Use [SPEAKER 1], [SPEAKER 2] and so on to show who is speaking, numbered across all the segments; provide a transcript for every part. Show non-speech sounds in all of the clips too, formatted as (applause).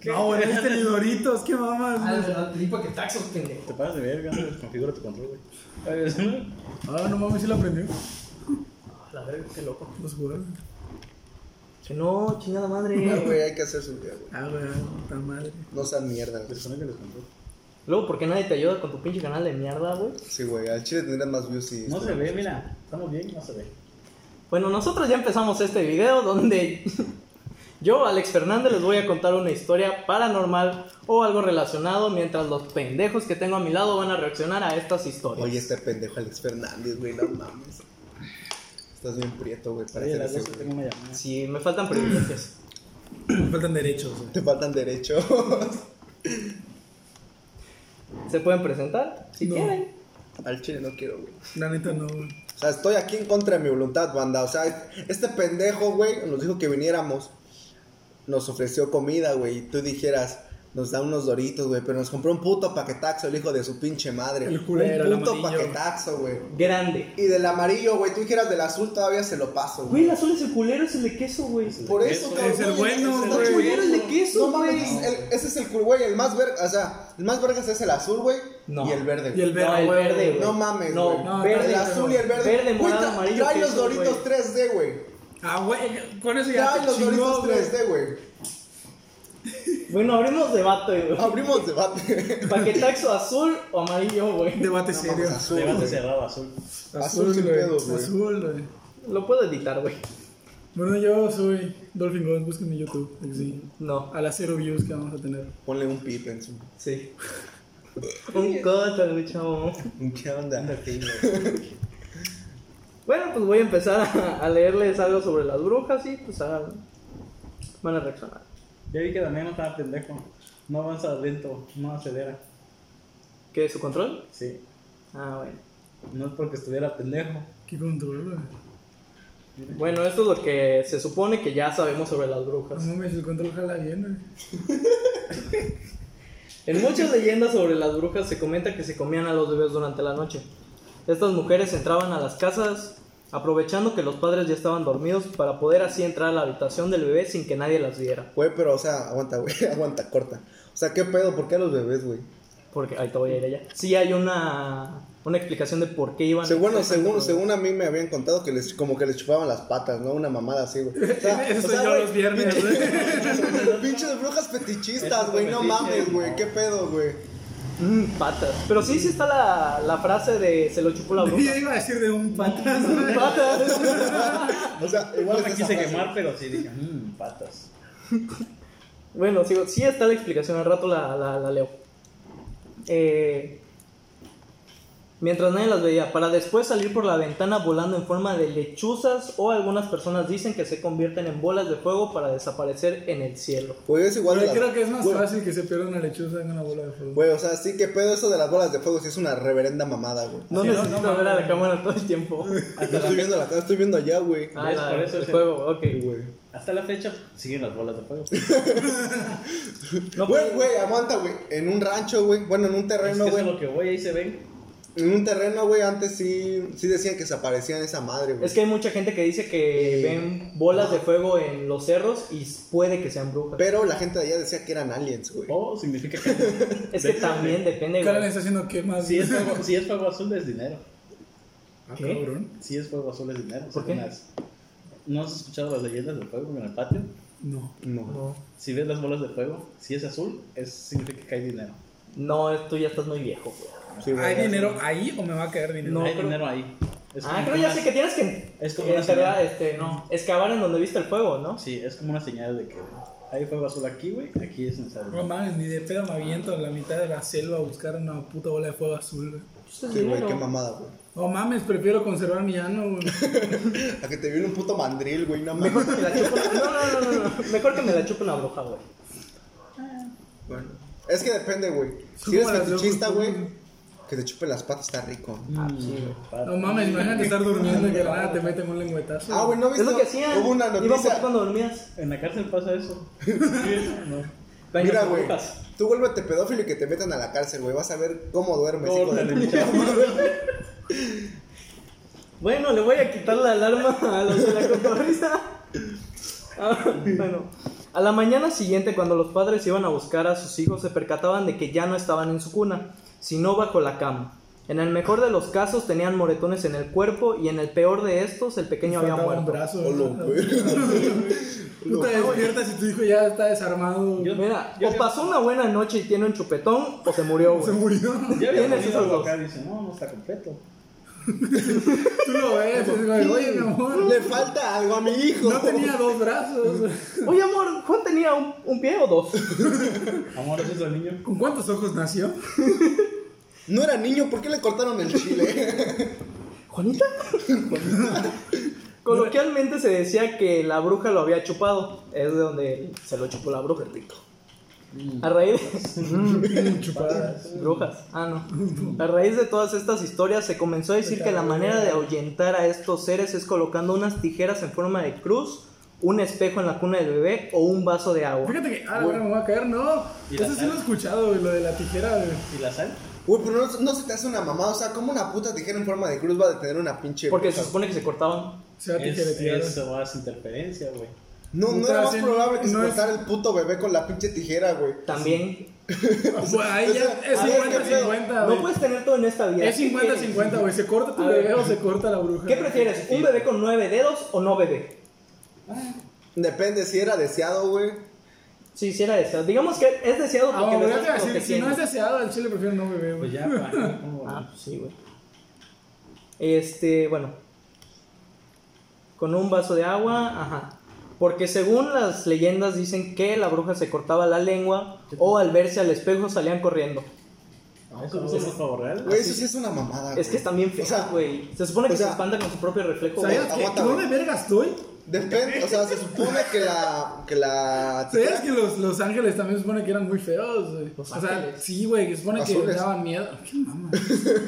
[SPEAKER 1] ¿Qué? No, güey, viste ni Doritos, qué mamas.
[SPEAKER 2] Ah,
[SPEAKER 1] güey.
[SPEAKER 2] es verdad, pedí paquetaxos, pendejo.
[SPEAKER 3] Te paras de verga, configura tu control, güey. A ver,
[SPEAKER 1] Ah, no mames, sí la aprendió.
[SPEAKER 2] A la verga, qué loco.
[SPEAKER 1] Los jugadores.
[SPEAKER 2] Que no, chingada
[SPEAKER 4] No,
[SPEAKER 2] madre.
[SPEAKER 4] güey, hay que hacer su vida, güey.
[SPEAKER 1] Ah, güey, puta madre.
[SPEAKER 4] No sean mierda, güey.
[SPEAKER 3] desconecta el control.
[SPEAKER 2] Luego, ¿por qué nadie te ayuda con tu pinche canal de mierda, güey?
[SPEAKER 4] Sí, güey, al chile tendrías más views si... este
[SPEAKER 3] No se ve, mira. Estamos bien, no se ve.
[SPEAKER 2] Bueno, nosotros ya empezamos este video donde (laughs) yo, Alex Fernández, les voy a contar una historia paranormal o algo relacionado mientras los pendejos que tengo a mi lado van a reaccionar a estas historias.
[SPEAKER 4] Oye, este pendejo Alex Fernández, güey, no mames. Estás bien prieto, güey, para
[SPEAKER 3] Oye,
[SPEAKER 4] hacer
[SPEAKER 3] las
[SPEAKER 4] eso,
[SPEAKER 3] dos
[SPEAKER 4] güey.
[SPEAKER 3] tengo una llamada.
[SPEAKER 2] Sí, me faltan privilegios.
[SPEAKER 4] (clears throat)
[SPEAKER 1] Faltan derechos, güey.
[SPEAKER 4] Te faltan derechos. (laughs)
[SPEAKER 2] ¿Se pueden presentar? Si
[SPEAKER 1] No.
[SPEAKER 2] quieren.
[SPEAKER 4] al chile no quiero, güey.
[SPEAKER 1] La neta no, güey.
[SPEAKER 4] O sea, estoy aquí en contra de mi voluntad, banda. O sea, este pendejo, güey, nos dijo que viniéramos. Nos ofreció comida, güey. Y tú dijeras, nos da unos doritos, güey. Pero nos compró un puto paquetaxo, el hijo de su pinche madre.
[SPEAKER 1] El culero, el
[SPEAKER 4] Un puto
[SPEAKER 1] amarillo.
[SPEAKER 4] paquetaxo, güey.
[SPEAKER 2] Grande.
[SPEAKER 4] Y del amarillo, güey. Tú dijeras del azul, todavía se lo paso,
[SPEAKER 2] Güey,
[SPEAKER 4] güey.
[SPEAKER 2] el azul es el culero, es el de queso, güey.
[SPEAKER 4] Por eso,
[SPEAKER 1] Ese es el bueno,
[SPEAKER 4] está
[SPEAKER 1] güey.
[SPEAKER 4] culero,
[SPEAKER 2] El de queso,
[SPEAKER 4] No mames,
[SPEAKER 2] güey.
[SPEAKER 4] el- ese es el cool, güey. El más verga, o sea, el más vergas es el azul, güey.
[SPEAKER 2] No.
[SPEAKER 4] Y el verde.
[SPEAKER 1] Y el
[SPEAKER 2] No,
[SPEAKER 1] verde,
[SPEAKER 2] el
[SPEAKER 1] güey.
[SPEAKER 2] verde, güey.
[SPEAKER 4] No mames,
[SPEAKER 2] No,
[SPEAKER 4] güey.
[SPEAKER 1] No,
[SPEAKER 2] verde.
[SPEAKER 4] El azul y el verde.
[SPEAKER 2] Verde,
[SPEAKER 4] Güey,
[SPEAKER 2] morado,
[SPEAKER 4] tra-
[SPEAKER 2] amarillo.
[SPEAKER 4] Trae los
[SPEAKER 2] queso, güey.
[SPEAKER 4] doritos 3D, güey.
[SPEAKER 1] Ah, güey, con eso ya
[SPEAKER 4] Trae
[SPEAKER 1] te
[SPEAKER 4] los
[SPEAKER 1] chingó,
[SPEAKER 4] doritos
[SPEAKER 1] güey.
[SPEAKER 4] 3D, güey.
[SPEAKER 2] Bueno, abrimos debate, güey. (laughs)
[SPEAKER 4] Abrimos debate.
[SPEAKER 2] Paquetaxo azul o amarillo, güey.
[SPEAKER 1] Debate
[SPEAKER 4] No
[SPEAKER 1] serio.
[SPEAKER 4] mames, azul,
[SPEAKER 3] Debate
[SPEAKER 4] güey.
[SPEAKER 3] cerrado, azul.
[SPEAKER 4] azul sin pedo, güey.
[SPEAKER 1] Azul, güey.
[SPEAKER 2] Lo puedo editar, güey.
[SPEAKER 1] Bueno, yo soy Dolphin Gon, búsquenme en YouTube. porque Sí.
[SPEAKER 2] No,
[SPEAKER 1] A las cero views que vamos a tener.
[SPEAKER 4] Ponle un pip en su.
[SPEAKER 2] sí. Un coto, güey, chavo.
[SPEAKER 4] ¿Qué onda?
[SPEAKER 2] Bueno, pues voy a empezar a, a leerles algo sobre las brujas y pues a, van a reaccionar.
[SPEAKER 3] Ya vi que Damián no estaba pendejo. No avanza lento, no acelera.
[SPEAKER 2] ¿Qué es su control?
[SPEAKER 3] Sí.
[SPEAKER 2] Ah, bueno.
[SPEAKER 3] No es porque estuviera pendejo.
[SPEAKER 1] Qué control, güey.
[SPEAKER 2] Bueno, esto es lo que se supone que ya sabemos sobre las
[SPEAKER 1] No
[SPEAKER 2] brujas.
[SPEAKER 1] mames, el control jala bien, güey.
[SPEAKER 2] En muchas leyendas sobre las brujas se comenta que se comían a los bebés durante la noche. Estas mujeres entraban a las casas aprovechando que los padres ya estaban dormidos para poder así entrar a la habitación del bebé sin que nadie las viera.
[SPEAKER 4] Güey, pero, o sea, aguanta, güey. (laughs) Aguanta, corta. O sea, ¿qué pedo? ¿Por qué a los bebés, güey?
[SPEAKER 2] Porque ahí te voy a ir allá. Sí hay una, una explicación de por qué iban.
[SPEAKER 4] Según, según, según a mí me habían contado que les, como que les chupaban las patas, ¿no? Una mamada así, güey. O
[SPEAKER 1] (laughs)
[SPEAKER 4] sea,
[SPEAKER 1] Eso
[SPEAKER 4] o
[SPEAKER 1] soy
[SPEAKER 4] sea,
[SPEAKER 1] yo
[SPEAKER 4] güey,
[SPEAKER 1] los
[SPEAKER 4] (laughs)
[SPEAKER 1] viernes, güey.
[SPEAKER 4] Pinches brujas fetichistas,
[SPEAKER 3] Eso
[SPEAKER 4] güey, no
[SPEAKER 3] fetiche,
[SPEAKER 4] mames, güey,
[SPEAKER 3] no.
[SPEAKER 4] qué pedo, güey.
[SPEAKER 2] Mm, patas. Pero sí, sí está la, la frase de se lo chupó la
[SPEAKER 1] (laughs)
[SPEAKER 2] bruja.
[SPEAKER 1] Yo
[SPEAKER 4] (laughs)
[SPEAKER 1] iba a decir de un patas, güey.
[SPEAKER 2] patas.
[SPEAKER 3] (laughs)
[SPEAKER 4] O sea,
[SPEAKER 3] No
[SPEAKER 4] Ah, igual
[SPEAKER 3] me
[SPEAKER 4] es esa
[SPEAKER 3] quise
[SPEAKER 4] frase.
[SPEAKER 3] quemar, pero sí dije, mmm, patas.
[SPEAKER 2] Bueno, sigo. Sí está la explicación, al rato la, la- la leo. Eh, mientras nadie las veía, para después salir por la ventana volando en forma de lechuzas o algunas personas dicen que se convierten en bolas de fuego para desaparecer en el cielo.
[SPEAKER 4] Güey, Pues es igual de
[SPEAKER 1] Güey,
[SPEAKER 4] las-
[SPEAKER 1] creo que es más
[SPEAKER 4] güey,
[SPEAKER 1] fácil que se pierda una lechuza en una bola de fuego.
[SPEAKER 4] Güey, o sea, sí, qué pedo eso de las bolas de fuego, sí es una reverenda mamada, güey.
[SPEAKER 2] No
[SPEAKER 3] Sí, no,
[SPEAKER 2] necesito
[SPEAKER 3] no,
[SPEAKER 2] ver a la
[SPEAKER 3] no.
[SPEAKER 2] cámara todo el
[SPEAKER 3] (laughs)
[SPEAKER 2] tiempo.
[SPEAKER 4] No (laughs) estoy viendo la cara, estoy viendo allá, güey.
[SPEAKER 2] Ah,
[SPEAKER 3] ¿Ves?
[SPEAKER 2] la-
[SPEAKER 3] Por eso
[SPEAKER 2] el
[SPEAKER 3] es el-
[SPEAKER 2] fuego, ok.
[SPEAKER 3] Hasta la fecha siguen las bolas de fuego.
[SPEAKER 2] No,
[SPEAKER 4] Güey,
[SPEAKER 2] pero-
[SPEAKER 4] güey, aguanta, güey. En un rancho, güey. Bueno, en un
[SPEAKER 3] Es que
[SPEAKER 4] terreno,
[SPEAKER 3] eso
[SPEAKER 4] güey.
[SPEAKER 3] es lo que voy, ahí se ven.
[SPEAKER 4] En un terreno, güey, antes sí, sí decían que se aparecían esa madre, güey.
[SPEAKER 2] Es que hay mucha gente que dice que ven bolas de fuego en los cerros y puede que sean brujas.
[SPEAKER 4] Pero la gente de allá decía que eran aliens, güey.
[SPEAKER 3] Oh, significa que.
[SPEAKER 2] es que también depende,
[SPEAKER 1] Cara le
[SPEAKER 2] güey.
[SPEAKER 1] está haciendo que más.
[SPEAKER 3] (laughs) Si es,
[SPEAKER 1] güey?
[SPEAKER 3] fuego, si es fuego azul es dinero.
[SPEAKER 1] Ah,
[SPEAKER 2] ¿Qué?
[SPEAKER 1] cabrón.
[SPEAKER 3] Si es fuego azul es dinero.
[SPEAKER 2] ¿Por qué?
[SPEAKER 3] según las- ¿No has escuchado las leyendas del fuego en el patio?
[SPEAKER 1] No.
[SPEAKER 4] No.
[SPEAKER 2] No,
[SPEAKER 3] Si ves las bolas de fuego, si es azul, es, significa que hay dinero.
[SPEAKER 2] no, tú ya estás muy viejo, güey.
[SPEAKER 4] Sí, güey.
[SPEAKER 1] ¿Hay dinero ahí o me va a caer dinero?
[SPEAKER 2] No,
[SPEAKER 3] hay
[SPEAKER 2] creo-
[SPEAKER 3] dinero ahí. Es
[SPEAKER 2] Ah,
[SPEAKER 3] como
[SPEAKER 2] creo ya
[SPEAKER 3] una-
[SPEAKER 2] sé que tienes que
[SPEAKER 3] es como
[SPEAKER 2] eh,
[SPEAKER 3] una
[SPEAKER 2] enterrar,
[SPEAKER 3] señal.
[SPEAKER 2] este, no, excavar en donde viste el fuego, ¿no?
[SPEAKER 3] Sí, es como una señal de que hay fuego azul aquí, güey. Aquí es Ah, necesario.
[SPEAKER 1] No mames, ni de pedo me aviento en la mitad de la selva a buscar una puta bola de fuego azul, güey.
[SPEAKER 4] Sí, güey, qué mamada, güey.
[SPEAKER 1] No mames, prefiero conservar mi ano, güey.
[SPEAKER 4] A que te viene un puto mandril, güey, no
[SPEAKER 2] Mejor
[SPEAKER 4] mames.
[SPEAKER 2] que me la chupe una... No, no, no, no, no. Mejor que me la chupe una bruja, güey.
[SPEAKER 4] Bueno. Es que depende, güey.
[SPEAKER 1] Son
[SPEAKER 4] Si eres
[SPEAKER 1] como las de
[SPEAKER 4] fetichista,
[SPEAKER 1] ojos,
[SPEAKER 4] güey,
[SPEAKER 1] güey.
[SPEAKER 4] que te chupen las patas está rico.
[SPEAKER 2] Ah, sí, güey.
[SPEAKER 1] No mames, imagínate estar durmiendo y que de la nada te meten un lengüetazo.
[SPEAKER 4] Ah, güey, no viste.
[SPEAKER 2] Es lo que hacían.
[SPEAKER 4] Hubo una
[SPEAKER 2] Iban por ti
[SPEAKER 4] noticia.
[SPEAKER 2] cuando dormías.
[SPEAKER 3] En la cárcel pasa eso. Sí, no.
[SPEAKER 2] Baños
[SPEAKER 4] Mira,
[SPEAKER 2] de
[SPEAKER 4] güey.
[SPEAKER 2] brujas.
[SPEAKER 4] Tú vuélvete pedófilo y que te metan a la cárcel, güey. Vas a ver cómo duermes, hijo de
[SPEAKER 3] Córtale,
[SPEAKER 4] puta.
[SPEAKER 2] Bueno, le voy a quitar la alarma a los de la cotorrisa. Ah, bueno, A la mañana siguiente, cuando los padres iban a buscar a sus hijos, se percataban de que ya no estaban en su cuna, sino bajo la cama. En el mejor de los casos tenían moretones en el cuerpo y en el peor de estos el pequeño había
[SPEAKER 1] Faltaba un
[SPEAKER 2] muerto.
[SPEAKER 1] brazo.
[SPEAKER 4] O lo-
[SPEAKER 2] (laughs)
[SPEAKER 1] Tú te despiertas y tu hijo ya está desarmado.
[SPEAKER 3] Yo-
[SPEAKER 2] Mira,
[SPEAKER 3] Yo
[SPEAKER 2] o
[SPEAKER 3] que-
[SPEAKER 2] pasó una buena noche y tiene un chupetón o se murió,
[SPEAKER 1] Se
[SPEAKER 2] güey.
[SPEAKER 1] murió.
[SPEAKER 3] Ya había
[SPEAKER 2] Tienes
[SPEAKER 3] comido
[SPEAKER 2] esos
[SPEAKER 3] algo
[SPEAKER 2] dos.
[SPEAKER 3] acá, dice, no, no está completo.
[SPEAKER 1] Tú lo ves. y dices, Oye, mi amor.
[SPEAKER 4] Le falta algo a mi hijo.
[SPEAKER 1] No tenía dos brazos.
[SPEAKER 2] Oye, amor, ¿Juan tenía un, un pie o dos?
[SPEAKER 3] Amor, ese es el niño.
[SPEAKER 1] ¿Con cuántos ojos nació?
[SPEAKER 4] No era niño, ¿por qué le cortaron el chile? (laughs)
[SPEAKER 2] ¿Juanita? Coloquialmente se decía que la bruja lo había chupado. Es de donde se lo chupó la bruja, rico. A raíz
[SPEAKER 1] (laughs)
[SPEAKER 2] Mm.
[SPEAKER 1] Chupadas.
[SPEAKER 2] (laughs) Brujas. Ah, no. A raíz de todas estas historias se comenzó a decir que la manera de ahuyentar a estos seres es colocando unas tijeras en forma de cruz, un espejo en la cuna del bebé o un vaso de agua.
[SPEAKER 1] Fíjate que, ah, bueno, me voy a caer. No.
[SPEAKER 3] ¿Y la
[SPEAKER 1] Eso sí
[SPEAKER 3] sal?
[SPEAKER 1] lo he escuchado, güey, lo de la tijera, güey.
[SPEAKER 3] ¿Y la sal?
[SPEAKER 4] Güey, pero no, no se te hace una mamada. O sea, ¿cómo una puta tijera en forma de cruz va a tener una pinche.
[SPEAKER 2] Porque se supone que se cortaban.
[SPEAKER 1] Se va a
[SPEAKER 3] Es-
[SPEAKER 1] tijeretear. (laughs)
[SPEAKER 3] Eso hace interferencia, güey.
[SPEAKER 4] No, no era más
[SPEAKER 1] Entonces,
[SPEAKER 4] probable que se
[SPEAKER 1] no es-
[SPEAKER 4] cortara el puto bebé con la pinche tijera, güey.
[SPEAKER 2] También.
[SPEAKER 1] Bueno, Ahí ya
[SPEAKER 4] o sea,
[SPEAKER 1] es
[SPEAKER 4] ahí es que pedo.
[SPEAKER 1] 50-50,
[SPEAKER 2] No
[SPEAKER 1] güey.
[SPEAKER 2] puedes tener todo en esta vida.
[SPEAKER 1] Es 50-50, güey. ¿Se corta tu
[SPEAKER 2] A ver.
[SPEAKER 1] bebé o se corta la bruja?
[SPEAKER 2] ¿Qué prefieres? ¿Un bebé con nueve dedos o no bebé?
[SPEAKER 4] Depende si era deseado, güey.
[SPEAKER 2] Si hiciera deseado. Digamos que es deseado porque
[SPEAKER 1] Ah,
[SPEAKER 2] lo
[SPEAKER 1] bueno, ya
[SPEAKER 2] estás
[SPEAKER 1] te iba a decir, si
[SPEAKER 2] protegiendo.
[SPEAKER 1] no es deseado, al chile prefiero no bebé, güey.
[SPEAKER 2] (laughs)
[SPEAKER 3] Pues ya, pa, ¿cómo, güey?
[SPEAKER 2] Ah, pues sí, güey. Este, bueno. Con un vaso de agua, ajá. Porque según las leyendas dicen que la bruja se cortaba la lengua o al verse al espejo salían corriendo.
[SPEAKER 3] ¿Eso no es un favor real?
[SPEAKER 4] Güey, eso sí es una mamada, Ah, güey.
[SPEAKER 2] Es que están bien feas,
[SPEAKER 4] O sea,
[SPEAKER 2] güey. se supone que
[SPEAKER 4] o sea,
[SPEAKER 2] se espanta con su propio reflejo. güey.
[SPEAKER 1] ¿Sabías que
[SPEAKER 4] Aguanta,
[SPEAKER 1] no
[SPEAKER 4] güey.
[SPEAKER 1] de verga estoy?
[SPEAKER 4] Depende, o sea, se supone que la. Que
[SPEAKER 1] (laughs)
[SPEAKER 4] la
[SPEAKER 1] ¿Sabías que los, los ángeles también se supone que eran muy feos, güey? O
[SPEAKER 2] Los
[SPEAKER 1] sea,
[SPEAKER 2] ángeles.
[SPEAKER 1] sí, güey, que se supone que
[SPEAKER 4] Azules.
[SPEAKER 1] daban miedo. ¿Qué mamá?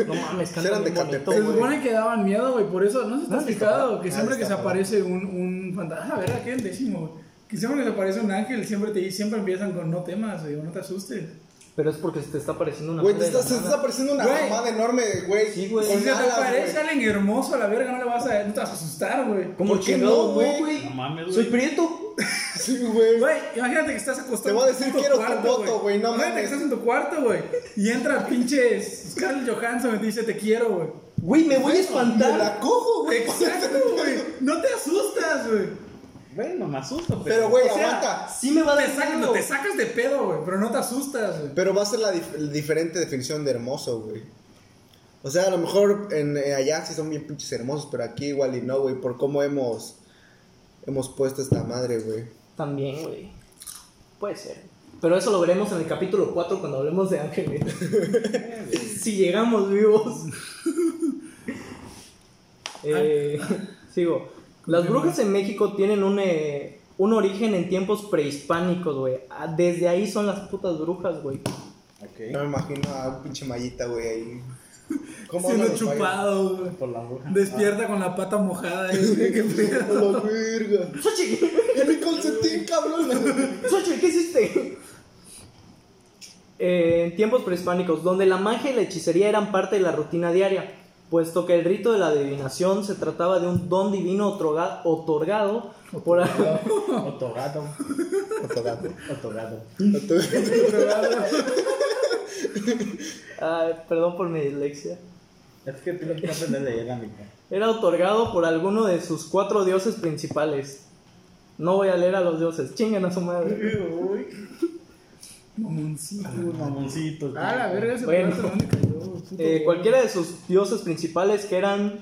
[SPEAKER 2] No mames,
[SPEAKER 4] (laughs)
[SPEAKER 2] cantan
[SPEAKER 4] Eran de
[SPEAKER 2] bien bonito,
[SPEAKER 4] Catepec,
[SPEAKER 1] Se
[SPEAKER 2] güey.
[SPEAKER 1] supone que daban miedo, güey, por eso, ¿no se está
[SPEAKER 2] ¿Dónde está?
[SPEAKER 1] explicado? Que
[SPEAKER 4] Ah,
[SPEAKER 1] siempre que
[SPEAKER 4] está,
[SPEAKER 1] se
[SPEAKER 4] está.
[SPEAKER 1] aparece un, un fantasma, ah, ¿verdad? Que el décimo, güey. Que siempre que se aparece un ángel, siempre te siempre empiezan con no temas, güey, o no te asustes.
[SPEAKER 2] Pero es porque se te está pareciendo una
[SPEAKER 4] Güey, te
[SPEAKER 2] madre de
[SPEAKER 4] estás,
[SPEAKER 2] la
[SPEAKER 4] te estás
[SPEAKER 2] nada.
[SPEAKER 4] apareciendo una
[SPEAKER 1] Güey.
[SPEAKER 4] mamada enorme, güey.
[SPEAKER 2] Sí, güey.
[SPEAKER 1] Si
[SPEAKER 4] Con
[SPEAKER 1] se te
[SPEAKER 4] alas,
[SPEAKER 1] aparece
[SPEAKER 4] güey.
[SPEAKER 1] alguien hermoso a la verga, no le vas a, no te vas a asustar, güey.
[SPEAKER 2] ¿Cómo
[SPEAKER 4] ¿Por qué
[SPEAKER 2] chingado,
[SPEAKER 4] no,
[SPEAKER 2] no,
[SPEAKER 4] güey?
[SPEAKER 2] güey?
[SPEAKER 3] No mames, güey.
[SPEAKER 2] Soy prieto.
[SPEAKER 4] Sí, güey.
[SPEAKER 1] Güey, imagínate que estás acostado.
[SPEAKER 4] Te voy a decir,
[SPEAKER 1] en tu
[SPEAKER 4] quiero tu voto, güey, no
[SPEAKER 1] Imagínate que
[SPEAKER 4] mames.
[SPEAKER 1] estás en tu cuarto, güey. Y entra pinche Scarlett Johansson y te dice, te quiero, güey.
[SPEAKER 2] Güey, me voy a
[SPEAKER 4] Me
[SPEAKER 2] espantar.
[SPEAKER 4] la cojo, güey.
[SPEAKER 1] Exacto, güey. No te asustas, güey.
[SPEAKER 3] Bueno, me asusto,
[SPEAKER 4] Pero, güey,
[SPEAKER 1] O sea,
[SPEAKER 4] aguanta.
[SPEAKER 2] Sí me va a dar
[SPEAKER 1] Te, sacas-
[SPEAKER 2] miedo.
[SPEAKER 1] te sacas de pedo, güey. Pero no te asustas, güey.
[SPEAKER 4] Pero va a ser la dif- diferente definición de hermoso, güey. O sea, a lo mejor en, eh, allá sí son bien pinches hermosos, pero aquí igual y no, güey, por cómo hemos hemos puesto esta madre, güey.
[SPEAKER 2] También, güey. Puede ser. Pero eso lo veremos en el capítulo 4 cuando hablemos de ángeles. (laughs) si llegamos vivos. Eh, sigo. Las brujas en México tienen un, eh, un origen en tiempos prehispánicos, güey. Ah, Desde ahí son las putas brujas, güey.
[SPEAKER 4] No
[SPEAKER 3] Ok.
[SPEAKER 4] me imagino a un pinche mallita, güey,
[SPEAKER 1] (laughs)
[SPEAKER 4] ahí. ¿Cómo
[SPEAKER 1] Siendo
[SPEAKER 4] andan los (laughs)
[SPEAKER 1] chupado, güey.
[SPEAKER 3] Por la bruja.
[SPEAKER 1] Despierta con la pata mojada. y dice, ¿Qué (laughs)
[SPEAKER 4] payasos?
[SPEAKER 1] pedo?
[SPEAKER 4] A la verga.
[SPEAKER 2] ¡Xochitl!
[SPEAKER 4] En mi calcetín, cabrón.
[SPEAKER 2] Xochitl, ¿qué hiciste? Eh, en tiempos prehispánicos, donde la magia y la hechicería eran parte de la rutina diaria, puesto que el rito de la adivinación se trataba de un don divino otorga- otorgado por,
[SPEAKER 3] Ah,
[SPEAKER 2] a-
[SPEAKER 3] Otogato.
[SPEAKER 4] Otogato.
[SPEAKER 3] Otogato. (laughs)
[SPEAKER 4] Otogato.
[SPEAKER 2] (laughs) Ay, perdón por mi dislexia.
[SPEAKER 3] Es que tienes que aprender a leer, amigo.
[SPEAKER 2] Era otorgado por alguno de sus cuatro dioses principales. No voy a leer a los dioses, chingan a su madre.
[SPEAKER 3] Uy,
[SPEAKER 1] Mamoncito.
[SPEAKER 3] mamoncito.
[SPEAKER 1] Ah, la verga, ese
[SPEAKER 2] Bueno.
[SPEAKER 1] pedazo, ¿dónde cayó, güey? Puto,
[SPEAKER 2] Eh,
[SPEAKER 1] güey.
[SPEAKER 2] cualquiera de sus dioses principales que eran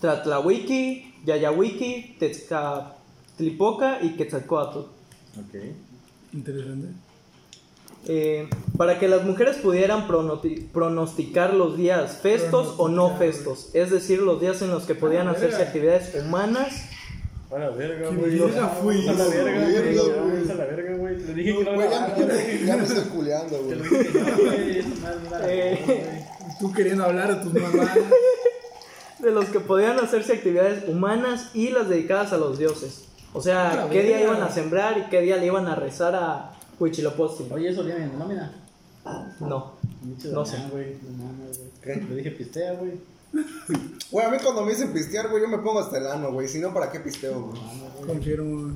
[SPEAKER 2] Tlatlahuiqui, Yayawiki, Tezcatlipoca y Quetzalcoatl.
[SPEAKER 3] Ok.
[SPEAKER 1] Interesante.
[SPEAKER 2] Eh, para que las mujeres pudieran pronoti- pronosticar los días festos o no
[SPEAKER 1] Pronosticar.
[SPEAKER 2] festos, es decir, los días en los que podían
[SPEAKER 1] Ah,
[SPEAKER 2] hacerse
[SPEAKER 1] verga.
[SPEAKER 2] actividades humanas.
[SPEAKER 3] A la verga,
[SPEAKER 1] Qué
[SPEAKER 3] güey.
[SPEAKER 1] vieja
[SPEAKER 3] Vamos
[SPEAKER 1] fui,
[SPEAKER 3] A la verga, güey.
[SPEAKER 4] verga,
[SPEAKER 3] Vamos
[SPEAKER 4] güey.
[SPEAKER 3] a la verga, güey. Te dije que no
[SPEAKER 4] Güey,
[SPEAKER 3] grabara,
[SPEAKER 4] ya,
[SPEAKER 3] güey.
[SPEAKER 4] me- ya me estoy culeando,
[SPEAKER 3] Te lo
[SPEAKER 4] güey.
[SPEAKER 3] dije que no, güey. Esa madre no la
[SPEAKER 2] Eh.
[SPEAKER 3] grabó, güey.
[SPEAKER 1] Tú queriendo hablar de tus mamás.
[SPEAKER 2] de los que podían hacerse actividades humanas y las dedicadas a los dioses. O sea,
[SPEAKER 1] Ah,
[SPEAKER 2] qué día
[SPEAKER 1] verga.
[SPEAKER 2] iban a sembrar y qué día le iban a rezar a Huichilopochtli.
[SPEAKER 3] Oye, eso olía a mi nómina.
[SPEAKER 2] No.
[SPEAKER 3] Pinche
[SPEAKER 2] No
[SPEAKER 3] Damián,
[SPEAKER 2] sé.
[SPEAKER 3] güey. No mames, güey. Le dije pistea, güey.
[SPEAKER 4] Güey, a mí cuando me dicen pistear, güey, yo me pongo hasta el ano, güey. Si no, ¿para qué pisteo, güey?
[SPEAKER 1] Confirmo.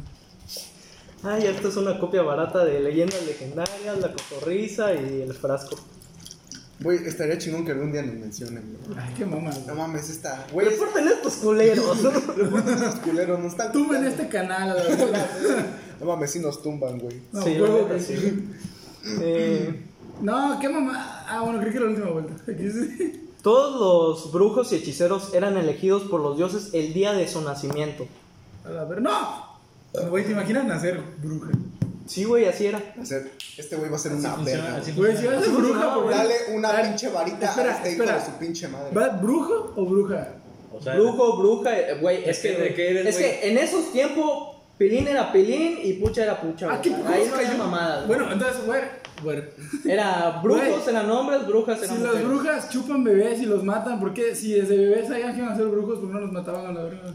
[SPEAKER 2] Ay, esto Ah, es una copia barata de Leyendas Legendarias, La Cotorrisa y El Frasco.
[SPEAKER 4] Güey, estaría chingón que algún día nos mencionen, güey.
[SPEAKER 1] Ay, qué mamá,
[SPEAKER 4] No
[SPEAKER 1] güey.
[SPEAKER 4] mames, esta. Güey, es-
[SPEAKER 2] Reporten estos culeros. (laughs)
[SPEAKER 4] estos culeros nos están.
[SPEAKER 1] Tumben este canal.
[SPEAKER 2] (laughs)
[SPEAKER 4] No mames, sí nos tumban, güey.
[SPEAKER 1] No,
[SPEAKER 2] Sí, la
[SPEAKER 1] huevo
[SPEAKER 2] neta,
[SPEAKER 1] que
[SPEAKER 2] sí.
[SPEAKER 1] sí.
[SPEAKER 2] Eh,
[SPEAKER 1] No, qué mamá. Ah, bueno, creo que era la última vuelta. Aquí sí.
[SPEAKER 2] todos los brujos y hechiceros eran elegidos por los dioses el día de su nacimiento.
[SPEAKER 1] A la ver, ¡No! Güey, ¿te imaginas nacer bruja?
[SPEAKER 2] Sí, güey, así era.
[SPEAKER 4] Va a ser- Este güey va a ser una
[SPEAKER 3] Funciona,
[SPEAKER 4] verga.
[SPEAKER 3] así
[SPEAKER 1] Güey, si vas a
[SPEAKER 2] Así
[SPEAKER 1] ser bruja,
[SPEAKER 2] funcionaba,
[SPEAKER 1] por
[SPEAKER 4] Dale una pinche varita
[SPEAKER 1] Espera,
[SPEAKER 4] a este hijo
[SPEAKER 1] espera.
[SPEAKER 4] de su pinche madre.
[SPEAKER 1] ¿Va brujo o bruja?
[SPEAKER 3] O sea,
[SPEAKER 2] Brujo, bruja, eh, güey, es,
[SPEAKER 3] Es
[SPEAKER 2] que,
[SPEAKER 3] que de qué eres,
[SPEAKER 2] es
[SPEAKER 3] güey.
[SPEAKER 2] que en esos tiempos Pelín era Pelín y Pucha era Pucha.
[SPEAKER 1] Ah,
[SPEAKER 2] güey.
[SPEAKER 1] ¿qué poco
[SPEAKER 2] Ahí
[SPEAKER 1] se
[SPEAKER 2] no había
[SPEAKER 1] cayó?
[SPEAKER 2] mamadas. güey.
[SPEAKER 1] Bueno, entonces, güey. Bueno.
[SPEAKER 2] Era brujos
[SPEAKER 1] Güey.
[SPEAKER 2] eran hombres, brujas eran
[SPEAKER 1] Si las
[SPEAKER 2] mujeres.
[SPEAKER 1] brujas chupan bebés y los matan, ¿por qué? Si desde bebés sabían que iban a ser brujos, ¿por qué no los mataban a la verga?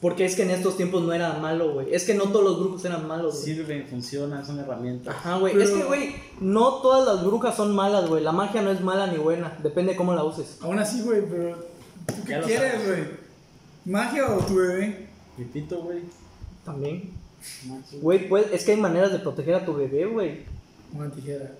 [SPEAKER 2] Porque es que en estos tiempos no era malo, güey. Es que no todos los brujos eran malos, güey.
[SPEAKER 3] sirven, funcionan, son herramientas.
[SPEAKER 2] Ajá, güey.
[SPEAKER 1] Pero-
[SPEAKER 2] Es que, güey, no todas las brujas son malas, güey. La magia no es mala ni buena. Depende cómo la uses.
[SPEAKER 1] Aún así, güey, pero. ¿Tú qué
[SPEAKER 3] Ya lo
[SPEAKER 1] quieres,
[SPEAKER 3] sabes.
[SPEAKER 1] güey? ¿Magia o tu bebé?
[SPEAKER 3] Mi pito, güey.
[SPEAKER 2] También.
[SPEAKER 3] No, sí.
[SPEAKER 2] Güey, pues, es que hay maneras de proteger a tu bebé, güey.
[SPEAKER 1] Una tijera.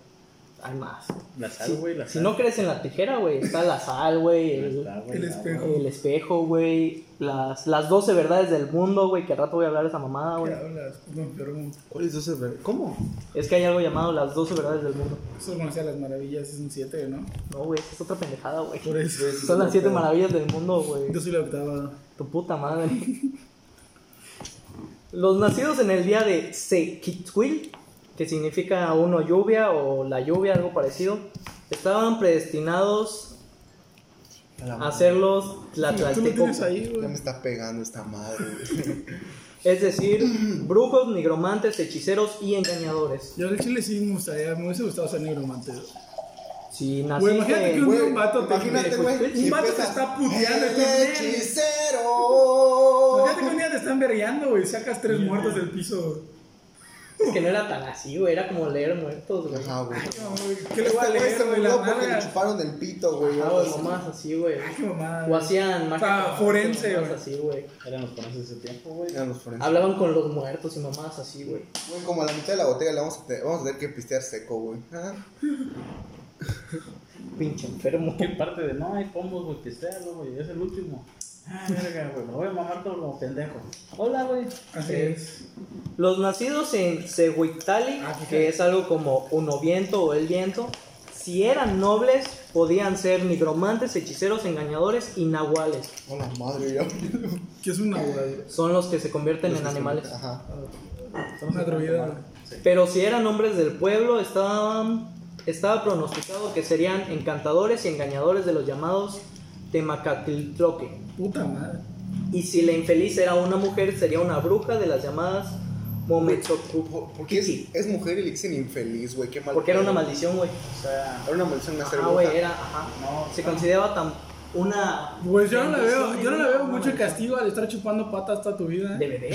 [SPEAKER 2] Hay más.
[SPEAKER 3] La sal,
[SPEAKER 2] Si,
[SPEAKER 3] güey, la
[SPEAKER 2] si
[SPEAKER 3] sal.
[SPEAKER 2] no crees en la tijera, güey, está la sal, güey.
[SPEAKER 3] Ahí
[SPEAKER 2] el-
[SPEAKER 3] está, güey,
[SPEAKER 1] el
[SPEAKER 3] la-
[SPEAKER 1] espejo.
[SPEAKER 2] El espejo, güey. Las, las 12 verdades del mundo, güey. Que al rato voy a hablar de esa mamada,
[SPEAKER 1] ¿Qué
[SPEAKER 2] güey.
[SPEAKER 1] hablas? No, enfermo.
[SPEAKER 4] ¿Cuál es ese ver- ¿Cómo?
[SPEAKER 2] Es que hay algo llamado las 12 verdades del mundo.
[SPEAKER 1] Eso conocía las maravillas, es un 7, ¿no?
[SPEAKER 2] No, güey, esa es otra pendejada, güey.
[SPEAKER 1] Por eso.
[SPEAKER 2] Son las 7 maravillas del mundo, güey.
[SPEAKER 1] Yo soy la octava.
[SPEAKER 2] Tu puta madre. Los nacidos en el día de Sequitwil, que significa uno lluvia o la lluvia, algo parecido, estaban predestinados
[SPEAKER 4] A la
[SPEAKER 2] a
[SPEAKER 4] madre.
[SPEAKER 2] ser los
[SPEAKER 1] Tú lo tienes
[SPEAKER 2] tlatlaltecocos.
[SPEAKER 1] ahí,
[SPEAKER 4] Ya
[SPEAKER 1] güey.
[SPEAKER 4] me está pegando esta madre, güey.
[SPEAKER 2] Es decir, (clears throat) brujos, nigromantes, hechiceros y engañadores.
[SPEAKER 1] Yo al chile sí me gustaría, me hubiese gustado ser negromante. güey.
[SPEAKER 2] Si
[SPEAKER 1] Güey, imagínate
[SPEAKER 2] naciste...
[SPEAKER 1] que
[SPEAKER 4] Güey,
[SPEAKER 1] (laughs) Un vato te-
[SPEAKER 4] imagínate, güey.
[SPEAKER 2] Un
[SPEAKER 4] si
[SPEAKER 1] vato te
[SPEAKER 4] empieza,
[SPEAKER 1] está puteando,
[SPEAKER 4] "El
[SPEAKER 1] tú, "Nel".
[SPEAKER 4] hechicero.
[SPEAKER 1] Imagínate que un día te están berreando, güey, sacas tres muertos del piso.
[SPEAKER 2] Es que no era tan así, güey. Era como leer muertos, güey.
[SPEAKER 4] Ajá, güey.
[SPEAKER 1] No, güey, ¿Qué le
[SPEAKER 4] Este
[SPEAKER 1] voy a
[SPEAKER 4] güey
[SPEAKER 1] leer,
[SPEAKER 4] se
[SPEAKER 1] güey? La
[SPEAKER 4] murió porque le
[SPEAKER 1] nalga.
[SPEAKER 4] chuparon el pito, güey.
[SPEAKER 2] Ah,
[SPEAKER 4] algo
[SPEAKER 2] güey,
[SPEAKER 4] así.
[SPEAKER 2] mamás así, güey.
[SPEAKER 1] Ay, qué mamada.
[SPEAKER 2] O hacían
[SPEAKER 1] Ah,
[SPEAKER 2] magia.
[SPEAKER 1] forense,
[SPEAKER 2] mamás
[SPEAKER 1] güey.
[SPEAKER 2] así, güey.
[SPEAKER 3] Eran los conoces de ese tiempo, güey.
[SPEAKER 4] Eran los forenses.
[SPEAKER 2] Hablaban con los muertos y mamás así, güey.
[SPEAKER 4] Güey, como a la mitad de la botella le vamos a, te- vamos a tener que pistear seco, güey. Ajá.
[SPEAKER 2] Pinche enfermo.
[SPEAKER 3] ¿Qué parte de no hay pomos, güey? Pistealo, güey. Es el último. Ah, verga, güey. Me voy a mamar todo como pendejo.
[SPEAKER 2] Hola, güey.
[SPEAKER 1] Así
[SPEAKER 2] Eh,
[SPEAKER 1] es.
[SPEAKER 2] Los nacidos en Seguitali,
[SPEAKER 1] Ah, fíjate.
[SPEAKER 2] que es algo como uno viento o el viento, si eran nobles, podían ser nigromantes, hechiceros, engañadores y nahuales.
[SPEAKER 4] Hola, madre, ya.
[SPEAKER 1] Que es una güey.
[SPEAKER 2] Son los que se convierten en animales.
[SPEAKER 4] Ajá.
[SPEAKER 1] Una atrevida.
[SPEAKER 2] Pero si eran hombres del pueblo, estaban, estaba pronosticado que serían encantadores y engañadores de los llamados Temacatiltroque.
[SPEAKER 1] Puta madre.
[SPEAKER 2] Y si la infeliz era una mujer, sería una bruja de las llamadas
[SPEAKER 4] ¿Por, por qué es,
[SPEAKER 2] Mometzocuki.
[SPEAKER 4] es mujer y le dicen infeliz, güey? Qué mal.
[SPEAKER 2] Porque era una
[SPEAKER 4] pedo.
[SPEAKER 2] maldición, güey.
[SPEAKER 3] O sea,
[SPEAKER 4] Era una maldición nacer
[SPEAKER 2] Ah,
[SPEAKER 4] bruja.
[SPEAKER 2] güey, era, ajá.
[SPEAKER 3] no.
[SPEAKER 2] Se consideraba tan una.
[SPEAKER 1] Pues yo no le veo,
[SPEAKER 2] maldición,
[SPEAKER 1] yo no le
[SPEAKER 2] güey,
[SPEAKER 1] veo
[SPEAKER 2] una
[SPEAKER 1] mucho
[SPEAKER 2] maldición
[SPEAKER 1] castigo al estar chupando patas toda tu vida. (laughs)
[SPEAKER 2] De bebé.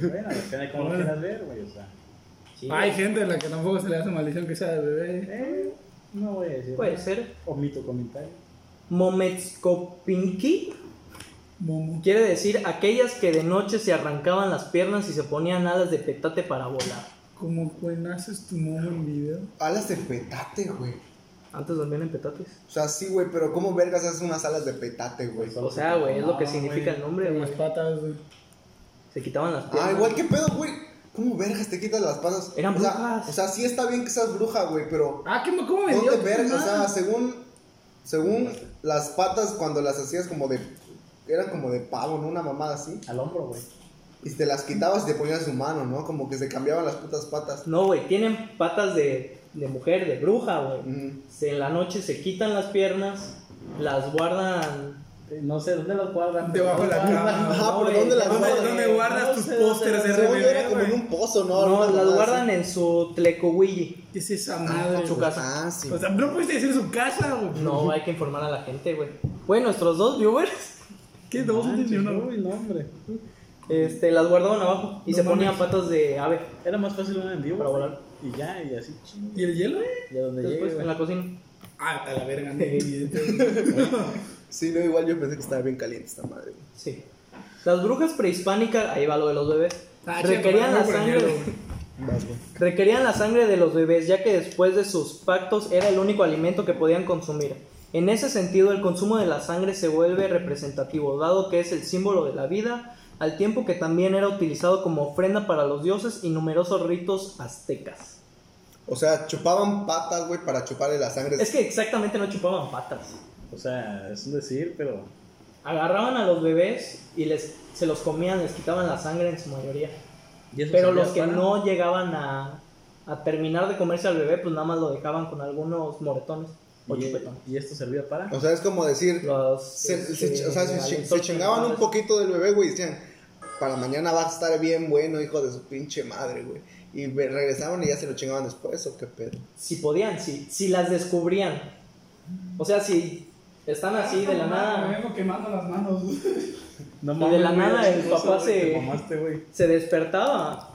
[SPEAKER 3] Bueno, depende de cómo lo quieras ver, güey. O sea,
[SPEAKER 2] Sí,
[SPEAKER 1] Hay
[SPEAKER 2] güey.
[SPEAKER 1] gente a la que tampoco se le hace maldición que sea de bebé.
[SPEAKER 3] eh, no voy a decir.
[SPEAKER 2] Puede ser.
[SPEAKER 3] Omito comentario.
[SPEAKER 2] Mometskopinki
[SPEAKER 1] Momo.
[SPEAKER 2] quiere decir aquellas que de noche se arrancaban las piernas y se ponían alas de petate para volar.
[SPEAKER 1] Como cuando haces tu momo en video.
[SPEAKER 4] Alas de petate, güey.
[SPEAKER 2] Antes dormían en petates.
[SPEAKER 4] O sea, sí, güey, pero ¿cómo vergas haces unas alas de petate, güey?
[SPEAKER 2] O sea, güey, es lo que significa el nombre,
[SPEAKER 1] Con
[SPEAKER 2] güey.
[SPEAKER 1] las patas, güey.
[SPEAKER 2] Se quitaban las piernas.
[SPEAKER 4] Ah, igual, ¿qué pedo, güey? ¿Cómo vergas te quitas las patas?
[SPEAKER 2] Eran
[SPEAKER 4] o sea,
[SPEAKER 2] brujas.
[SPEAKER 4] O sea, sí está bien que seas bruja, güey, pero
[SPEAKER 1] Ah, ¿qué, me- ¿cómo me dio?
[SPEAKER 4] ¿dónde
[SPEAKER 1] Qué
[SPEAKER 4] vergas? O sea,
[SPEAKER 1] mal.
[SPEAKER 4] según, según las patas cuando las hacías como de... Eran como de pavo, ¿no? Una mamada así.
[SPEAKER 3] Al hombro, güey.
[SPEAKER 4] Y te las quitabas y te ponías su mano, ¿no? Como que se cambiaban las putas patas.
[SPEAKER 2] No, güey, tienen patas de, de mujer, de bruja, güey.
[SPEAKER 4] Mm.
[SPEAKER 2] Se- En la noche se quitan las piernas, las guardan.
[SPEAKER 3] Eh, No sé, ¿dónde las guardan?
[SPEAKER 1] Debajo de la
[SPEAKER 3] ¿Dónde (laughs)
[SPEAKER 1] cama.
[SPEAKER 3] guardan?
[SPEAKER 4] Ajá, pero
[SPEAKER 2] güey,
[SPEAKER 4] Ah, ¿dónde las
[SPEAKER 2] no,
[SPEAKER 1] ¿Dónde,
[SPEAKER 4] guardas?
[SPEAKER 2] güey,
[SPEAKER 1] dónde guardas
[SPEAKER 2] no
[SPEAKER 1] tus
[SPEAKER 2] sé dónde
[SPEAKER 1] pósters
[SPEAKER 2] las-
[SPEAKER 1] de
[SPEAKER 4] Según yo era
[SPEAKER 1] bebé,
[SPEAKER 4] como en
[SPEAKER 1] güey?
[SPEAKER 4] un pozo, ¿no?
[SPEAKER 2] No,
[SPEAKER 4] Una
[SPEAKER 2] las
[SPEAKER 4] mamada
[SPEAKER 2] guardan
[SPEAKER 4] así.
[SPEAKER 2] en su tlecohuilli.
[SPEAKER 1] ¿Qué es esa madre?
[SPEAKER 2] en su
[SPEAKER 1] güey?
[SPEAKER 2] casa.
[SPEAKER 4] Ah, sí.
[SPEAKER 1] O sea, no pudiste decir su casa, güey.
[SPEAKER 2] No, hay que informar a la gente, güey. Güey, nuestros dos viewers
[SPEAKER 1] ¿Qué dos? No tiene ni
[SPEAKER 3] Manches,
[SPEAKER 1] uno, güey.
[SPEAKER 3] Uy, no, hombre.
[SPEAKER 2] este, las guardaban abajo y
[SPEAKER 1] No
[SPEAKER 2] se ponían
[SPEAKER 1] mames.
[SPEAKER 2] patas de ave
[SPEAKER 3] Era más fácil una en vivo.
[SPEAKER 2] para
[SPEAKER 3] güey.
[SPEAKER 2] volar.
[SPEAKER 3] Y ya, y así. ching,
[SPEAKER 1] ¿Y el hielo?
[SPEAKER 3] Y a donde llegue,
[SPEAKER 2] Después,
[SPEAKER 3] güey.
[SPEAKER 2] pues, en la cocina.
[SPEAKER 1] Ah, está la verga, no, evidente.
[SPEAKER 4] Sí, no, igual yo pensé que estaba bien caliente esta madre. güey.
[SPEAKER 2] Sí. Las brujas prehispánicas, ahí va lo de los bebés,
[SPEAKER 1] Ah,
[SPEAKER 2] Requerían
[SPEAKER 1] cheto, voy
[SPEAKER 2] la
[SPEAKER 1] por el
[SPEAKER 2] sangre.
[SPEAKER 1] hielo, güey.
[SPEAKER 4] Vas, güey.
[SPEAKER 2] Requerían la sangre de los bebés, ya que después de sus pactos era el único alimento que podían consumir. En ese sentido, el consumo de la sangre se vuelve representativo, dado que es el símbolo de la vida, al tiempo que también era utilizado como ofrenda para los dioses y numerosos ritos aztecas.
[SPEAKER 4] O sea, chupaban patas, güey, para chuparle la sangre.
[SPEAKER 2] Es que exactamente no chupaban patas.
[SPEAKER 3] O sea, es un decir, pero.
[SPEAKER 2] Agarraban a los bebés y les, se los comían, les quitaban la sangre en su mayoría.
[SPEAKER 3] ¿Y eso
[SPEAKER 2] Pero
[SPEAKER 3] servía
[SPEAKER 2] los que
[SPEAKER 3] para?
[SPEAKER 2] no llegaban a, a terminar de comerse al bebé, pues nada más lo dejaban con algunos moretones o chupetones.
[SPEAKER 3] ¿Y, y esto servía para?
[SPEAKER 4] O sea, es como decir,
[SPEAKER 2] Los,
[SPEAKER 4] se,
[SPEAKER 2] este,
[SPEAKER 4] se ch- o sea, se, ch- se
[SPEAKER 2] alimentos
[SPEAKER 4] chingaban un
[SPEAKER 2] naturales.
[SPEAKER 4] poquito del bebé, güey, y decían, para mañana va a estar bien bueno, hijo de su pinche madre, güey. Y ve- regresaban y ya se lo chingaban después, ¿o qué pedo?
[SPEAKER 2] Si podían, si, si las descubrían. O sea, si están así de la
[SPEAKER 1] Ah, Me
[SPEAKER 2] nada,
[SPEAKER 1] vengo quemando las manos.
[SPEAKER 3] No
[SPEAKER 2] Y de la
[SPEAKER 3] güey,
[SPEAKER 2] nada el
[SPEAKER 3] chismoso,
[SPEAKER 2] papá
[SPEAKER 3] güey,
[SPEAKER 2] se-
[SPEAKER 3] Te
[SPEAKER 1] Este,
[SPEAKER 3] mamaste, güey.
[SPEAKER 2] se despertaba,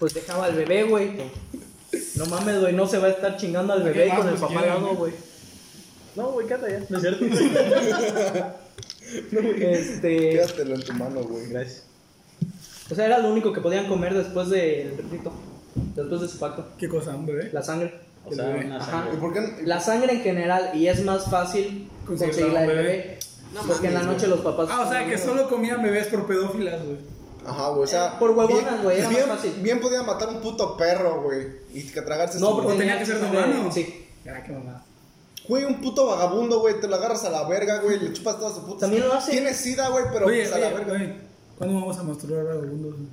[SPEAKER 2] pues dejaba al bebé, güey. No mames, güey, no se va a estar chingando al bebé
[SPEAKER 1] más,
[SPEAKER 2] con el
[SPEAKER 1] pues,
[SPEAKER 2] papá al
[SPEAKER 1] quiere,
[SPEAKER 2] lado,
[SPEAKER 1] güey?
[SPEAKER 2] güey.
[SPEAKER 3] No, güey, cata ya. No es (laughs) cierto. güey.
[SPEAKER 2] Este,
[SPEAKER 4] Quédatelo en tu mano, güey.
[SPEAKER 3] Gracias.
[SPEAKER 2] o sea, era lo único que podían comer después del rito, después de su pacto,
[SPEAKER 1] ¿Qué cosa, eh. un bebé?
[SPEAKER 2] la sangre.
[SPEAKER 3] O sea, una
[SPEAKER 2] Ajá.
[SPEAKER 4] ¿Y
[SPEAKER 3] sangre.
[SPEAKER 4] por qué? no-
[SPEAKER 2] La sangre en general, y es más fácil
[SPEAKER 1] Conseguirla
[SPEAKER 2] conseguirla
[SPEAKER 1] a
[SPEAKER 2] del
[SPEAKER 1] un bebé.
[SPEAKER 2] bebé. porque en la noche los papás.
[SPEAKER 1] Ah, o sea, que solo comían bebés por pedófilas, güey.
[SPEAKER 4] Ajá, güey, o sea...
[SPEAKER 2] Por huevonas,
[SPEAKER 4] bien-
[SPEAKER 2] güey, era más
[SPEAKER 4] bien,
[SPEAKER 2] fácil.
[SPEAKER 4] bien podían matar un puto perro, güey, y que tragarse
[SPEAKER 2] No,
[SPEAKER 4] su-
[SPEAKER 2] porque
[SPEAKER 1] O tenía que ser de
[SPEAKER 2] sangre-
[SPEAKER 1] humano.
[SPEAKER 2] Sí.
[SPEAKER 1] Ah, qué mamada.
[SPEAKER 4] Güey, un puto vagabundo, güey, te lo agarras a la verga, güey, le chupas toda su puta...
[SPEAKER 2] También lo hace.
[SPEAKER 4] Tiene sida, güey, pero
[SPEAKER 1] oye,
[SPEAKER 4] pues, a
[SPEAKER 1] oye,
[SPEAKER 4] la verga.
[SPEAKER 1] oye, ¿cuándo vamos a masturbar
[SPEAKER 2] (laughs)
[SPEAKER 1] vagabundos?
[SPEAKER 2] No,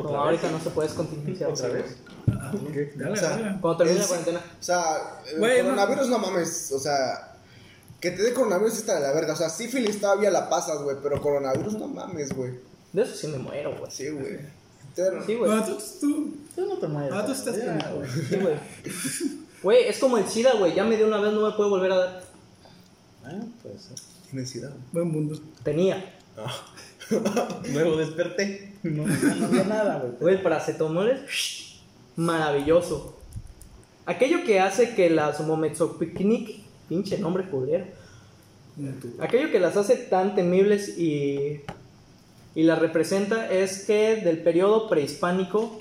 [SPEAKER 3] ¿Otra vez?
[SPEAKER 2] ahorita no se puede continuar.
[SPEAKER 3] ¿Otra vez?
[SPEAKER 1] Ah, güey, Dale,
[SPEAKER 4] O sea,
[SPEAKER 1] dale.
[SPEAKER 2] Cuando termine la
[SPEAKER 4] Es-
[SPEAKER 2] cuarentena.
[SPEAKER 4] O sea, el
[SPEAKER 1] Güey, no-
[SPEAKER 4] coronavirus no mames, o sea, que te dé coronavirus está de la verga, o sea, sífilis todavía la pasas, güey, pero coronavirus no mames, güey.
[SPEAKER 2] De eso sí me muero, güey.
[SPEAKER 4] Sí, güey. Te-
[SPEAKER 2] Sí, güey.
[SPEAKER 1] No, tú, tú.
[SPEAKER 3] Tú no te mueres.
[SPEAKER 1] Ah, tú estás
[SPEAKER 3] Ya,
[SPEAKER 1] pendejo.
[SPEAKER 3] güey.
[SPEAKER 2] Sí, güey. Güey, es como el SIDA, güey. Ya me dio una vez, no me puede volver a dar.
[SPEAKER 3] Ah, pues. eh.
[SPEAKER 4] Tienes sida, güey.
[SPEAKER 1] Buen mundo.
[SPEAKER 2] Tenía.
[SPEAKER 3] Luego desperté. (laughs) No, ya no había nada, güey.
[SPEAKER 2] Güey, el paracetamol es maravilloso. Aquello que hace que las mometsopicnic, pinche nombre culero,
[SPEAKER 1] Como tú.
[SPEAKER 2] Aquello que las hace tan temibles y, y las representa es que del periodo prehispánico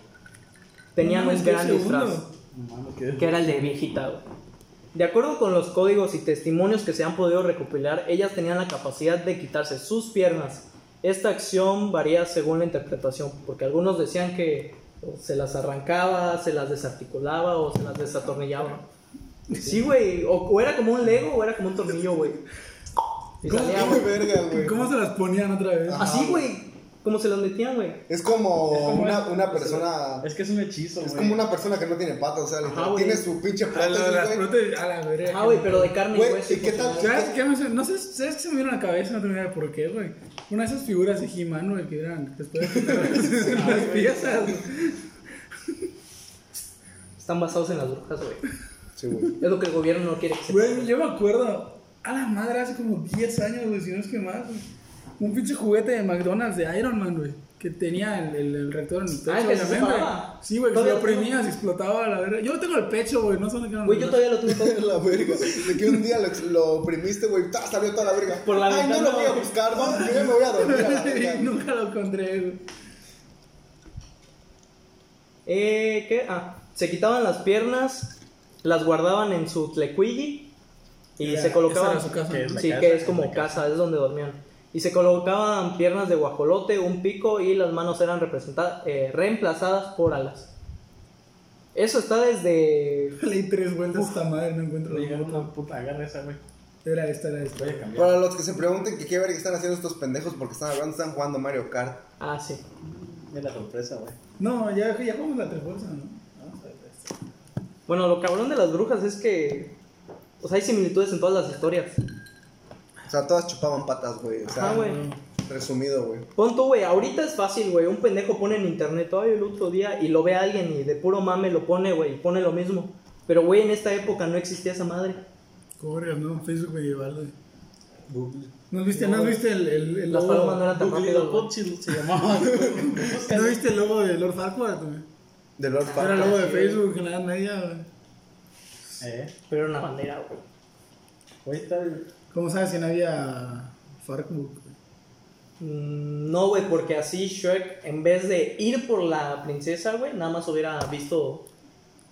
[SPEAKER 2] tenían
[SPEAKER 1] No,
[SPEAKER 2] un
[SPEAKER 1] es que
[SPEAKER 2] gran
[SPEAKER 1] segundo.
[SPEAKER 2] disfraz,
[SPEAKER 3] No mames, qué-
[SPEAKER 2] que era el de viejita. güey. De acuerdo con los códigos y testimonios que se han podido recopilar, ellas tenían la capacidad de quitarse sus piernas. Esta acción varía según la interpretación, porque algunos decían que o se las arrancaba, se las desarticulaba o se las desatornillaba. Sí, güey, o, o era como un lego o era como un tornillo, güey. Y
[SPEAKER 4] ¿Cómo,
[SPEAKER 2] salía,
[SPEAKER 4] cómo
[SPEAKER 2] güey.
[SPEAKER 4] verga, güey?
[SPEAKER 1] ¿Cómo se las ponían otra vez?
[SPEAKER 4] Ajá.
[SPEAKER 2] Así, güey. Como se los metían, güey.
[SPEAKER 4] Es como,
[SPEAKER 3] como
[SPEAKER 4] una,
[SPEAKER 3] el-
[SPEAKER 4] una persona...
[SPEAKER 3] Es que es un hechizo,
[SPEAKER 4] Es
[SPEAKER 3] güey.
[SPEAKER 4] como una persona que no tiene patas, o sea, literal,
[SPEAKER 2] güey.
[SPEAKER 4] tiene su pinche
[SPEAKER 1] A la, las
[SPEAKER 4] prótesis, güey.
[SPEAKER 1] prote- a la verga.
[SPEAKER 2] Ah, güey, pero de carne
[SPEAKER 4] Güey,
[SPEAKER 2] y hueso.
[SPEAKER 4] ¿y qué tal?
[SPEAKER 2] funcionaba.
[SPEAKER 1] ¿Sabes qué me suena? No sé, ¿sabes qué se me vino a la cabeza? No tengo idea por qué, güey. Una de esas figuras de He-Man, güey, que eran después
[SPEAKER 2] (laughs)
[SPEAKER 1] de las piezas.
[SPEAKER 2] Están basados en las brujas, güey.
[SPEAKER 4] Sí, güey.
[SPEAKER 2] Es lo que el gobierno no quiere que se
[SPEAKER 1] Güey, yo me acuerdo, a la madre, hace como 10 años, güey, si no es que más, güey. Un pinche juguete de McDonald's de Iron Man, güey. Que tenía el, el, el reactor en el pecho.
[SPEAKER 2] Ah, el que se
[SPEAKER 1] obviamente.
[SPEAKER 2] separaba.
[SPEAKER 1] Sí, güey, que si
[SPEAKER 2] Todavía
[SPEAKER 1] lo
[SPEAKER 2] lo tengo.
[SPEAKER 1] oprimías, explotaba la verga. Yo lo tengo en el pecho, güey, no sé dónde quedaron.
[SPEAKER 2] Güey, yo
[SPEAKER 1] los
[SPEAKER 2] todavía lo tuve todo.
[SPEAKER 4] (laughs) La verga. De que un día lo, ex- lo oprimiste, güey, ¡tas! salió toda la verga.
[SPEAKER 2] Por la
[SPEAKER 4] Ay, no
[SPEAKER 2] ventana,
[SPEAKER 4] lo voy a
[SPEAKER 2] güey.
[SPEAKER 4] buscar, güey. Yo ya me voy a dormir a
[SPEAKER 1] (laughs)
[SPEAKER 4] la verga.
[SPEAKER 1] brazos. Y Nunca lo encontré, güey.
[SPEAKER 2] Eh, ¿qué? Ah, se quitaban las piernas, las guardaban en su tlecuilli y
[SPEAKER 1] Era-
[SPEAKER 2] se colocaban.
[SPEAKER 1] esa era su casa.
[SPEAKER 3] ¿Qué es la
[SPEAKER 2] Sí,
[SPEAKER 3] casa?
[SPEAKER 2] que es como casa, es donde dormían. Y se colocaban piernas de guajolote, un pico y las manos eran representadas, eh, reemplazadas por alas. Eso está desde
[SPEAKER 1] (laughs) Le di tres vueltas a esta madre, no encuentro la
[SPEAKER 3] Oye,
[SPEAKER 1] foto.
[SPEAKER 3] una puta, agarra esa, güey.
[SPEAKER 1] Era esta, era esta.
[SPEAKER 3] Voy a cambiar.
[SPEAKER 4] Para los que se pregunten que qué verga están haciendo estos pendejos porque están hablando, están jugando Mario Kart.
[SPEAKER 2] Ah, sí.
[SPEAKER 3] Es la sorpresa, güey.
[SPEAKER 1] No, ya, ya jugamos la tres bolsas, ¿no? Vamos a
[SPEAKER 4] Ah,
[SPEAKER 1] ver esta.
[SPEAKER 2] Bueno, lo cabrón de las brujas es que. O sea, hay similitudes en todas las historias.
[SPEAKER 4] O sea, todas chupaban patas, güey. O sea,
[SPEAKER 2] Ajá, güey.
[SPEAKER 4] resumido, güey.
[SPEAKER 2] Pon tú, güey, ahorita es fácil, güey. Un pendejo pone en internet, ay, el otro día, y lo ve a alguien y de puro mame lo pone, güey, y pone lo mismo. Pero, güey, en esta época no existía esa madre.
[SPEAKER 1] Correos, ¿no? Facebook medieval, güey.
[SPEAKER 3] Google.
[SPEAKER 1] ¿No viste,
[SPEAKER 2] No,
[SPEAKER 1] no, viste el, el, el
[SPEAKER 2] Las
[SPEAKER 1] logo?
[SPEAKER 2] palomas no eran tan
[SPEAKER 3] Google
[SPEAKER 2] rápidas, güey.
[SPEAKER 3] Cochil (laughs) se llamaba.
[SPEAKER 1] ¿No viste el logo de Lord Farquaad, güey?
[SPEAKER 4] De Lord
[SPEAKER 1] Era el
[SPEAKER 4] Farquaad.
[SPEAKER 1] logo de Facebook en la Edad Media, güey.
[SPEAKER 3] Eh,
[SPEAKER 2] Pero era una bandera, güey.
[SPEAKER 3] güey, está el-
[SPEAKER 1] ¿Cómo sabes que no había Farquaad? güey?
[SPEAKER 2] Mm, No, güey, porque así Shrek, en vez de ir por la princesa, güey, nada más hubiera visto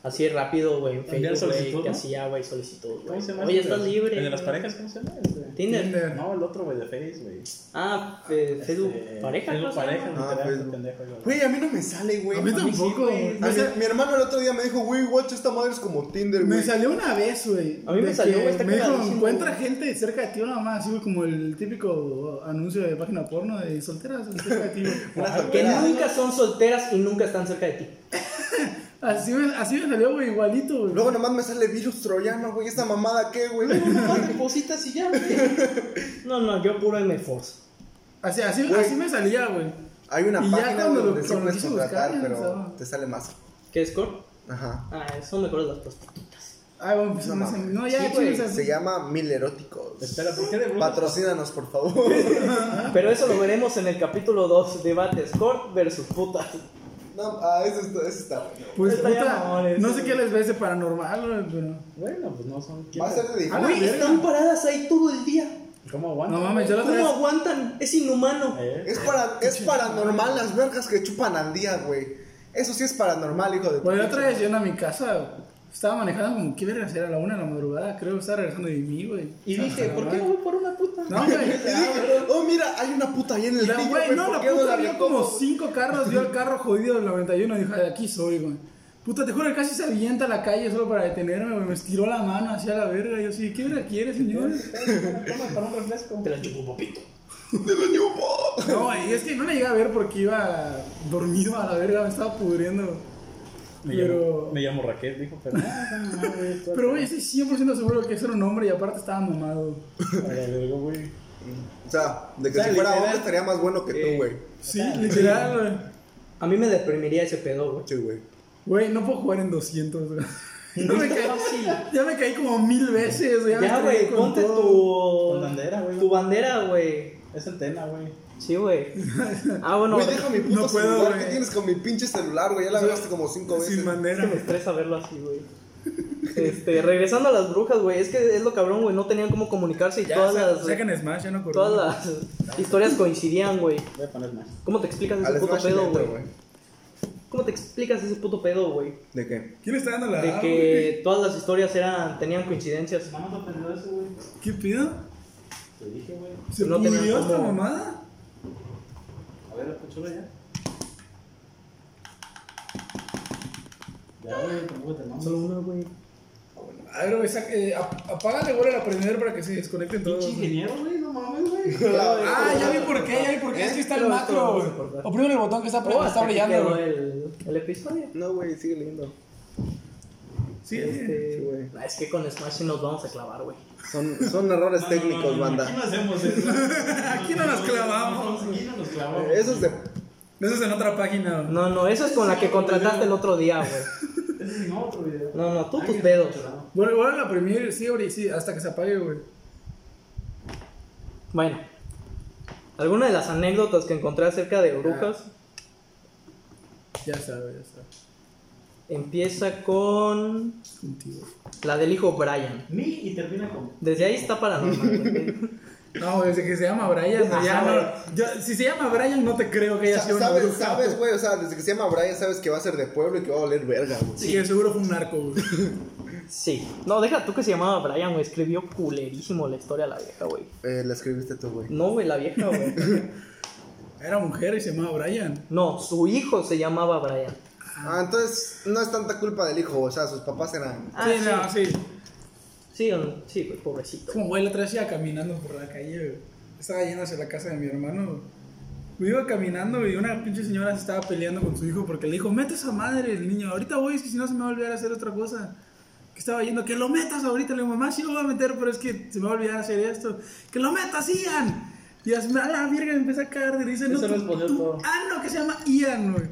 [SPEAKER 2] así rápido, güey, en
[SPEAKER 3] Enviar
[SPEAKER 2] Facebook, güey,
[SPEAKER 3] solicitud,
[SPEAKER 2] que
[SPEAKER 3] ¿no?
[SPEAKER 2] hacía, güey, solicitud, güey.
[SPEAKER 3] ¿Cómo se llama?
[SPEAKER 2] Oye,
[SPEAKER 3] ese?
[SPEAKER 2] estás libre.
[SPEAKER 3] ¿El de las
[SPEAKER 2] güey.
[SPEAKER 3] parejas? ¿Cómo se llama? ese?
[SPEAKER 2] Tinder.
[SPEAKER 1] Tinder.
[SPEAKER 3] No, el otro, güey, de Face, güey. Este,
[SPEAKER 2] Ah, eh, Facebook pareja.
[SPEAKER 3] Facebook
[SPEAKER 2] ¿no?
[SPEAKER 3] pareja,
[SPEAKER 4] Ah,
[SPEAKER 3] literal,
[SPEAKER 4] Facebook.
[SPEAKER 3] pendejo, yo.
[SPEAKER 4] Güey, a mí no me sale, güey.
[SPEAKER 1] A mí tampoco.
[SPEAKER 4] A mí- mi hermano el otro día me dijo, güey, watch esta madre es como Tinder, güey.
[SPEAKER 1] Me salió una vez, güey.
[SPEAKER 2] A mí me
[SPEAKER 1] de
[SPEAKER 2] salió,
[SPEAKER 1] que
[SPEAKER 2] güey, está
[SPEAKER 1] Me dijo,
[SPEAKER 2] cagadísimo,
[SPEAKER 1] encuentra
[SPEAKER 2] güey".
[SPEAKER 1] gente cerca de ti, nada más, así güey, como el típico anuncio de página porno de solteras cerca de ti. güey.
[SPEAKER 4] Una
[SPEAKER 2] Que
[SPEAKER 4] soltera.
[SPEAKER 2] nunca son solteras y nunca están cerca de ti.
[SPEAKER 1] Así me, así me salió, güey, igualito, güey.
[SPEAKER 4] Luego nomás me sale virus troyano, güey. ¿Esta mamada qué, güey?
[SPEAKER 2] Nomás depositas y ya, güey. (laughs) No, no, yo puro M-Force.
[SPEAKER 1] Así, así,
[SPEAKER 4] Güey.
[SPEAKER 1] así me salía, güey.
[SPEAKER 4] Hay una
[SPEAKER 1] Y ya
[SPEAKER 4] página
[SPEAKER 1] cuando lo-
[SPEAKER 4] donde sí
[SPEAKER 1] cuando
[SPEAKER 4] puedes
[SPEAKER 1] quise buscar,
[SPEAKER 4] contratar,
[SPEAKER 1] ya no
[SPEAKER 4] pero
[SPEAKER 1] estaba.
[SPEAKER 4] te sale más.
[SPEAKER 2] ¿Qué es Core?
[SPEAKER 4] Ajá.
[SPEAKER 2] Ah, son mejores las prostitutas.
[SPEAKER 1] Ay, bueno, pues
[SPEAKER 4] No
[SPEAKER 1] no, sé.
[SPEAKER 4] mames.
[SPEAKER 1] No,
[SPEAKER 2] Sí,
[SPEAKER 1] ya,
[SPEAKER 2] güey,
[SPEAKER 1] chingues, así.
[SPEAKER 4] Se llama Mil Eróticos.
[SPEAKER 3] Espera, ¿por qué de Bruno?
[SPEAKER 4] Patrocínanos, por favor. (laughs)
[SPEAKER 1] Ah.
[SPEAKER 2] Pero eso lo veremos en el capítulo 2, debates Core versus putas.
[SPEAKER 4] no, ah, eso está, eso está bueno.
[SPEAKER 1] Pues
[SPEAKER 2] Está
[SPEAKER 1] puta,
[SPEAKER 2] llamón,
[SPEAKER 1] no
[SPEAKER 2] eso,
[SPEAKER 1] sé qué
[SPEAKER 2] güey.
[SPEAKER 1] les parece paranormal, güey, pero.
[SPEAKER 3] Bueno, pues no son.
[SPEAKER 4] Va a ser de
[SPEAKER 1] Ah, la
[SPEAKER 2] Güey,
[SPEAKER 1] verga.
[SPEAKER 2] están paradas ahí todo el día.
[SPEAKER 3] ¿Cómo aguanta?
[SPEAKER 1] No mames, yo la otra
[SPEAKER 2] ¿Cómo
[SPEAKER 1] vez.
[SPEAKER 2] aguantan? Es inhumano.
[SPEAKER 3] Eh,
[SPEAKER 4] Es, para, es paranormal las vergas que chupan al día, güey. Eso sí es paranormal, hijo de
[SPEAKER 1] Güey, la otra vez yo a mi casa, güey, estaba manejando como, ¿qué verga era? A la una de la madrugada, creo que estaba regresando de mí, güey.
[SPEAKER 2] Y dije, ¿por qué no voy por una puta?
[SPEAKER 1] Ah, No,
[SPEAKER 2] (laughs)
[SPEAKER 1] güey.
[SPEAKER 4] (laughs) Y dije, oh, mira, hay una puta ahí en el
[SPEAKER 1] "Ah, La
[SPEAKER 4] río,
[SPEAKER 1] güey, no,
[SPEAKER 4] ¿por
[SPEAKER 1] la
[SPEAKER 4] qué
[SPEAKER 1] puta
[SPEAKER 4] la
[SPEAKER 1] vio
[SPEAKER 4] recojo?
[SPEAKER 1] como cinco carros, vio el carro jodido del 91 y dijo, "Ay, aquí soy, güey. Puta, te juro que casi se avienta a la calle solo para detenerme, güey. Me estiró la mano hacia la verga. Yo sí, ¿qué verga quiere, señor?
[SPEAKER 3] toma, para un refresco.
[SPEAKER 2] Te la chupo, papito.
[SPEAKER 4] (laughs)
[SPEAKER 1] No, y es que no le llegué a ver porque iba dormido a la verga, me estaba pudriendo.
[SPEAKER 3] Me,
[SPEAKER 1] Pero,
[SPEAKER 3] llamo, me llamo Raquel, dijo, pero.
[SPEAKER 1] pero güey, estoy 100% seguro que eso era un hombre y aparte estaba mamado.
[SPEAKER 3] güey.
[SPEAKER 4] O sea, de que
[SPEAKER 3] O sea,
[SPEAKER 4] si fuera
[SPEAKER 3] literal.
[SPEAKER 4] hombre estaría más bueno que tú,
[SPEAKER 2] Eh.
[SPEAKER 4] güey.
[SPEAKER 1] Sí, literal, güey.
[SPEAKER 2] A mí me deprimiría ese pedo, güey.
[SPEAKER 4] Sí, güey.
[SPEAKER 1] Güey, no puedo jugar en 200,
[SPEAKER 2] (laughs)
[SPEAKER 1] güey. No me caí,
[SPEAKER 2] Fácil.
[SPEAKER 1] ya me caí como mil veces, güey. me
[SPEAKER 2] Ya,
[SPEAKER 1] estrellé
[SPEAKER 2] güey,
[SPEAKER 1] con
[SPEAKER 2] ponte
[SPEAKER 1] todo.
[SPEAKER 2] tu.
[SPEAKER 3] Con bandera, güey.
[SPEAKER 2] Tu bandera, güey.
[SPEAKER 3] Es antena, güey.
[SPEAKER 1] (laughs)
[SPEAKER 2] Sí, güey. Ah, bueno.
[SPEAKER 4] Güey, deja mi puto
[SPEAKER 1] no puedo,
[SPEAKER 4] celular
[SPEAKER 1] güey.
[SPEAKER 4] que tienes con mi pinche celular, güey. Ya la grabaste como cinco veces.
[SPEAKER 1] Sin
[SPEAKER 2] Es que
[SPEAKER 1] manera.
[SPEAKER 2] me estresa verlo así, güey. Este, regresando a las brujas, güey. Es que es lo cabrón, güey. No tenían cómo comunicarse y todas
[SPEAKER 1] sa-
[SPEAKER 2] las.
[SPEAKER 1] sacan Smash, ya no corrió.
[SPEAKER 2] Todas las historias coincidían, güey.
[SPEAKER 3] Voy a poner más.
[SPEAKER 2] ¿Cómo te explicas
[SPEAKER 4] Al
[SPEAKER 2] ese puto
[SPEAKER 4] Smash le
[SPEAKER 2] pedo,
[SPEAKER 4] entro,
[SPEAKER 2] güey? ¿Cómo te explicas ese puto pedo, güey?
[SPEAKER 4] ¿De qué?
[SPEAKER 1] ¿Quién está dando la
[SPEAKER 2] De
[SPEAKER 1] A, Ah, güey?
[SPEAKER 2] que todas las historias eran, tenían coincidencias.
[SPEAKER 3] Vamos a perder eso, güey.
[SPEAKER 1] ¿Qué pido?
[SPEAKER 3] Te dije, güey.
[SPEAKER 1] ¿Se
[SPEAKER 2] No tenía
[SPEAKER 1] pudrió esta
[SPEAKER 2] cómo.
[SPEAKER 1] mamada?
[SPEAKER 3] A ver, escúchalo ya. Ya, güey, tampoco te
[SPEAKER 1] Ah,
[SPEAKER 3] mames.
[SPEAKER 2] Solo una, güey.
[SPEAKER 1] A ver, güey, saca- eh, ap- apágale vuelo al aprender para que se desconecten todos.
[SPEAKER 3] Pinche ingeniero, güey, no mames, güey.
[SPEAKER 1] Ah, ya vi por qué, ya vi por qué. Es que está el macro, güey. Oprime el botón que eh. está, pre-
[SPEAKER 2] Oh,
[SPEAKER 1] está
[SPEAKER 2] hasta aquí
[SPEAKER 1] brillando,
[SPEAKER 2] quedó
[SPEAKER 1] güey.
[SPEAKER 2] el, el episodio.
[SPEAKER 4] No, güey, sigue leyendo.
[SPEAKER 1] Sí,
[SPEAKER 2] Este,
[SPEAKER 4] Sí, güey.
[SPEAKER 2] ah, es que con Smash sí nos vamos a clavar, güey.
[SPEAKER 4] Son, son errores técnicos, banda.
[SPEAKER 3] Aquí no hacemos eso.
[SPEAKER 1] Aquí no nos clavamos.
[SPEAKER 3] Aquí no nos clavamos.
[SPEAKER 4] Eso es de.
[SPEAKER 1] Eso es en otra página, güey.
[SPEAKER 2] No, no, esa es con la que contrataste el otro día, güey.
[SPEAKER 3] Ese es en otro video.
[SPEAKER 2] No, no, tú tus
[SPEAKER 3] Alguien
[SPEAKER 2] pedos.
[SPEAKER 3] escuchará.
[SPEAKER 1] Vuelo vuelo al aprender, sí, güey, sí, hasta que se apague, güey.
[SPEAKER 2] Bueno, alguna de las anécdotas que encontré acerca de brujas
[SPEAKER 1] Ya sabe, ya sabe.
[SPEAKER 2] empieza con
[SPEAKER 1] Contigo.
[SPEAKER 2] la del hijo Brian.
[SPEAKER 3] Mi y termina con.
[SPEAKER 2] Desde ahí está paranormal. güey.
[SPEAKER 1] No, güey, desde que se llama Brian, güey, ya no. yo- si se llama Brian, no te creo que haya sido una
[SPEAKER 4] ¿Sabes,
[SPEAKER 1] bruja.
[SPEAKER 4] sabes, güey? O sea, desde que se llama Brian, sabes que va a ser de pueblo y que va a oler verga, güey.
[SPEAKER 1] Sí, que seguro fue un narco, güey.
[SPEAKER 2] Sí. No, deja tú que se llamaba Brian, güey. Escribió culerísimo la historia la vieja, güey.
[SPEAKER 4] Eh, la escribiste tú, güey.
[SPEAKER 2] No, güey, la vieja, güey.
[SPEAKER 1] Era mujer y se llamaba Brian.
[SPEAKER 2] No, su hijo se llamaba Brian.
[SPEAKER 4] Ah, entonces no es tanta culpa del hijo, o sea, sus papás eran.
[SPEAKER 2] Ah,
[SPEAKER 1] sí,
[SPEAKER 2] sí.
[SPEAKER 1] no, sí.
[SPEAKER 2] Sí, o- sí, güey, pobrecito.
[SPEAKER 1] Como güey, la otra vez iba caminando por la calle, güey. Estaba yendo hacia la casa de mi hermano. güey. Iba caminando y una pinche señora se estaba peleando con su hijo porque le dijo, mete esa madre el niño, ahorita voy, es que si no se me va a olvidar hacer otra cosa. Que estaba yendo, que lo metas ahorita, le digo, mamá, sí lo voy a meter, pero es que se me va a olvidar hacer esto. Que lo metas, Ian. Y así, a la verga me empieza a caer de risa. No,
[SPEAKER 3] Eso
[SPEAKER 1] tú-
[SPEAKER 3] respondió
[SPEAKER 1] tú-
[SPEAKER 3] todo.
[SPEAKER 1] Ah, no, que se llama Ian, güey.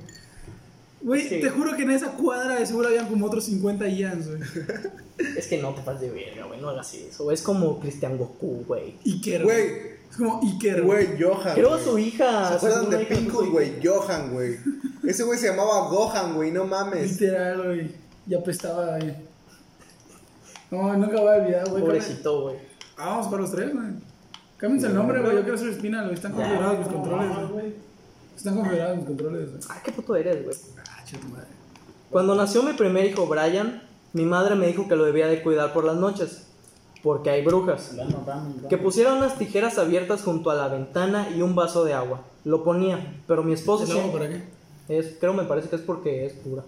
[SPEAKER 1] Güey,
[SPEAKER 2] Sí.
[SPEAKER 1] te juro que en esa cuadra de seguro habían como otros 50 Ians, güey.
[SPEAKER 2] Es que no te pases de verga, güey. No hagas eso. güey. Es como Cristian Goku, güey.
[SPEAKER 1] Iker.
[SPEAKER 4] Güey.
[SPEAKER 1] Es como Iker.
[SPEAKER 4] Güey, Johan.
[SPEAKER 2] Creo
[SPEAKER 4] güey.
[SPEAKER 2] a su hija.
[SPEAKER 4] ¿Se acuerdan
[SPEAKER 2] segunda
[SPEAKER 4] de
[SPEAKER 2] hija fue su
[SPEAKER 4] Pincus,
[SPEAKER 2] hija.
[SPEAKER 4] güey? Johan, güey. Ese güey se llamaba Gohan, güey, no mames.
[SPEAKER 1] Literal, güey. Y apestaba, güey. No, nunca voy a olvidar, güey.
[SPEAKER 2] Pobrecito, güey.
[SPEAKER 1] Ah, vamos para los tres, güey. Cámbiense el nombre, güey. Yo quiero ser espina, güey. Están configurados mis controles. güey. Están configurados mis controles, güey.
[SPEAKER 2] Ah, qué puto eres, güey.
[SPEAKER 1] Ah, che tu madre.
[SPEAKER 2] Cuando nació mi primer hijo, Brian, mi madre me dijo que lo debía de cuidar por las noches, porque hay brujas.
[SPEAKER 3] Vamos, vamos,
[SPEAKER 2] Que pusiera unas tijeras abiertas junto a la ventana y un vaso de agua. Lo ponía, pero mi esposo
[SPEAKER 1] ¿El agua
[SPEAKER 2] siempre...
[SPEAKER 1] para qué?
[SPEAKER 2] Es, creo me parece que es porque es pura.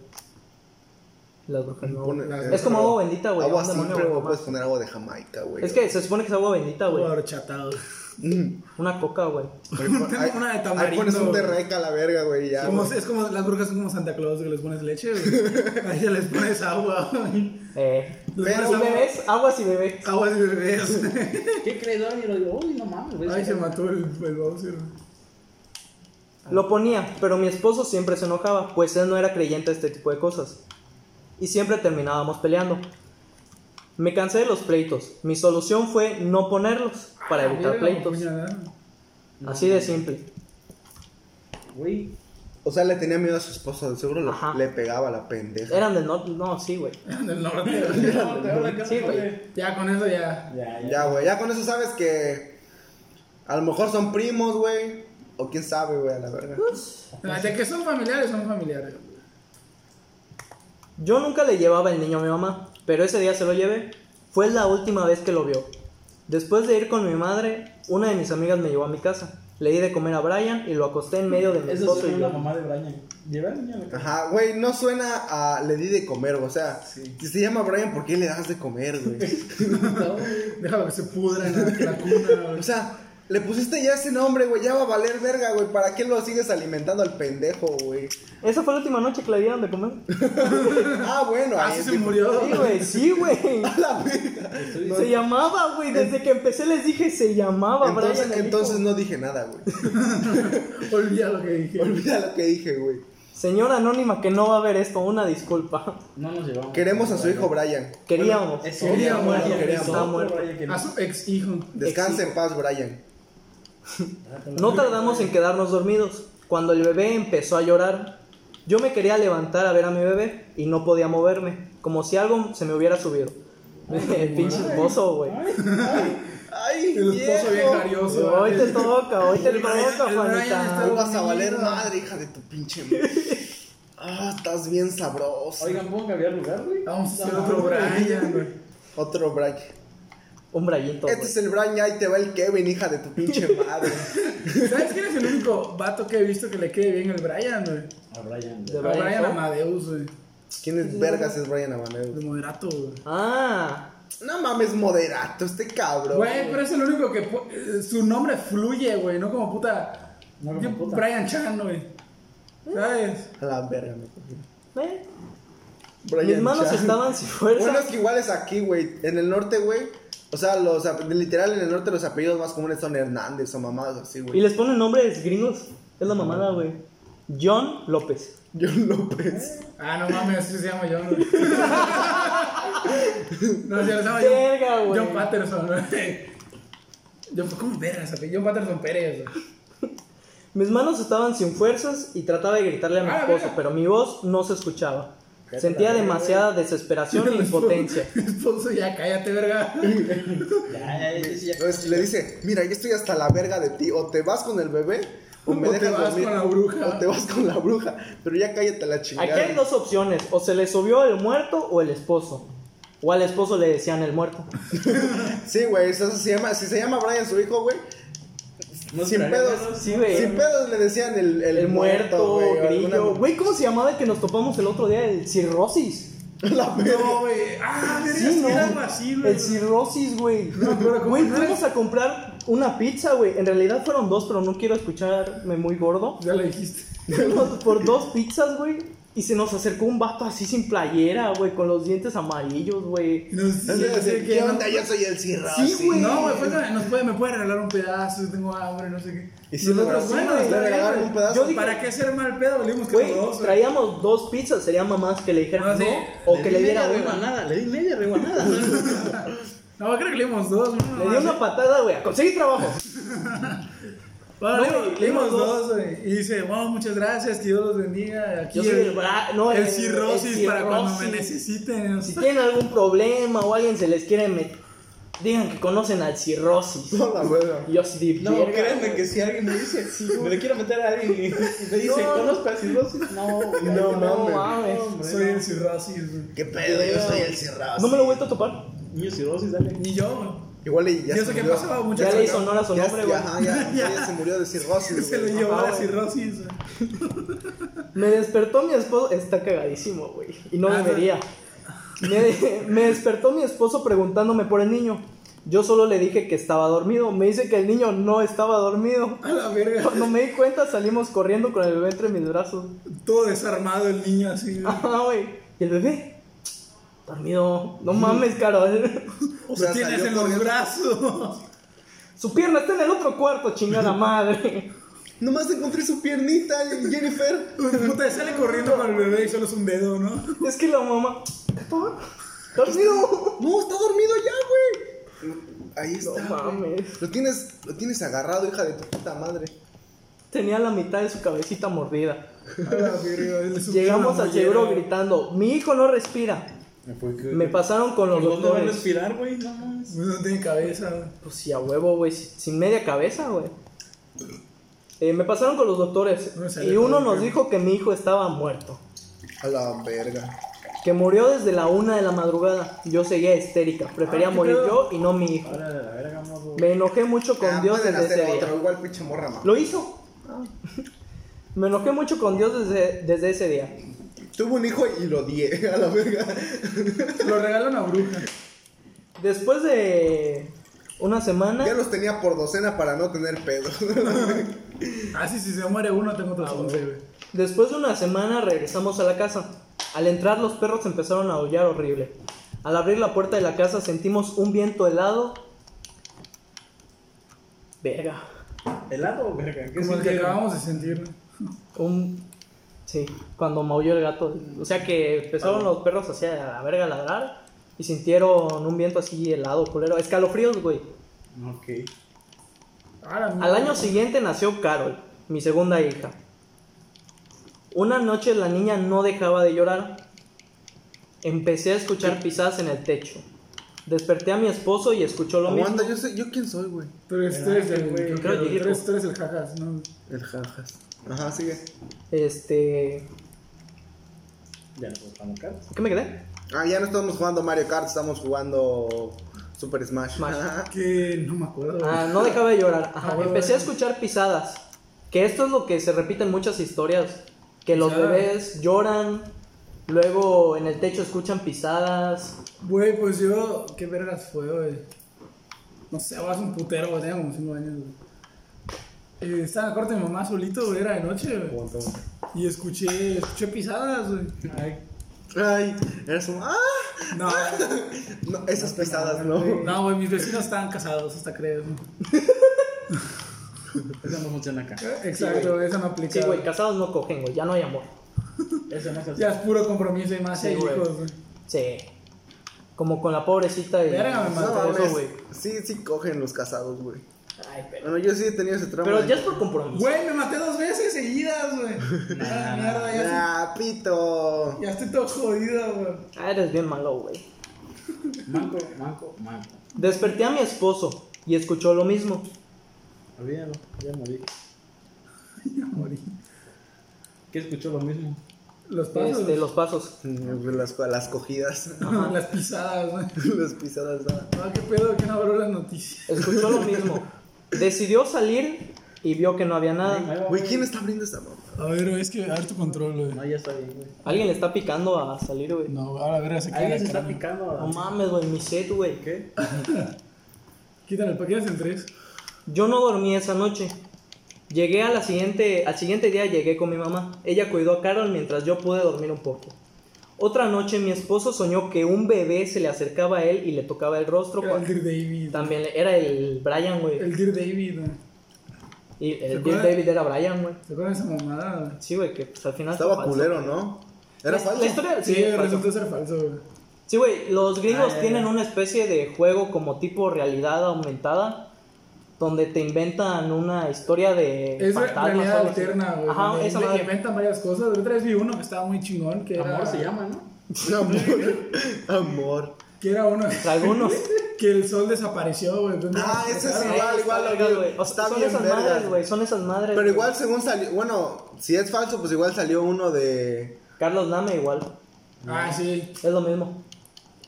[SPEAKER 2] Las brujas no.
[SPEAKER 4] Pone-
[SPEAKER 1] Es
[SPEAKER 2] Es como
[SPEAKER 4] pero-
[SPEAKER 2] agua bendita, güey.
[SPEAKER 4] Agua
[SPEAKER 2] un demonio,
[SPEAKER 4] simple,
[SPEAKER 2] güey,
[SPEAKER 4] güey.
[SPEAKER 2] nomás.
[SPEAKER 4] Puedes poner agua de Jamaica, güey.
[SPEAKER 2] Es que se supone que es agua bendita, güey.
[SPEAKER 1] Agua horchatado.
[SPEAKER 2] (laughs)
[SPEAKER 4] Mm.
[SPEAKER 2] Una coca, güey.
[SPEAKER 4] Ahí pon-
[SPEAKER 1] Tengo
[SPEAKER 4] ahí-
[SPEAKER 1] una de
[SPEAKER 4] Ahí pones
[SPEAKER 1] tamarindo,
[SPEAKER 4] un
[SPEAKER 1] güey.
[SPEAKER 4] terreca a la verga, güey. y Ya.
[SPEAKER 1] Como-
[SPEAKER 4] güey.
[SPEAKER 1] es como las brujas son como Santa Claus que les pones leche, (laughs) güey. A ella les pones agua. güey.
[SPEAKER 2] Eh.
[SPEAKER 1] Les
[SPEAKER 4] Pero
[SPEAKER 2] Si
[SPEAKER 1] pones agua,
[SPEAKER 2] bebes, agua si bebes.
[SPEAKER 1] aguas y bebés.
[SPEAKER 3] ¿Qué crees, Y lo digo, uy, no mames, güey.
[SPEAKER 1] Ay, se mató el, el Bowser. güey.
[SPEAKER 2] Ah. Lo ponía, pero mi esposo siempre se enojaba, pues él no era creyente a este tipo de cosas. Y siempre terminábamos peleando. Me cansé de los pleitos. Mi solución fue no ponerlos para evitar
[SPEAKER 1] Ah, Mira, (laughs)
[SPEAKER 2] pleitos.
[SPEAKER 1] puñalada.
[SPEAKER 2] Así de simple.
[SPEAKER 3] Güey,
[SPEAKER 4] O sea, le tenía miedo a su esposa. de Seguro lo-
[SPEAKER 2] Ajá.
[SPEAKER 4] le pegaba a la pendeja.
[SPEAKER 2] Eran del norte. No, sí, güey.
[SPEAKER 1] Del norte. güey.
[SPEAKER 3] (laughs) no, te habla acá,
[SPEAKER 2] Sí, güey.
[SPEAKER 3] güey.
[SPEAKER 1] Ya con eso ya.
[SPEAKER 3] Ya, ya.
[SPEAKER 4] Ya, güey. Ya con eso sabes que. A lo mejor son primos, güey. O quién sabe, güey, a la verga.
[SPEAKER 1] De que son familiares, son familiares.
[SPEAKER 2] Yo nunca le llevaba el niño a mi mamá, pero ese día se lo llevé. Fue la última vez que lo vio. Después de ir con mi madre, una de mis amigas me llevó a mi casa. Le di de comer a Brian y lo acosté en medio de mi
[SPEAKER 3] Eso
[SPEAKER 2] esposo
[SPEAKER 3] es
[SPEAKER 2] y yo.
[SPEAKER 3] la mamá de Brian. Lleva al niño a la casa.
[SPEAKER 4] Ajá, güey, no suena a le di de comer, güey, o sea, si se llama Brian, ¿por qué le das de comer, güey?
[SPEAKER 2] (laughs)
[SPEAKER 3] No, güey.
[SPEAKER 1] (laughs) Déjalo que se pudra en la, en la cuna. güey.
[SPEAKER 4] O sea, le pusiste ya ese nombre, güey, ya va a valer verga, güey, ¿para qué lo sigues alimentando al pendejo, güey?
[SPEAKER 2] Esa fue la última noche que le dieron de comer. (laughs)
[SPEAKER 4] Ah, bueno,
[SPEAKER 1] Así
[SPEAKER 4] es
[SPEAKER 1] se
[SPEAKER 4] tipo-
[SPEAKER 1] murió.
[SPEAKER 2] Sí, güey, sí, güey.
[SPEAKER 4] La verga.
[SPEAKER 3] Estoy-
[SPEAKER 2] Se llamaba, güey. Desde que empecé les dije, se llamaba
[SPEAKER 4] Entonces,
[SPEAKER 2] Brian. el
[SPEAKER 4] entonces
[SPEAKER 2] hijo.
[SPEAKER 4] no dije nada,
[SPEAKER 1] (laughs)
[SPEAKER 2] (laughs)
[SPEAKER 4] güey.
[SPEAKER 1] Olvida lo que dije.
[SPEAKER 4] Olvida lo que dije, güey.
[SPEAKER 2] Señora anónima que no va a ver esto, una disculpa.
[SPEAKER 3] No nos llevamos.
[SPEAKER 4] Queremos a su hijo Brian.
[SPEAKER 2] Queríamos.
[SPEAKER 3] Es
[SPEAKER 1] Queríamos,
[SPEAKER 3] obvio, Brian,
[SPEAKER 4] queríamos.
[SPEAKER 3] es otro
[SPEAKER 2] Está muerto. Ah,
[SPEAKER 3] Brian que no-
[SPEAKER 1] A su ex hijo.
[SPEAKER 4] Descanse en paz, Brian.
[SPEAKER 2] No tardamos en quedarnos dormidos. Cuando el bebé empezó a llorar, yo me quería levantar a ver a mi bebé y no podía moverme, como si algo se me hubiera subido. (laughs) El pinche esposo, güey.
[SPEAKER 3] Ay, ay.
[SPEAKER 4] Ay,
[SPEAKER 1] El esposo bien
[SPEAKER 4] viejo.
[SPEAKER 1] jarioso.
[SPEAKER 2] Hoy te toca, hoy te
[SPEAKER 1] El Brian-
[SPEAKER 2] toca,
[SPEAKER 1] el Brian está-
[SPEAKER 4] Tú
[SPEAKER 2] Juanita.
[SPEAKER 4] vas a valer madre, hija de tu pinche madre. Ah, estás bien sabroso.
[SPEAKER 3] Oigan, ¿puedo cambiar lugar, güey?
[SPEAKER 1] Vamos a hacer
[SPEAKER 3] No,
[SPEAKER 1] otro
[SPEAKER 3] güey.
[SPEAKER 1] Brian, güey.
[SPEAKER 4] Otro Brian.
[SPEAKER 2] Un brayito,
[SPEAKER 4] Este
[SPEAKER 2] güey.
[SPEAKER 4] es el Brian, ahí te va el Kevin, hija de
[SPEAKER 1] (laughs)
[SPEAKER 4] tu pinche madre.
[SPEAKER 1] ¿Sabes quién es el único vato que he visto que le quede bien el Brian, güey?
[SPEAKER 3] A Brian,
[SPEAKER 2] De
[SPEAKER 1] A
[SPEAKER 3] güey.
[SPEAKER 2] Brian,
[SPEAKER 1] Brian
[SPEAKER 2] ¿no?
[SPEAKER 1] Amadeus, güey.
[SPEAKER 4] ¿Quién es vergas es Brian Amaneu?
[SPEAKER 1] De moderato, güey.
[SPEAKER 2] Ah,
[SPEAKER 4] No mames, moderato, este cabrón.
[SPEAKER 1] Güey, pero es el único que. pu- eh, Su nombre fluye, güey. No como puta.
[SPEAKER 3] No como
[SPEAKER 1] Yo-
[SPEAKER 3] puta.
[SPEAKER 1] Brian Chan, güey. ¿Sabes?
[SPEAKER 4] A la verga, me cogí.
[SPEAKER 2] eh.
[SPEAKER 4] Brian
[SPEAKER 2] mis manos
[SPEAKER 4] Chan.
[SPEAKER 2] estaban sin
[SPEAKER 4] Bueno, es
[SPEAKER 2] fuerza.
[SPEAKER 4] que igual es aquí, güey. En el norte, güey. O sea, los ape- literal en el norte los apellidos más comunes son Hernández o mamadas así,
[SPEAKER 2] Y
[SPEAKER 4] güey.
[SPEAKER 2] les ponen nombres gringos. Es la mamada, güey. John López.
[SPEAKER 4] John López.
[SPEAKER 1] Ah, no mames, así se llama John, güey. No, se llama John.
[SPEAKER 2] Verga, güey.
[SPEAKER 1] John Patterson, (laughs) güey. John, ¿Cómo vergas, güey? John Patterson Pérez, güey.
[SPEAKER 2] Mis manos estaban sin fuerzas y trataba de gritarle a mi
[SPEAKER 1] Ah,
[SPEAKER 2] esposo,
[SPEAKER 1] mira.
[SPEAKER 2] pero mi voz no se escuchaba.
[SPEAKER 3] Cállate
[SPEAKER 2] Sentía
[SPEAKER 3] la verga,
[SPEAKER 2] demasiada
[SPEAKER 1] (laughs)
[SPEAKER 2] desesperación e impotencia.
[SPEAKER 1] Mi esposo, ya cállate, verga.
[SPEAKER 3] Ya, ya, ya, ya.
[SPEAKER 4] Entonces le dice, mira, yo estoy hasta la verga de ti. O te vas con el bebé o me
[SPEAKER 1] O te
[SPEAKER 4] dejas
[SPEAKER 1] vas
[SPEAKER 4] dormir.
[SPEAKER 1] con la bruja.
[SPEAKER 4] O te vas con la bruja. Pero ya cállate la chingada.
[SPEAKER 2] Aquí hay dos opciones, o se le subió el muerto o el esposo. O al esposo le decían el muerto.
[SPEAKER 4] Sí, güey, eso se llama, si se llama Brian su hijo, güey.
[SPEAKER 3] No,
[SPEAKER 4] sin
[SPEAKER 3] Brian,
[SPEAKER 4] pedos.
[SPEAKER 2] Sí, güey.
[SPEAKER 4] Sin pedos le decían el, el
[SPEAKER 2] El muerto,
[SPEAKER 4] o
[SPEAKER 2] grillo.
[SPEAKER 4] alguna-
[SPEAKER 2] Güey, ¿cómo se llamaba el que nos topamos el otro día? El cirrosis.
[SPEAKER 4] (laughs) La verga.
[SPEAKER 1] No, güey. Ah, verga,
[SPEAKER 2] Sí,
[SPEAKER 1] sí,
[SPEAKER 2] ¿no?
[SPEAKER 1] era algo así, güey.
[SPEAKER 2] El cirrosis, güey.
[SPEAKER 1] No me acuerdo cómo
[SPEAKER 2] Güey,
[SPEAKER 1] era.
[SPEAKER 2] fuimos a comprar una pizza, güey. En realidad fueron dos, pero no quiero escucharme muy gordo.
[SPEAKER 1] Ya lo dijiste.
[SPEAKER 2] Fuimos por dos pizzas, güey. Y se nos acercó un vato así sin playera, güey, con los dientes amarillos, güey.
[SPEAKER 1] No sé,
[SPEAKER 4] Entonces,
[SPEAKER 1] así
[SPEAKER 4] ¿Qué
[SPEAKER 1] que no-
[SPEAKER 4] onda? Yo soy el cirro.
[SPEAKER 2] Sí, güey.
[SPEAKER 1] No, güey, fue como, nos puede, me puede regalar un pedazo, tengo hambre, no sé qué.
[SPEAKER 4] Y sí,
[SPEAKER 1] Nosotros,
[SPEAKER 4] le
[SPEAKER 1] bueno,
[SPEAKER 4] regalaron-
[SPEAKER 1] está
[SPEAKER 4] le
[SPEAKER 1] bien,
[SPEAKER 4] regalaron
[SPEAKER 1] güey.
[SPEAKER 4] un pedazo.
[SPEAKER 1] Yo dije, ¿Para qué hacer mal pedo? Venimos que
[SPEAKER 2] Güey,
[SPEAKER 1] los dos, güey.
[SPEAKER 2] traíamos dos pizzas, sería mamás que le dijeran
[SPEAKER 1] No,
[SPEAKER 2] no,
[SPEAKER 1] sí.
[SPEAKER 2] o que le
[SPEAKER 3] di
[SPEAKER 2] diera
[SPEAKER 3] media
[SPEAKER 2] una.
[SPEAKER 3] rebanada, Le di media
[SPEAKER 2] (laughs)
[SPEAKER 3] rebanada.
[SPEAKER 1] No, creo que le dimos dos, güey.
[SPEAKER 2] Le dio una patada, güey, a conseguir trabajo.
[SPEAKER 1] Bueno,
[SPEAKER 2] No,
[SPEAKER 1] le-
[SPEAKER 2] güey,
[SPEAKER 1] le dimos
[SPEAKER 2] le dimos
[SPEAKER 1] dos, güey. Y dice, wow, muchas gracias, que Dios los bendiga. Aquí
[SPEAKER 2] Yo soy el bra- no,
[SPEAKER 1] el
[SPEAKER 2] el-
[SPEAKER 1] cirrosis
[SPEAKER 2] el
[SPEAKER 1] para cuando me
[SPEAKER 2] cirrosis.
[SPEAKER 1] necesiten.
[SPEAKER 2] Si tienen algún problema o alguien se les quiere meter. Digan que conocen al cirrosis.
[SPEAKER 4] (laughs) No, la hueva.
[SPEAKER 2] Y Yo así de
[SPEAKER 3] No,
[SPEAKER 2] verga,
[SPEAKER 3] créanme
[SPEAKER 2] güey.
[SPEAKER 3] que si alguien me dice, me le quiero meter a alguien y y me dice,
[SPEAKER 2] No.
[SPEAKER 3] ¿conozco a cirrosis? No, güey,
[SPEAKER 4] No, mames.
[SPEAKER 2] mames.
[SPEAKER 3] hombre,
[SPEAKER 1] Soy
[SPEAKER 3] no.
[SPEAKER 1] el cirrasis, güey.
[SPEAKER 4] ¿Qué pedo? Yo soy el cerrado.
[SPEAKER 2] No me lo he vuelto a topar.
[SPEAKER 3] Niño cirrosis, dale.
[SPEAKER 1] Ni yo,
[SPEAKER 4] Igual y ya
[SPEAKER 1] güey. Yo sé que
[SPEAKER 4] murió.
[SPEAKER 1] pasaba mucho.
[SPEAKER 2] Ya le hizo honor a su
[SPEAKER 4] Ya,
[SPEAKER 2] nombre, güey.
[SPEAKER 4] ajá,
[SPEAKER 2] (laughs)
[SPEAKER 4] ya, ya se murió de
[SPEAKER 1] (laughs)
[SPEAKER 4] cirrosis.
[SPEAKER 1] Se lo
[SPEAKER 4] güey.
[SPEAKER 1] llevó
[SPEAKER 2] Ajá,
[SPEAKER 1] la
[SPEAKER 2] güey.
[SPEAKER 1] cirrosis, güey.
[SPEAKER 2] Me despertó mi esposo. Está cagadísimo, güey. Y no
[SPEAKER 1] Ah,
[SPEAKER 2] debería. Me, me despertó mi esposo preguntándome por el niño. Yo solo le dije que estaba dormido. Me dice que el niño no estaba dormido.
[SPEAKER 1] A la verga.
[SPEAKER 2] Cuando me di cuenta, salimos corriendo con el bebé entre mis brazos.
[SPEAKER 1] Todo desarmado el niño así, güey.
[SPEAKER 2] Ajá, güey. ¿Y el bebé? Dormido. No mames, Carol.
[SPEAKER 1] O
[SPEAKER 4] O
[SPEAKER 1] sea,
[SPEAKER 4] sea,
[SPEAKER 1] tienes
[SPEAKER 4] salió
[SPEAKER 1] en los
[SPEAKER 4] corriendo.
[SPEAKER 1] brazos. (laughs)
[SPEAKER 2] Su pierna está en el otro cuarto, chingada madre.
[SPEAKER 4] Nomás encontré su piernita, Jennifer.
[SPEAKER 1] Puta, sale corriendo con el bebé y solo es un dedo, ¿no?
[SPEAKER 2] Es que la mamá. "Doctor, Dormido.
[SPEAKER 4] No, está dormido ya, güey. Ahí está.
[SPEAKER 2] No
[SPEAKER 4] güey.
[SPEAKER 2] mames.
[SPEAKER 4] Lo tienes, lo tienes agarrado, hija de tu puta madre.
[SPEAKER 2] Tenía la mitad de su cabecita mordida.
[SPEAKER 1] A la verga, le subió
[SPEAKER 2] Llegamos
[SPEAKER 1] la
[SPEAKER 2] al seguro
[SPEAKER 1] mollera.
[SPEAKER 2] gritando, mi hijo no respira. Me pasaron con los
[SPEAKER 3] ¿Por dónde va a
[SPEAKER 2] doctores.
[SPEAKER 3] respirar, güey? No mames.
[SPEAKER 1] No tiene cabeza, güey.
[SPEAKER 2] Pues sí, a huevo, güey, sin sin media cabeza, güey. Eh, me pasaron con los doctores
[SPEAKER 1] No sale
[SPEAKER 2] y uno
[SPEAKER 1] todo
[SPEAKER 2] nos
[SPEAKER 1] bien.
[SPEAKER 2] dijo que mi hijo estaba muerto,
[SPEAKER 4] A la verga.
[SPEAKER 2] que murió desde la una de la madrugada. Yo seguía histérica, prefería
[SPEAKER 1] Ah, ¿qué
[SPEAKER 2] morir
[SPEAKER 1] pedo?
[SPEAKER 2] yo y no mi hijo.
[SPEAKER 3] Ahora de la verga, morro.
[SPEAKER 2] Me enojé mucho con
[SPEAKER 4] Ah,
[SPEAKER 2] Dios
[SPEAKER 4] pueden
[SPEAKER 2] desde
[SPEAKER 4] hacer
[SPEAKER 2] ese día.
[SPEAKER 4] otro, igual pinche morra, mamá.
[SPEAKER 2] Lo hizo. (laughs) Me enojé mucho con Dios desde, desde ese día.
[SPEAKER 4] Tuve un hijo y lo di (laughs) a la verga.
[SPEAKER 1] Lo regalan a bruja.
[SPEAKER 2] Después de una semana,
[SPEAKER 4] Ya los tenía por docena para no tener pedo.
[SPEAKER 1] Ah, sí, si se muere uno, tengo otros
[SPEAKER 2] Ah,
[SPEAKER 1] 11,
[SPEAKER 2] güey.
[SPEAKER 1] güey.
[SPEAKER 2] Después de una semana regresamos a la casa. Al entrar los perros empezaron a aullar horrible. Al abrir la puerta de la casa sentimos un viento helado. Verga.
[SPEAKER 3] ¿Helado o verga? ¿Qué
[SPEAKER 1] Como el que
[SPEAKER 3] significa?
[SPEAKER 1] acabamos de sentir, güey.
[SPEAKER 2] Un... Sí, cuando maulló el gato. O sea que empezaron
[SPEAKER 3] Ah.
[SPEAKER 2] los perros así a la verga a ladrar y sintieron un viento así helado, culero. Escalofríos, güey.
[SPEAKER 3] Ok.
[SPEAKER 1] Ah, la
[SPEAKER 2] Al
[SPEAKER 1] mierda.
[SPEAKER 2] año siguiente nació Carol, mi segunda hija. Una noche la niña no dejaba de llorar. Empecé a escuchar pisadas en el techo. Desperté a mi esposo y escuchó lo mismo.
[SPEAKER 4] Aguanta, yo, sé, yo quién soy, güey.
[SPEAKER 1] Tú eres, tú eres el,
[SPEAKER 3] Ay, güey.
[SPEAKER 1] creo que
[SPEAKER 2] Creo que
[SPEAKER 1] tú eres-
[SPEAKER 2] dijo.
[SPEAKER 1] tú eres el jajas, ¿no?
[SPEAKER 4] El jajas. Ajá, sigue.
[SPEAKER 2] Este,
[SPEAKER 3] Ya nos vamos a
[SPEAKER 2] ¿qué me quedé?
[SPEAKER 4] Ah, ya no estamos jugando Mario Kart, estamos jugando Super Smash.
[SPEAKER 2] Smash.
[SPEAKER 1] Que no me acuerdo. güey.
[SPEAKER 2] Ah, no dejaba de llorar. Ajá,
[SPEAKER 1] Ah, bueno,
[SPEAKER 2] Empecé a
[SPEAKER 1] bueno.
[SPEAKER 2] escuchar pisadas. Que esto es lo que se repite en muchas historias. Que los
[SPEAKER 1] Pisadas.
[SPEAKER 2] bebés lloran, luego en el techo escuchan pisadas.
[SPEAKER 1] Güey, pues yo, qué vergas fue, güey. No sé, vas un putero, güey, tenía como 5 años, güey. Eh, estaba en la corte de mi mamá solito, güey, era de noche, güey.
[SPEAKER 3] Aguanta, aguanta.
[SPEAKER 1] Y escuché, escuché pisadas, güey.
[SPEAKER 3] Ay,
[SPEAKER 4] (laughs) Ay, eres un. ¡Ah!
[SPEAKER 2] (laughs)
[SPEAKER 1] No,
[SPEAKER 4] No, esas pesadas, ¿no?
[SPEAKER 1] no, güey, mis vecinos estaban casados, hasta creo. güey.
[SPEAKER 3] eso no funciona acá.
[SPEAKER 1] Exacto, eso no aplica.
[SPEAKER 2] Sí, güey, casados no cogen, güey, ya no hay amor.
[SPEAKER 3] Eso no se hace.
[SPEAKER 1] Ya es puro compromiso y más
[SPEAKER 2] Sí,
[SPEAKER 1] hay
[SPEAKER 2] güey.
[SPEAKER 1] hijos, güey.
[SPEAKER 2] Sí. Como con la pobrecita de.
[SPEAKER 1] Verga, me
[SPEAKER 4] No
[SPEAKER 1] mató
[SPEAKER 2] eso, güey.
[SPEAKER 4] mames. Sí, sí cogen los casados, güey.
[SPEAKER 2] Ay, pero.
[SPEAKER 4] Bueno, yo sí he tenido ese trauma.
[SPEAKER 2] Pero
[SPEAKER 4] de-
[SPEAKER 2] ya es por compromiso.
[SPEAKER 1] Güey, me maté dos veces seguidas,
[SPEAKER 2] (laughs)
[SPEAKER 1] güey. Ah, mierda, ya,
[SPEAKER 4] Ah, pito.
[SPEAKER 1] estoy- ya estoy todo jodido, güey.
[SPEAKER 2] Ah, eres bien malo, güey.
[SPEAKER 3] Manco, manco, manco.
[SPEAKER 2] Desperté a mi esposo y escuchó lo mismo.
[SPEAKER 3] Olvídalo, ya morí.
[SPEAKER 1] Ya morí.
[SPEAKER 3] ¿Qué escuchó lo mismo?
[SPEAKER 1] Los pasos,
[SPEAKER 2] Este, los pasos.
[SPEAKER 4] Mm, Las, las cogidas, (laughs)
[SPEAKER 1] las pisadas, güey.
[SPEAKER 4] las pisadas, ah. nada.
[SPEAKER 1] No, qué pedo, que no abrió las noticias.
[SPEAKER 2] Escuchó lo mismo. Decidió salir y vio que no había
[SPEAKER 3] Ahí
[SPEAKER 2] nada.
[SPEAKER 3] va,
[SPEAKER 4] Güey, ¿quién está abriendo esta mamá?
[SPEAKER 1] A ver, es que a ver tu control,
[SPEAKER 3] No,
[SPEAKER 1] güey.
[SPEAKER 3] ya está bien, güey.
[SPEAKER 2] Alguien le está picando a salir, güey.
[SPEAKER 1] No, ahora a ver, se queda.
[SPEAKER 3] Alguien se está picando.
[SPEAKER 2] No
[SPEAKER 3] a-
[SPEAKER 2] mames, güey, mi set, güey.
[SPEAKER 3] ¿Qué?
[SPEAKER 1] Quítale, ¿para qué hacen tres?
[SPEAKER 2] Yo no dormí esa noche. Llegué a la siguiente, al siguiente día llegué con mi mamá. Ella cuidó a Carol mientras yo pude dormir un poco. Otra noche mi esposo soñó que un bebé se le acercaba a él y le tocaba el rostro.
[SPEAKER 1] Era el
[SPEAKER 2] cuando-
[SPEAKER 1] Dear David.
[SPEAKER 2] También le- era el Brian, güey.
[SPEAKER 1] El Dear David, güey.
[SPEAKER 2] Y el
[SPEAKER 1] ¿Se
[SPEAKER 2] Bill
[SPEAKER 1] acuerdan?
[SPEAKER 2] David era Brian, güey.
[SPEAKER 1] ¿Se acuerdan de esa mamada, güey?
[SPEAKER 2] Sí, güey, que pues, al final fue
[SPEAKER 4] Estaba
[SPEAKER 2] falso.
[SPEAKER 4] culero, ¿no? Era
[SPEAKER 2] La-
[SPEAKER 4] falso.
[SPEAKER 2] La historia, sí,
[SPEAKER 1] Sí,
[SPEAKER 2] falso.
[SPEAKER 1] resultó ser falso, güey.
[SPEAKER 2] Sí, güey, los gringos
[SPEAKER 3] Ah, ya,
[SPEAKER 2] tienen
[SPEAKER 3] ya.
[SPEAKER 2] una especie de juego como tipo realidad aumentada donde te inventan una historia de
[SPEAKER 1] Es re-
[SPEAKER 2] fantasmas,
[SPEAKER 1] realidad
[SPEAKER 2] algo así.
[SPEAKER 1] alterna, güey.
[SPEAKER 2] Ajá,
[SPEAKER 1] donde
[SPEAKER 2] esa
[SPEAKER 1] inve-
[SPEAKER 2] madre.
[SPEAKER 1] Inventan varias cosas. La Otra vez vi uno que estaba muy chingón, que era...
[SPEAKER 4] (laughs)
[SPEAKER 3] Amor se llama, ¿no?
[SPEAKER 4] Amor. Amor.
[SPEAKER 1] Que era uno... (laughs)
[SPEAKER 4] (laughs)
[SPEAKER 2] Algunos.
[SPEAKER 1] que el sol desapareció, güey. entonces,
[SPEAKER 4] Ah,
[SPEAKER 1] no,
[SPEAKER 4] ese es
[SPEAKER 1] claro.
[SPEAKER 4] igual, igual lo
[SPEAKER 2] Verga,
[SPEAKER 4] vi.
[SPEAKER 2] güey. O sea,
[SPEAKER 4] Está
[SPEAKER 2] son
[SPEAKER 4] bien
[SPEAKER 2] esas
[SPEAKER 4] vergas.
[SPEAKER 2] madres, güey. Son esas madres.
[SPEAKER 4] Pero
[SPEAKER 2] güey.
[SPEAKER 4] igual según salió, bueno, si es falso, pues igual salió uno de...
[SPEAKER 2] Carlos Name igual.
[SPEAKER 1] Ah, sí.
[SPEAKER 2] Es lo mismo.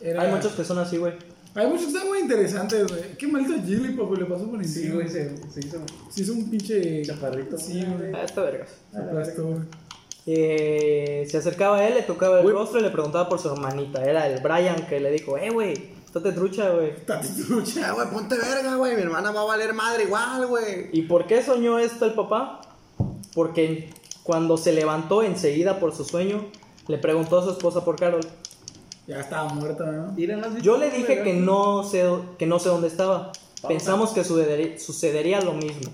[SPEAKER 1] Era-
[SPEAKER 2] Hay muchos que son así, güey.
[SPEAKER 1] Hay muchos que están muy interesantes, güey. Qué maldito Jigglypuff, güey, le pasó por encima.
[SPEAKER 3] Sí, güey, se, se hizo
[SPEAKER 1] Sí, es un pinche...
[SPEAKER 3] chaparrito.
[SPEAKER 1] Sí, güey.
[SPEAKER 2] Ah, está vergas.
[SPEAKER 1] Se aplastó, güey.
[SPEAKER 2] Eh, se acercaba a él, le tocaba el
[SPEAKER 4] Güey.
[SPEAKER 2] rostro y le preguntaba por su hermanita. Era el Brian que le dijo, eh, güey, estate trucha, güey.
[SPEAKER 1] Tatitucha.
[SPEAKER 4] Ya, güey, ponte verga, güey. Mi hermana va a valer madre igual, güey.
[SPEAKER 2] ¿Y por qué soñó esto el papá? Porque cuando se levantó enseguida por su sueño, le preguntó a su esposa por Carol.
[SPEAKER 1] Ya estaba muerta, ¿no?
[SPEAKER 2] Yo le dije que no sé, que no sé dónde estaba. Pensamos que sucedería, sucedería lo mismo.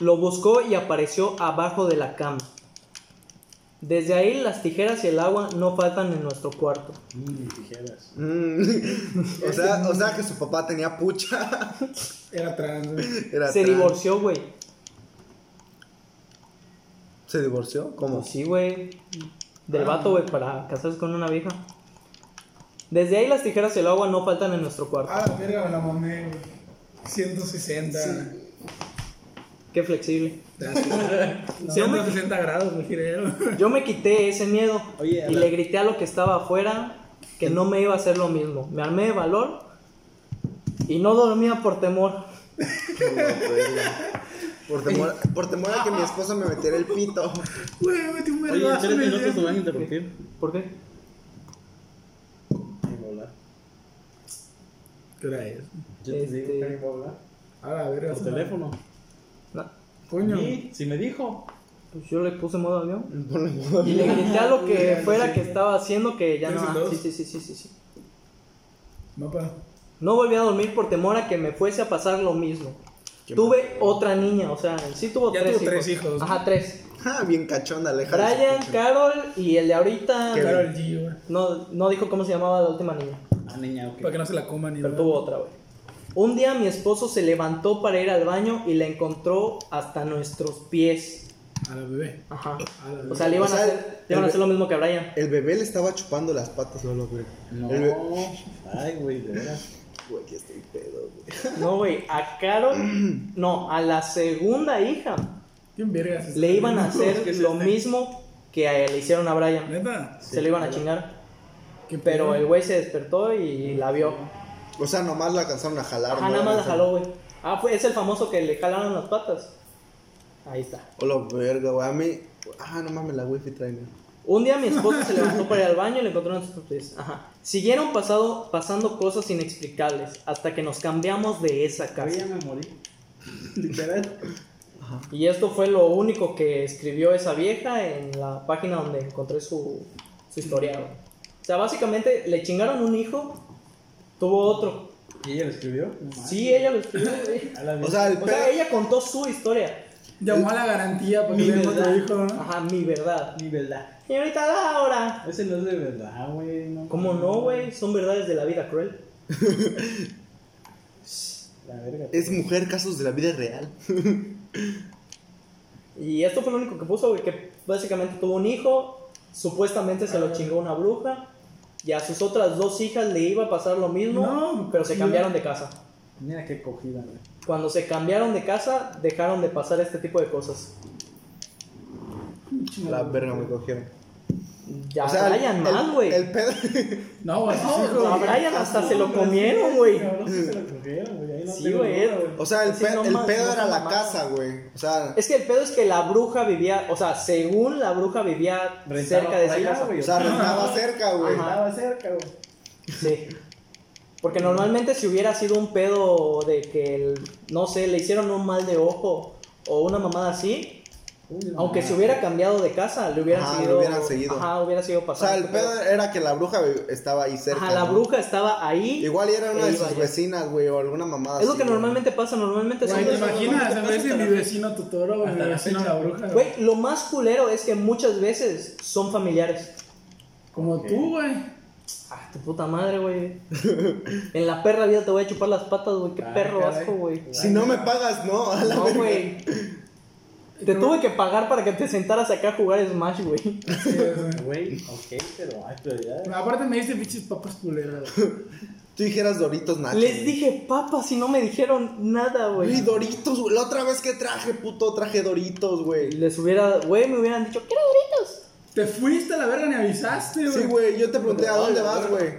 [SPEAKER 2] Lo buscó y apareció abajo de la cama. Desde ahí las tijeras y el agua no faltan en nuestro cuarto.
[SPEAKER 3] Mm, tijeras.
[SPEAKER 4] Mm. (laughs) o, sea, o sea que su papá tenía pucha. (laughs)
[SPEAKER 1] Era trans, güey.
[SPEAKER 4] Era
[SPEAKER 2] Se
[SPEAKER 4] trans.
[SPEAKER 2] divorció, güey.
[SPEAKER 4] ¿Se divorció? ¿Cómo?
[SPEAKER 2] Pues sí, güey. Del vato, güey, para casarse con una vieja. Desde ahí las tijeras y el agua no faltan en nuestro cuarto.
[SPEAKER 1] Ah, la verga, me la mamé, güey. 160.
[SPEAKER 2] Qué flexible.
[SPEAKER 1] No, 160 grados, me giré, güey.
[SPEAKER 2] Yo me quité ese miedo
[SPEAKER 3] Oye,
[SPEAKER 2] y
[SPEAKER 3] la-
[SPEAKER 2] le grité a lo que estaba afuera que no me iba a hacer lo mismo. Me armé de valor y no dormía por temor.
[SPEAKER 4] Por temor, por temor a que mi esposa me metiera el pito. (laughs)
[SPEAKER 1] Güey, metí un
[SPEAKER 3] Oye,
[SPEAKER 1] vergazo en
[SPEAKER 3] espérate, no te
[SPEAKER 1] el
[SPEAKER 3] te
[SPEAKER 1] dedo.
[SPEAKER 3] van a interrumpir.
[SPEAKER 2] ¿Por qué?
[SPEAKER 3] Ay, voy a hablar.
[SPEAKER 1] ¿Qué hora es?
[SPEAKER 3] Yo te digo
[SPEAKER 2] Este-
[SPEAKER 3] que voy a hablar.
[SPEAKER 1] A la verga.
[SPEAKER 3] Por
[SPEAKER 1] se me-
[SPEAKER 3] teléfono.
[SPEAKER 2] No.
[SPEAKER 1] Coño.
[SPEAKER 3] Y si me dijo.
[SPEAKER 2] Pues yo le puse modo avión y le grité a lo que fuera que estaba haciendo que ya no.
[SPEAKER 1] ¿Tres y
[SPEAKER 2] ah,
[SPEAKER 1] dos?
[SPEAKER 2] Sí, sí, sí, sí, sí, sí.
[SPEAKER 1] Mapa.
[SPEAKER 2] No volví a dormir por temor a que me fuese a pasar lo mismo.
[SPEAKER 4] Qué
[SPEAKER 2] Tuve otra niña, o sea, en sí tuvo
[SPEAKER 1] Ya
[SPEAKER 2] tres
[SPEAKER 1] tuvo
[SPEAKER 2] hijos.
[SPEAKER 1] tres hijos.
[SPEAKER 2] Ajá, tres.
[SPEAKER 4] Ah, bien cachón, Aleja. de su
[SPEAKER 2] Brian,
[SPEAKER 4] pucha.
[SPEAKER 2] Carol y el de ahorita.
[SPEAKER 4] Qué
[SPEAKER 1] Claro, el G, güey.
[SPEAKER 2] No, no dijo cómo se llamaba la última niña.
[SPEAKER 3] Ah, niña, ok.
[SPEAKER 1] Para que no se la coman ni
[SPEAKER 2] Pero
[SPEAKER 1] nada.
[SPEAKER 2] tuvo otra, güey. Un día mi esposo se levantó para ir al baño y la encontró hasta nuestros pies.
[SPEAKER 1] A la bebé.
[SPEAKER 2] Ajá.
[SPEAKER 1] A la bebé.
[SPEAKER 2] O sea, le iban,
[SPEAKER 4] O sea,
[SPEAKER 2] a, hacer, le iban a
[SPEAKER 4] el-
[SPEAKER 2] hacer lo mismo que a Brian.
[SPEAKER 4] El bebé le estaba chupando las patas solo, güey.
[SPEAKER 3] No.
[SPEAKER 4] El be-
[SPEAKER 3] Ay, güey, de veras.
[SPEAKER 4] Güey, ya estoy pedo, güey.
[SPEAKER 2] No, güey. A Carol, no, a la segunda hija
[SPEAKER 1] ¿Quién vergas es?
[SPEAKER 2] le iban a
[SPEAKER 1] (laughs)
[SPEAKER 3] Es que
[SPEAKER 2] hacer
[SPEAKER 3] es
[SPEAKER 2] lo
[SPEAKER 3] este.
[SPEAKER 2] mismo que a- le hicieron a Brian.
[SPEAKER 1] ¿Neta?
[SPEAKER 2] Se lo iban a chingar.
[SPEAKER 1] ¿Qué
[SPEAKER 2] Pero
[SPEAKER 1] pedo?
[SPEAKER 2] el güey se despertó y la vio.
[SPEAKER 4] O sea, nomás la alcanzaron a jalar.
[SPEAKER 2] Ajá,
[SPEAKER 4] ¿no?
[SPEAKER 2] nada más la jaló, güey. Ah, fue, es el famoso que le jalaron las patas. Ahí está.
[SPEAKER 4] Hola, Oh, verga, güey. A mí. Ah, no mames, la wifi trae. mira.
[SPEAKER 2] Un día mi esposa se levantó para ir al baño y le encontró una sorpresa. Ajá. Siguieron pasado, pasando cosas inexplicables hasta que nos cambiamos de esa
[SPEAKER 3] Cabía
[SPEAKER 2] casa.
[SPEAKER 3] me morí. Literal.
[SPEAKER 2] Y esto fue lo único que escribió esa vieja en la página donde encontré su, su historial. O sea, básicamente le chingaron un hijo, tuvo otro.
[SPEAKER 3] ¿Y ella lo escribió? No mames.
[SPEAKER 2] Sí, ella lo escribió. güey.
[SPEAKER 3] A la vez.
[SPEAKER 4] O sea, el
[SPEAKER 2] O
[SPEAKER 4] pedo.
[SPEAKER 2] sea, ella contó su historia.
[SPEAKER 1] Llamó a la garantía para que
[SPEAKER 3] Mi
[SPEAKER 1] le den otro
[SPEAKER 3] verdad.
[SPEAKER 1] hijo, ¿no? pues,
[SPEAKER 2] Ajá, mi verdad.
[SPEAKER 3] ni verdad.
[SPEAKER 2] Señorita Laura.
[SPEAKER 3] Ese no es de verdad, güey. No,
[SPEAKER 2] ¿Cómo no, güey? Son verdades de la vida cruel.
[SPEAKER 3] La verga.
[SPEAKER 4] Es mujer, casos de la vida real.
[SPEAKER 2] Y esto fue lo único que puso, güey, que básicamente tuvo un hijo, supuestamente se lo chingó una bruja, y a sus otras dos hijas le iba a pasar lo mismo,
[SPEAKER 1] No,
[SPEAKER 2] pero se
[SPEAKER 1] sí.
[SPEAKER 2] cambiaron de casa.
[SPEAKER 3] Mira qué cogida, güey.
[SPEAKER 2] Cuando se cambiaron de casa, dejaron de pasar este tipo de cosas.
[SPEAKER 4] La verga me cogieron.
[SPEAKER 2] Ya
[SPEAKER 4] o sea, el-
[SPEAKER 2] Brian
[SPEAKER 4] el-
[SPEAKER 2] más, güey.
[SPEAKER 4] El pedo. (laughs)
[SPEAKER 1] No, güey, sus hijos.
[SPEAKER 2] A Brian hasta se lo comieron, güey.
[SPEAKER 3] Cabrón, sí se lo cogieron, güey. Ahí no
[SPEAKER 2] Sí,
[SPEAKER 3] tengo
[SPEAKER 2] güey.
[SPEAKER 3] duda,
[SPEAKER 4] O sea, el,
[SPEAKER 2] Sí,
[SPEAKER 4] pe-
[SPEAKER 2] no
[SPEAKER 4] el
[SPEAKER 2] más-
[SPEAKER 4] pedo
[SPEAKER 2] no
[SPEAKER 4] era
[SPEAKER 2] son
[SPEAKER 4] la
[SPEAKER 2] mamadas.
[SPEAKER 4] casa, güey. O sea,
[SPEAKER 2] Es que el pedo es que la bruja vivía, o sea, según la bruja vivía
[SPEAKER 3] Rentaba
[SPEAKER 2] cerca de
[SPEAKER 3] por
[SPEAKER 2] esa
[SPEAKER 3] allá,
[SPEAKER 2] casa.
[SPEAKER 3] güey.
[SPEAKER 4] o sea rentaba cerca, güey.
[SPEAKER 2] Ajá.
[SPEAKER 3] Estaba cerca, güey.
[SPEAKER 2] Sí. Porque normalmente si hubiera sido un pedo de que, el- no sé, le hicieron un mal de ojo o una mamada así,
[SPEAKER 3] Uy, no
[SPEAKER 2] aunque
[SPEAKER 3] mames.
[SPEAKER 2] se hubiera cambiado de casa, le hubieran
[SPEAKER 4] Ah, Ajá, le
[SPEAKER 2] seguido.
[SPEAKER 4] hubieran seguido.
[SPEAKER 2] Ajá, hubiera seguido
[SPEAKER 4] O sea,
[SPEAKER 2] pasando.
[SPEAKER 4] el pedo era que la bruja güey, estaba ahí cerca.
[SPEAKER 2] Ajá, la
[SPEAKER 4] ¿no?
[SPEAKER 2] bruja estaba ahí.
[SPEAKER 4] Igual era una
[SPEAKER 2] e
[SPEAKER 4] de
[SPEAKER 2] iba
[SPEAKER 4] sus
[SPEAKER 2] allá.
[SPEAKER 4] vecinas, güey, o alguna mamada.
[SPEAKER 2] Es lo
[SPEAKER 4] así,
[SPEAKER 2] que
[SPEAKER 4] güey.
[SPEAKER 2] normalmente pasa, normalmente son
[SPEAKER 1] Güey, ¿te
[SPEAKER 2] de esos-
[SPEAKER 1] imaginas?
[SPEAKER 3] hasta
[SPEAKER 1] A
[SPEAKER 3] la
[SPEAKER 1] veces
[SPEAKER 3] fecha.
[SPEAKER 1] mi vecino Totoro, güey,
[SPEAKER 3] Hasta
[SPEAKER 1] mi
[SPEAKER 3] la
[SPEAKER 1] vecino
[SPEAKER 3] fecha.
[SPEAKER 1] la bruja. güey.
[SPEAKER 2] Güey, lo más culero es que muchas veces son familiares.
[SPEAKER 1] Como
[SPEAKER 3] Ok.
[SPEAKER 1] tú, güey.
[SPEAKER 2] Ah, tu puta madre,
[SPEAKER 4] (laughs)
[SPEAKER 2] güey. en la perra vida te voy a chupar las patas, güey. Qué
[SPEAKER 3] Ah,
[SPEAKER 2] perro
[SPEAKER 3] caray.
[SPEAKER 2] asco, güey.
[SPEAKER 4] Si no me pagas, no. (laughs) a la
[SPEAKER 2] No,
[SPEAKER 4] verga.
[SPEAKER 2] güey. Te tuve que pagar para que te sentaras acá a jugar Smash, güey.
[SPEAKER 1] Así es, güey.
[SPEAKER 3] Güey, ok, pero hay prioridades.
[SPEAKER 1] Aparte me diste pinches papas culeras. güey.
[SPEAKER 4] Tú dijeras Doritos Nachos.
[SPEAKER 2] Les
[SPEAKER 4] güey.
[SPEAKER 2] dije papas y no me dijeron nada,
[SPEAKER 4] Ah, Güey,
[SPEAKER 2] güey.
[SPEAKER 4] Doritos, güey. La otra vez que traje, puto, traje Doritos, güey.
[SPEAKER 2] Les hubiera, güey, me hubieran dicho, quiero Doritos.
[SPEAKER 1] Te fuiste a la verga, ni avisaste, güey.
[SPEAKER 4] Sí, güey, yo te pregunté, ¿a dónde vas, güey?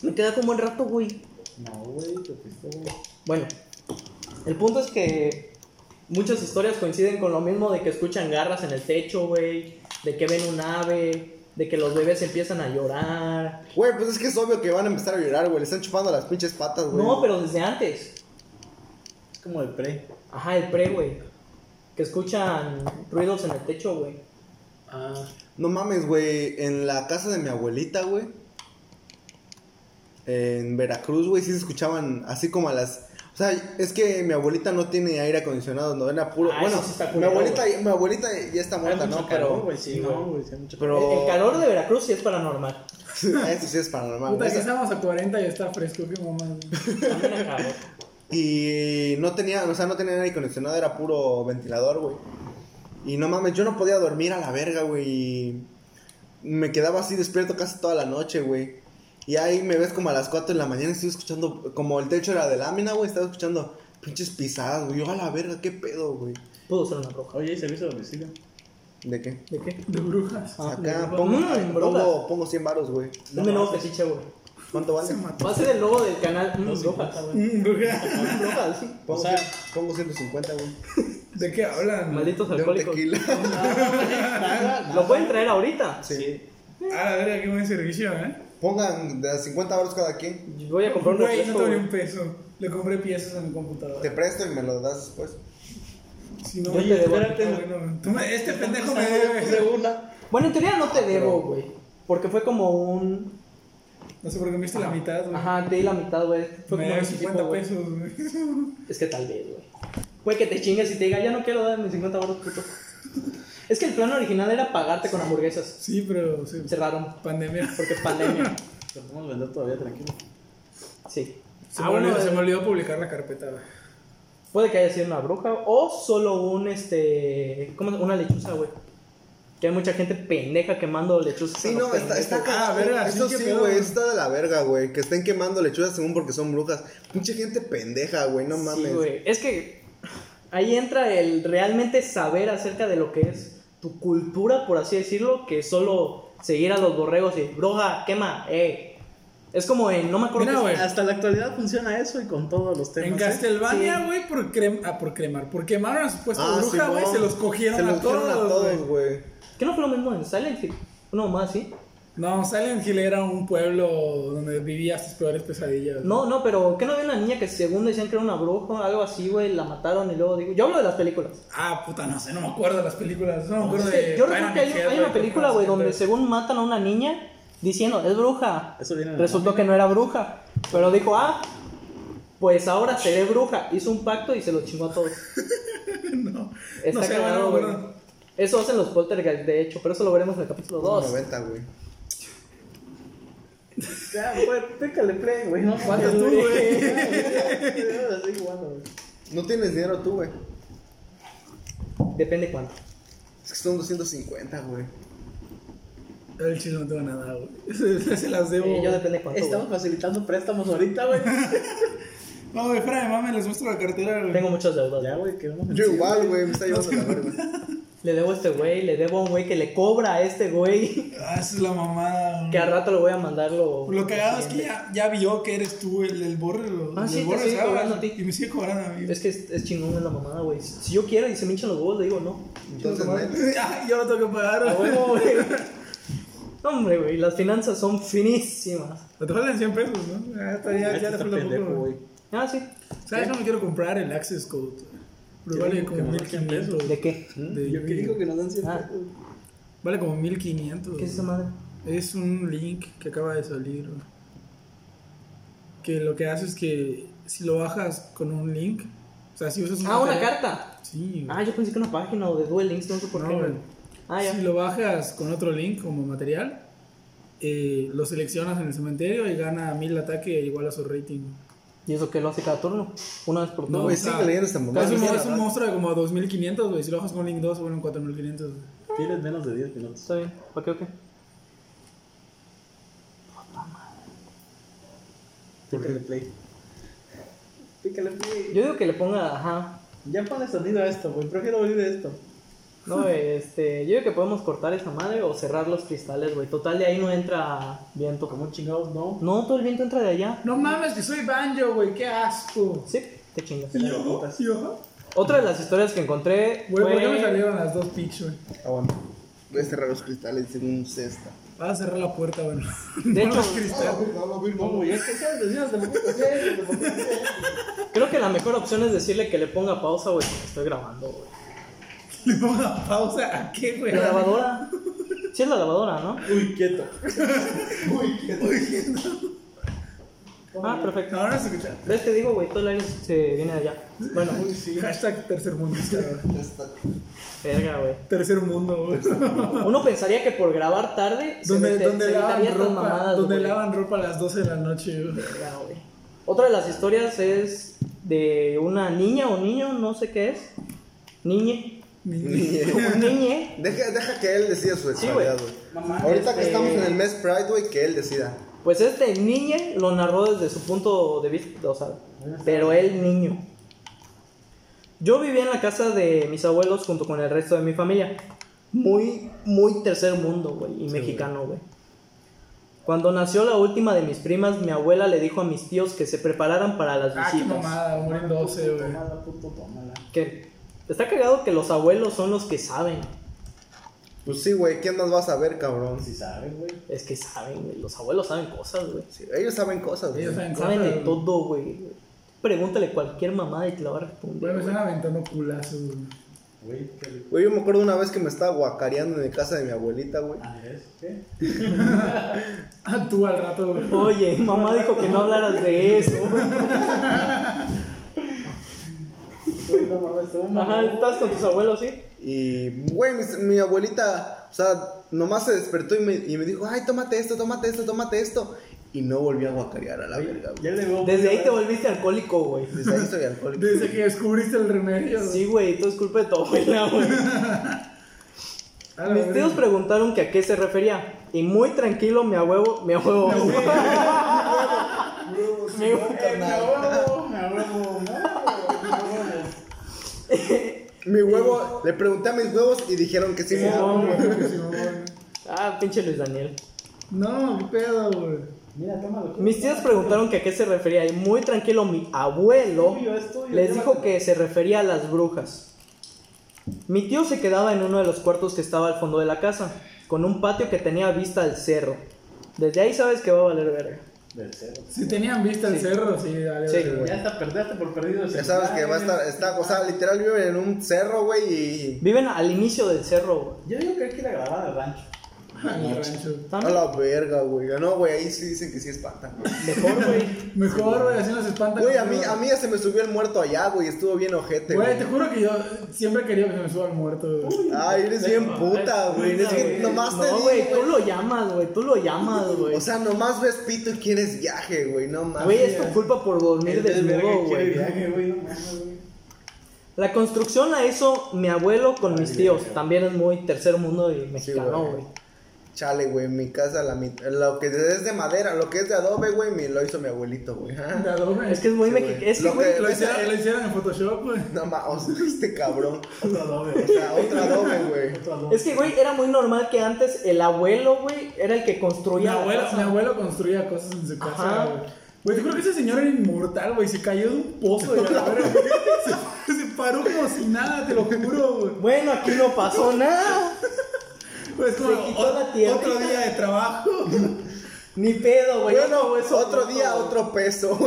[SPEAKER 2] Me quedé como un rato, güey.
[SPEAKER 3] No, güey, te fuiste, güey.
[SPEAKER 2] Bueno, el punto es que muchas historias coinciden con lo mismo de que escuchan garras en el techo, güey, de que ven un ave, de que los bebés empiezan a llorar.
[SPEAKER 4] Güey, pues es que es obvio que van a empezar a llorar, güey. Le están chupando las pinches patas, güey.
[SPEAKER 2] No, pero desde antes.
[SPEAKER 3] Es como de pre.
[SPEAKER 2] Ajá, el pre, güey. Que escuchan ruidos en el techo, güey.
[SPEAKER 3] Ah,
[SPEAKER 4] No mames, güey. En la casa de mi abuelita, güey. En Veracruz, güey, sí se escuchaban así como a las. O sea, es que mi abuelita no tiene aire acondicionado, no era puro.
[SPEAKER 2] Ah,
[SPEAKER 4] bueno,
[SPEAKER 2] eso sí está
[SPEAKER 4] mi,
[SPEAKER 2] culero,
[SPEAKER 4] abuelita, mi abuelita ya está
[SPEAKER 3] hay
[SPEAKER 4] muerta,
[SPEAKER 3] mucho
[SPEAKER 4] ¿no?
[SPEAKER 3] calor,
[SPEAKER 4] Pero.
[SPEAKER 3] güey, sí,
[SPEAKER 2] sí,
[SPEAKER 3] no,
[SPEAKER 2] güey.
[SPEAKER 3] güey, sí, hay mucho calor.
[SPEAKER 2] El, el
[SPEAKER 4] Pero.
[SPEAKER 2] calor de Veracruz sí es paranormal.
[SPEAKER 4] (laughs) Eso sí es paranormal.
[SPEAKER 1] Puta,
[SPEAKER 4] güey.
[SPEAKER 1] que
[SPEAKER 4] Esa-
[SPEAKER 1] estamos a 40 y está fresco, qué mamada. güey.
[SPEAKER 2] También acá, güey.
[SPEAKER 4] Y no tenía, o sea, no tenía aire acondicionado, era puro ventilador, güey. Y no mames, yo no podía dormir a la verga, güey. y Me quedaba así despierto casi toda la noche, güey. Y ahí me ves como a las 4 de la mañana, estoy escuchando, como el techo era de lámina, güey, estaba escuchando pinches pisadas, güey. Yo a la verga, qué pedo, güey.
[SPEAKER 2] Pudo ser una bruja.
[SPEAKER 3] Oye, ¿hay servicio a domicilio?
[SPEAKER 2] Pues
[SPEAKER 4] ¿De qué?
[SPEAKER 2] ¿De qué?
[SPEAKER 1] De brujas.
[SPEAKER 2] Ah,
[SPEAKER 4] Acá
[SPEAKER 2] de-
[SPEAKER 4] pongo,
[SPEAKER 2] Mm,
[SPEAKER 4] ay,
[SPEAKER 2] brujas.
[SPEAKER 4] pongo, pongo 100 varos, güey.
[SPEAKER 2] No, Dame nuevo fetiche, güey.
[SPEAKER 4] ¿Cuánto vale?
[SPEAKER 1] Se mató.
[SPEAKER 2] Va a ser el logo del canal. Mm, brujas.
[SPEAKER 3] güey.
[SPEAKER 1] Mm, bruja.
[SPEAKER 2] Mm, brujas, sí.
[SPEAKER 4] Pongo,
[SPEAKER 3] O sea-
[SPEAKER 4] cien- pongo 150, güey.
[SPEAKER 1] ¿De qué hablan?
[SPEAKER 2] Malditos
[SPEAKER 4] De un
[SPEAKER 2] alcohólicos.
[SPEAKER 4] tequila.
[SPEAKER 2] Lo pueden traer ahorita.
[SPEAKER 4] Sí.
[SPEAKER 1] A la verga, qué buen servicio, ¿eh?
[SPEAKER 4] Pongan de a 50 varos cada quien.
[SPEAKER 2] Yo Voy a comprar un
[SPEAKER 1] Güey, no
[SPEAKER 2] refresco,
[SPEAKER 1] te abrí
[SPEAKER 2] güey.
[SPEAKER 1] un peso. Le compré piezas a mi computadora.
[SPEAKER 4] Te presto y me lo das después.
[SPEAKER 1] Si no,
[SPEAKER 2] Yo
[SPEAKER 1] oye,
[SPEAKER 2] te debo.
[SPEAKER 1] espérate. no. Tú me- este pendejo me
[SPEAKER 3] De
[SPEAKER 1] debe.
[SPEAKER 3] una.
[SPEAKER 2] Bueno, en teoría no te debo, güey. Porque fue como un.
[SPEAKER 1] No sé por qué me diste la mitad, güey.
[SPEAKER 2] Ajá, te di la mitad, güey. Fue
[SPEAKER 1] me
[SPEAKER 2] como
[SPEAKER 1] debe
[SPEAKER 2] un 50
[SPEAKER 1] 50 pesos, güey. (laughs)
[SPEAKER 2] Es que tal vez, güey. Puede que te chingues y te diga, ya no quiero dar mis 50 euros, puto. (laughs) Es que el plan original era pagarte con hamburguesas.
[SPEAKER 1] Sí, pero sí,
[SPEAKER 2] Cerraron.
[SPEAKER 1] pandemia.
[SPEAKER 2] Porque
[SPEAKER 4] (laughs)
[SPEAKER 2] pandemia.
[SPEAKER 3] Lo podemos vender todavía tranquilo.
[SPEAKER 2] Sí.
[SPEAKER 1] Se,
[SPEAKER 2] Ah,
[SPEAKER 1] me
[SPEAKER 2] bueno,
[SPEAKER 1] olvidó, se
[SPEAKER 2] eh,
[SPEAKER 1] me olvidó publicar la carpeta. güey.
[SPEAKER 2] Puede que haya sido una bruja o solo un, este. ¿Cómo se- Una lechuza, güey. Que hay mucha gente pendeja quemando lechuzas. a
[SPEAKER 4] Sí,
[SPEAKER 2] los
[SPEAKER 4] no, está,
[SPEAKER 2] pendejos.
[SPEAKER 4] está
[SPEAKER 1] Ah,
[SPEAKER 4] cagado.
[SPEAKER 1] verga,
[SPEAKER 4] Eso
[SPEAKER 1] sí, qué
[SPEAKER 4] sí,
[SPEAKER 1] pedo,
[SPEAKER 4] güey,
[SPEAKER 1] güey.
[SPEAKER 4] está de la verga, güey. Que estén quemando lechugas según porque son brujas. Pinche gente pendeja, güey, no mames.
[SPEAKER 2] Sí, güey. Es que ahí entra el realmente saber acerca de lo que es tu cultura, por así decirlo, que solo seguir a los borregos y, broja, quema, eh. Es como en, no me acuerdo.
[SPEAKER 1] Mira,
[SPEAKER 2] qué-
[SPEAKER 1] güey.
[SPEAKER 3] Hasta la actualidad funciona eso y con todos los temas.
[SPEAKER 1] En
[SPEAKER 3] ¿eh?
[SPEAKER 1] Castelvania,
[SPEAKER 2] Sí.
[SPEAKER 1] güey, por, crem- ah, por cremar. Por quemaron a supuesta
[SPEAKER 4] Ah,
[SPEAKER 1] Pues bruja,
[SPEAKER 4] Simón.
[SPEAKER 1] güey. Se los cogieron
[SPEAKER 4] Se
[SPEAKER 1] a
[SPEAKER 4] los cogieron
[SPEAKER 1] todos, güey.
[SPEAKER 4] güey.
[SPEAKER 2] ¿Qué no fue lo mismo en Silent Hill? Uno más, ¿sí?
[SPEAKER 1] No, Silent Hill era un pueblo donde vivías tus peores pesadillas. güey.
[SPEAKER 2] No, no, pero ¿qué no había una niña que según decían que era una bruja, algo así, güey, la mataron y luego digo, yo hablo de las películas.
[SPEAKER 1] Ah, puta, no sé, no me acuerdo de las películas. No me acuerdo
[SPEAKER 2] Es que
[SPEAKER 1] de.
[SPEAKER 2] yo recuerdo que hay,
[SPEAKER 1] Pyramid Head,
[SPEAKER 2] hay una película, güey, donde
[SPEAKER 1] Entonces,
[SPEAKER 2] según matan a una niña diciendo, es bruja.
[SPEAKER 3] Eso viene en la
[SPEAKER 2] Resultó que no era bruja, pero dijo, ah, pues ahora seré bruja. Hizo un pacto y se lo chingó a todos.
[SPEAKER 1] (laughs) No,
[SPEAKER 2] Está
[SPEAKER 1] no sé,
[SPEAKER 2] cagado,
[SPEAKER 1] no me
[SPEAKER 2] güey.
[SPEAKER 1] acuerdo.
[SPEAKER 2] Eso hacen los poltergeist, de hecho, pero eso lo veremos en el capítulo 2.
[SPEAKER 4] 90, güey.
[SPEAKER 3] Ya, güey, pícale play, güey. No (laughs)
[SPEAKER 1] ¿Cuánto tú, güey?
[SPEAKER 3] Así jugando, güey.
[SPEAKER 4] No tienes dinero tú, güey.
[SPEAKER 2] (laughs) Depende cuánto.
[SPEAKER 4] Es que son 250, güey.
[SPEAKER 1] El chile no tengo nada, güey. (laughs) Se, se las debo.
[SPEAKER 2] Eh, yo depende cuánto.
[SPEAKER 3] Estamos
[SPEAKER 2] güey.
[SPEAKER 3] facilitando préstamos ahorita, (laughs) güey.
[SPEAKER 1] No, güey, fuera de mame, les muestro la cartera, güey.
[SPEAKER 2] Tengo muchas deudas.
[SPEAKER 3] Ya, güey, que vamos a
[SPEAKER 4] Yo igual, güey, me está llevando la verga.
[SPEAKER 1] (laughs)
[SPEAKER 2] Le debo a este güey, le debo a un güey que le cobra a este güey. (laughs)
[SPEAKER 1] Ah, esa es la mamada, güey.
[SPEAKER 2] Que al rato le voy a mandar lo.
[SPEAKER 1] Lo cagado es que
[SPEAKER 2] siguiente.
[SPEAKER 1] ya, ya vio que eres tú el del borre. Lo,
[SPEAKER 2] Ah,
[SPEAKER 1] el
[SPEAKER 2] sí,
[SPEAKER 1] del
[SPEAKER 2] te
[SPEAKER 1] borre,
[SPEAKER 2] sigue
[SPEAKER 1] ¿sabes?
[SPEAKER 2] cobrando a ti.
[SPEAKER 1] Y me sigue cobrando a mí. (laughs)
[SPEAKER 2] Es que es, es chingón es la mamada, güey. Si yo quiero y se me hinchan los huevos, le digo no.
[SPEAKER 4] Entonces,
[SPEAKER 2] Chinga tu
[SPEAKER 4] neta.
[SPEAKER 2] madre.
[SPEAKER 1] Ah, yo lo tengo que pagar,
[SPEAKER 2] A
[SPEAKER 1] (laughs) güey.
[SPEAKER 2] huevo, güey. Hombre, güey, las finanzas son finísimas.
[SPEAKER 1] Te faltan 100 pesos, ¿no? Ah, está,
[SPEAKER 3] Este
[SPEAKER 1] ya, ya te falta poco. güey.
[SPEAKER 2] Ah, sí.
[SPEAKER 1] ¿Sabes? No me quiero comprar el Access Code. Pero
[SPEAKER 3] Yo
[SPEAKER 1] vale
[SPEAKER 3] digo que
[SPEAKER 1] como
[SPEAKER 3] mejor
[SPEAKER 1] 1500.
[SPEAKER 2] ¿De qué?
[SPEAKER 1] De
[SPEAKER 3] ¿Mm? Yo que
[SPEAKER 1] Unity.
[SPEAKER 3] digo que nos dan 100
[SPEAKER 2] Ah.
[SPEAKER 3] pesos.
[SPEAKER 1] Vale como 1500.
[SPEAKER 2] ¿Qué es esa
[SPEAKER 1] güey.
[SPEAKER 2] madre?
[SPEAKER 1] Es un link que acaba de salir. güey. Que lo que hace es que si lo bajas con un link, o sea, si usas un
[SPEAKER 2] Ah, una
[SPEAKER 1] material-
[SPEAKER 2] carta.
[SPEAKER 1] Sí, güey.
[SPEAKER 2] Ah, yo pensé que una página o de Duel Links, no sé por
[SPEAKER 1] No,
[SPEAKER 2] qué. güey.
[SPEAKER 1] güey.
[SPEAKER 2] Ah, ya.
[SPEAKER 1] Si lo bajas con otro link como material, eh, lo seleccionas en el cementerio y gana 1000 ataque igual a su rating.
[SPEAKER 2] ¿Y eso qué lo hace cada turno? Una vez por
[SPEAKER 1] No,
[SPEAKER 2] turno.
[SPEAKER 4] Güey,
[SPEAKER 1] o
[SPEAKER 4] sigue
[SPEAKER 1] sea,
[SPEAKER 4] leyendo esta mamada.
[SPEAKER 1] es un,
[SPEAKER 4] Sí,
[SPEAKER 1] es
[SPEAKER 4] la
[SPEAKER 1] un
[SPEAKER 4] verdad.
[SPEAKER 1] monstruo de como 2500, güey. Si lo bajas con Link 2, bueno, 4500. güey.
[SPEAKER 3] Tienes menos de 10 minutos.
[SPEAKER 2] Está bien. ¿Para qué o qué?
[SPEAKER 3] Pícale play. Pícale play.
[SPEAKER 2] Yo digo que le ponga, ajá.
[SPEAKER 3] Ya pone sonido a esto, güey. Prefiero oír esto.
[SPEAKER 1] (laughs)
[SPEAKER 2] No, güey, este, yo digo que podemos cortar esa madre o cerrar los cristales, güey. Total, de ahí no entra viento.
[SPEAKER 3] Como chingados, no.
[SPEAKER 2] No, todo el viento entra de allá.
[SPEAKER 1] No mames, que soy banjo, güey, qué asco.
[SPEAKER 2] Sí, te chingas.
[SPEAKER 1] Y ojo, y ojo.
[SPEAKER 2] Otra de las historias que encontré
[SPEAKER 1] Güey, ¿por qué me
[SPEAKER 2] fue...
[SPEAKER 1] salieron las dos pitch, güey?
[SPEAKER 4] Aguanta. Voy a cerrar los cristales según cesta.
[SPEAKER 1] Vas a cerrar la puerta, güey.
[SPEAKER 2] De hecho,
[SPEAKER 3] No, güey, es que sabes, decías de poquito, sí, de poquito.
[SPEAKER 2] creo que la mejor opción es decirle que le ponga pausa, güey, porque estoy grabando, güey.
[SPEAKER 1] (laughs) Le pongo la pausa a qué, güey.
[SPEAKER 2] La lavadora. Sí es la lavadora, ¿no?
[SPEAKER 3] Uy, quieto.
[SPEAKER 2] Ah, perfecto.
[SPEAKER 1] Ahora se escucha.
[SPEAKER 2] ¿Ves? Te digo, güey, todo el aire se viene de allá. Bueno,
[SPEAKER 3] Uy, sí.
[SPEAKER 1] Hashtag tercer mundo.
[SPEAKER 2] verga, güey.
[SPEAKER 1] Tercer mundo, güey.
[SPEAKER 2] Uno pensaría que por grabar tarde se
[SPEAKER 1] Donde,
[SPEAKER 2] mete-
[SPEAKER 1] donde
[SPEAKER 2] se
[SPEAKER 1] lavan
[SPEAKER 2] evitaría
[SPEAKER 1] ropa,
[SPEAKER 2] estas mamadas,
[SPEAKER 1] donde
[SPEAKER 2] güey.
[SPEAKER 1] lavan ropa a las 12 de la noche, güey.
[SPEAKER 2] Verga, güey. Otra de las historias es de una niña o niño, no sé qué es. Niñe.
[SPEAKER 1] Ni-
[SPEAKER 2] Un niñe.
[SPEAKER 4] Deja, deja que él decida su sexualidad, güey.
[SPEAKER 3] Mamá,
[SPEAKER 4] Ahorita que
[SPEAKER 2] este-
[SPEAKER 4] estamos en el mes Pride, güey, que él decida.
[SPEAKER 2] Pues este niñe lo narró desde su punto de vista, o sea, pero él niño. Yo vivía en la casa de mis abuelos junto con el resto de mi familia. Muy, muy tercer mundo, güey, y mexicano, güey. Cuando nació la última de mis primas, mi abuela le dijo a mis tíos que se prepararan para las
[SPEAKER 1] Ah, qué
[SPEAKER 2] visitas.
[SPEAKER 1] mamada, mueren 12, güey.
[SPEAKER 3] Tómala, puto, tómala.
[SPEAKER 2] que está cagado que los abuelos son los que saben.
[SPEAKER 4] Pues sí, güey, ¿quién más va a saber, cabrón?
[SPEAKER 3] Si sabes, güey.
[SPEAKER 2] Es que saben, güey. Los abuelos saben cosas, güey.
[SPEAKER 4] Sí, ellos saben cosas, güey.
[SPEAKER 1] Ellos saben
[SPEAKER 2] Saben de
[SPEAKER 1] cosas, güey.
[SPEAKER 2] todo, güey. Pregúntale cualquier mamada y te la va a responder.
[SPEAKER 1] Güey, me
[SPEAKER 2] güey.
[SPEAKER 1] están aventando culazos, güey.
[SPEAKER 3] Güey, qué rico.
[SPEAKER 4] Güey, yo me acuerdo una vez que me estaba guacareando en casa de mi abuelita, güey.
[SPEAKER 3] Andrés, ¿qué?
[SPEAKER 1] Ah, tú al rato, güey.
[SPEAKER 2] Oye, mamá dijo que no hablaras de eso.
[SPEAKER 1] (laughs)
[SPEAKER 3] Uy, no mames, tú,
[SPEAKER 2] Ajá,
[SPEAKER 3] mamá.
[SPEAKER 2] estás con tus abuelos, ¿sí?
[SPEAKER 4] Y, güey, mis- mi, abuelita, o sea, nomás se despertó y me, y me dijo, ay, tómate esto, tómate esto, tómate esto. Y no volví a guacarear a la verga, güey.
[SPEAKER 3] Ya le veo.
[SPEAKER 2] Desde ahí te
[SPEAKER 3] voy.
[SPEAKER 2] volviste alcohólico, güey.
[SPEAKER 4] Desde ahí soy
[SPEAKER 1] (laughs)
[SPEAKER 4] alcohólico.
[SPEAKER 1] Desde que descubriste el remedio. güey.
[SPEAKER 2] Sí, güey, todo es culpa de tu abuela, güey.
[SPEAKER 1] (laughs) A la
[SPEAKER 2] Mis
[SPEAKER 1] verga.
[SPEAKER 2] tíos preguntaron que a qué se refería. Y muy tranquilo, mi abuelo, (laughs) mi abuelo. Mi abuelo.
[SPEAKER 4] Mi huevo, le pregunté a mis huevos y dijeron que sí.
[SPEAKER 1] Ah,
[SPEAKER 4] mamá.
[SPEAKER 1] güey, sí, mamón.
[SPEAKER 2] Ah, pinche Luis Daniel.
[SPEAKER 1] No, qué pedo, güey.
[SPEAKER 3] Mira, tómalo.
[SPEAKER 2] Mis tíos preguntaron que a qué se refería. Y muy tranquilo, mi abuelo
[SPEAKER 3] Tuyo, es tuyo,
[SPEAKER 2] les dijo
[SPEAKER 3] llévatelo.
[SPEAKER 2] que se refería a las brujas. Mi tío se quedaba en uno de los cuartos que estaba al fondo de la casa, con un patio que tenía vista al cerro. Desde ahí sabes que va a valer verga.
[SPEAKER 3] Del cero.
[SPEAKER 1] Si tenían vista el cerro, sí, dale,
[SPEAKER 2] Sí,
[SPEAKER 1] güey.
[SPEAKER 2] güey.
[SPEAKER 3] Ya está, perderte por perdido. el
[SPEAKER 4] Ya sabes que va a estar,
[SPEAKER 3] celular,
[SPEAKER 4] está, o sea, literal viven en un cerro, güey, y...
[SPEAKER 2] Viven al inicio del cerro, güey.
[SPEAKER 3] Yo digo que hay que ir a grabar al rancho.
[SPEAKER 1] En el rancho.
[SPEAKER 4] A la verga, güey. No, güey, ahí sí dicen que sí espantan. güey.
[SPEAKER 2] Mejor, güey.
[SPEAKER 1] Mejor, güey, así nos espanta.
[SPEAKER 4] Güey, a mí, a mí ya se me subió el muerto allá, güey. Estuvo bien ojete,
[SPEAKER 1] Güey, te
[SPEAKER 4] güey.
[SPEAKER 1] juro que yo siempre he querido que se me suba el muerto, güey.
[SPEAKER 4] Ay, eres bien puta, güey. Es que nomás te
[SPEAKER 2] No,
[SPEAKER 4] digo,
[SPEAKER 2] güey, tú
[SPEAKER 4] güey.
[SPEAKER 2] lo llamas, güey. Tú lo llamas, güey.
[SPEAKER 4] O sea, eh. nomás ves pito y quieres viaje, güey. No mames.
[SPEAKER 2] Güey, es tu culpa por dormir
[SPEAKER 3] El desvergue
[SPEAKER 2] desnudo,
[SPEAKER 3] quiere
[SPEAKER 2] güey.
[SPEAKER 3] viaje, güey, no mames, güey.
[SPEAKER 2] La construcción la hizo mi abuelo con mis tíos. También es muy tercer mundo y mexicano,
[SPEAKER 4] güey.
[SPEAKER 2] güey.
[SPEAKER 4] Chale, güey, mi casa, la mit- lo que es de madera, lo que es de adobe, güey, me lo hizo mi abuelito, güey. (laughs)
[SPEAKER 1] De adobe.
[SPEAKER 2] es que es muy
[SPEAKER 4] Sí, güey.
[SPEAKER 2] mexicano. Es que,
[SPEAKER 4] Lo
[SPEAKER 2] güey,
[SPEAKER 4] que-
[SPEAKER 1] lo hicieron, lo hicieron en Photoshop, güey.
[SPEAKER 4] No mames, (laughs) o sea, este cabrón.
[SPEAKER 3] Otro adobe,
[SPEAKER 4] O sea, otro adobe, güey.
[SPEAKER 3] otro adobe.
[SPEAKER 2] Es que, güey, era muy normal que antes el abuelo, güey, era el que
[SPEAKER 1] Mi
[SPEAKER 2] construía. la
[SPEAKER 1] abuelo,
[SPEAKER 2] casa.
[SPEAKER 1] mi abuelo construía cosas en su casa,
[SPEAKER 2] Ajá.
[SPEAKER 1] güey. Güey, te juro que ese señor era inmortal, güey. Se cayó de un pozo de
[SPEAKER 2] (laughs)
[SPEAKER 1] la verga. Se, se paró como si nada, te lo juro, güey.
[SPEAKER 2] Bueno, aquí no
[SPEAKER 4] (laughs)
[SPEAKER 2] pasó nada.
[SPEAKER 1] Pues como
[SPEAKER 2] Se quitó
[SPEAKER 1] o-
[SPEAKER 2] la tierra.
[SPEAKER 1] otro día de trabajo.
[SPEAKER 2] Ni pedo, güey.
[SPEAKER 4] Bueno,
[SPEAKER 2] güey, eso-
[SPEAKER 4] otro día, otro peso.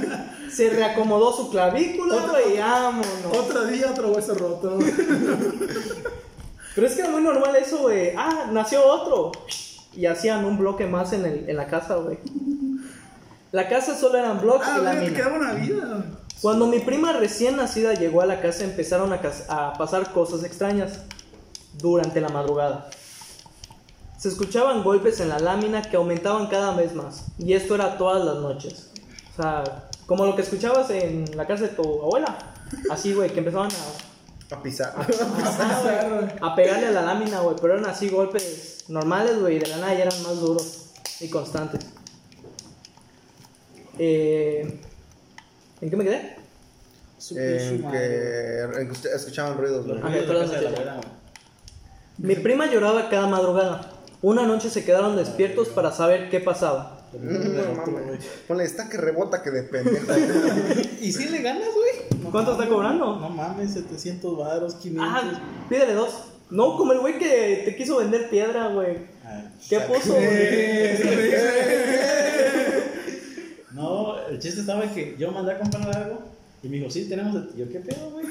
[SPEAKER 4] (laughs)
[SPEAKER 2] Se reacomodó su clavícula,
[SPEAKER 1] Otro-
[SPEAKER 2] güey, vámonos.
[SPEAKER 1] Otro día, otro hueso
[SPEAKER 2] (laughs)
[SPEAKER 1] roto. güey.
[SPEAKER 2] Pero es que era muy normal eso, güey. Ah, nació otro. Y hacían un bloque más en, el, en la casa, güey. La casa solo eran bloques
[SPEAKER 1] Ah,
[SPEAKER 2] y la
[SPEAKER 1] güey, te
[SPEAKER 2] mina.
[SPEAKER 1] quedaba una vida, güey.
[SPEAKER 2] Cuando mi prima recién nacida llegó a la casa empezaron a, cas- a pasar cosas extrañas durante la madrugada. Se escuchaban golpes en la lámina que aumentaban cada vez más. Y esto era todas las noches. O sea, como lo que escuchabas en la casa de tu abuela. Así, güey, que empezaban a,
[SPEAKER 4] A pisar.
[SPEAKER 2] Ajá, güey,
[SPEAKER 1] (laughs)
[SPEAKER 2] a pegarle a la lámina, güey. Pero eran así golpes normales, güey. y De la nada ya eran más duros y constantes. Eh, ¿En qué me quedé?
[SPEAKER 3] Su
[SPEAKER 4] En
[SPEAKER 3] pinche madre,
[SPEAKER 4] que, en que usted- escuchaban ruidos,
[SPEAKER 3] güey. Los
[SPEAKER 4] güey.
[SPEAKER 2] Ah,
[SPEAKER 3] ruidos de
[SPEAKER 2] todas
[SPEAKER 3] casa de la
[SPEAKER 2] las-
[SPEAKER 3] verga, güey.
[SPEAKER 2] Mi prima lloraba cada madrugada. Una noche se quedaron despiertos para saber qué pasaba.
[SPEAKER 4] Mm, No mames. Ponle, está que rebota que de pendejo.
[SPEAKER 3] ¿Y si le ganas, güey?
[SPEAKER 2] ¿Cuánto está
[SPEAKER 3] mames,
[SPEAKER 2] cobrando?
[SPEAKER 3] No mames, 700 varos, 500.
[SPEAKER 2] Ah, pídele dos. No, como el güey que te quiso vender piedra, güey.
[SPEAKER 3] Ay,
[SPEAKER 2] ¿Qué
[SPEAKER 3] saca-
[SPEAKER 2] puso, güey?
[SPEAKER 3] No, el chiste estaba que yo mandé a comprar algo y me dijo, sí, tenemos. el-". Yo, ¿qué pedo, güey?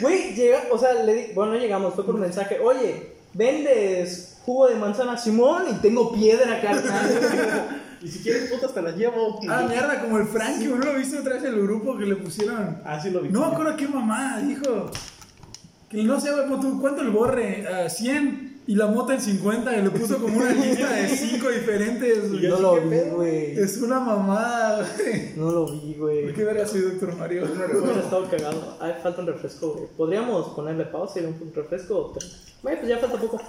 [SPEAKER 2] Güey, llega, o sea, le di, bueno, no llegamos, fue por mensaje. Oye, ¿vendes jugo de manzana Simón? Y tengo piedra, Ah, carnal.
[SPEAKER 3] Y si quieres, putas, te las llevo.
[SPEAKER 1] Ah, mierda, como el Frankie, ¿no lo viste otra vez en el grupo que le pusieron?
[SPEAKER 3] Así Ah, lo vi.
[SPEAKER 1] No me acuerdo qué mamá dijo. Que no sé, güey, pon tú, ¿cuánto el borre? Ah, 100 y la mota en 50 y le puso como una lista de 5 diferentes.
[SPEAKER 3] Y yo
[SPEAKER 2] no
[SPEAKER 3] sí,
[SPEAKER 2] lo
[SPEAKER 3] ¿qué
[SPEAKER 2] vi,
[SPEAKER 3] pedo?
[SPEAKER 2] güey.
[SPEAKER 1] Es una mamada, güey.
[SPEAKER 2] No lo vi, güey.
[SPEAKER 1] ¿Por qué verga soy Doctor Mario?
[SPEAKER 2] Hubiera estado cagado. Ay, falta un refresco, güey. Podríamos ponerle pausa y un refresco. o tres? Bueno, pues ya falta poco.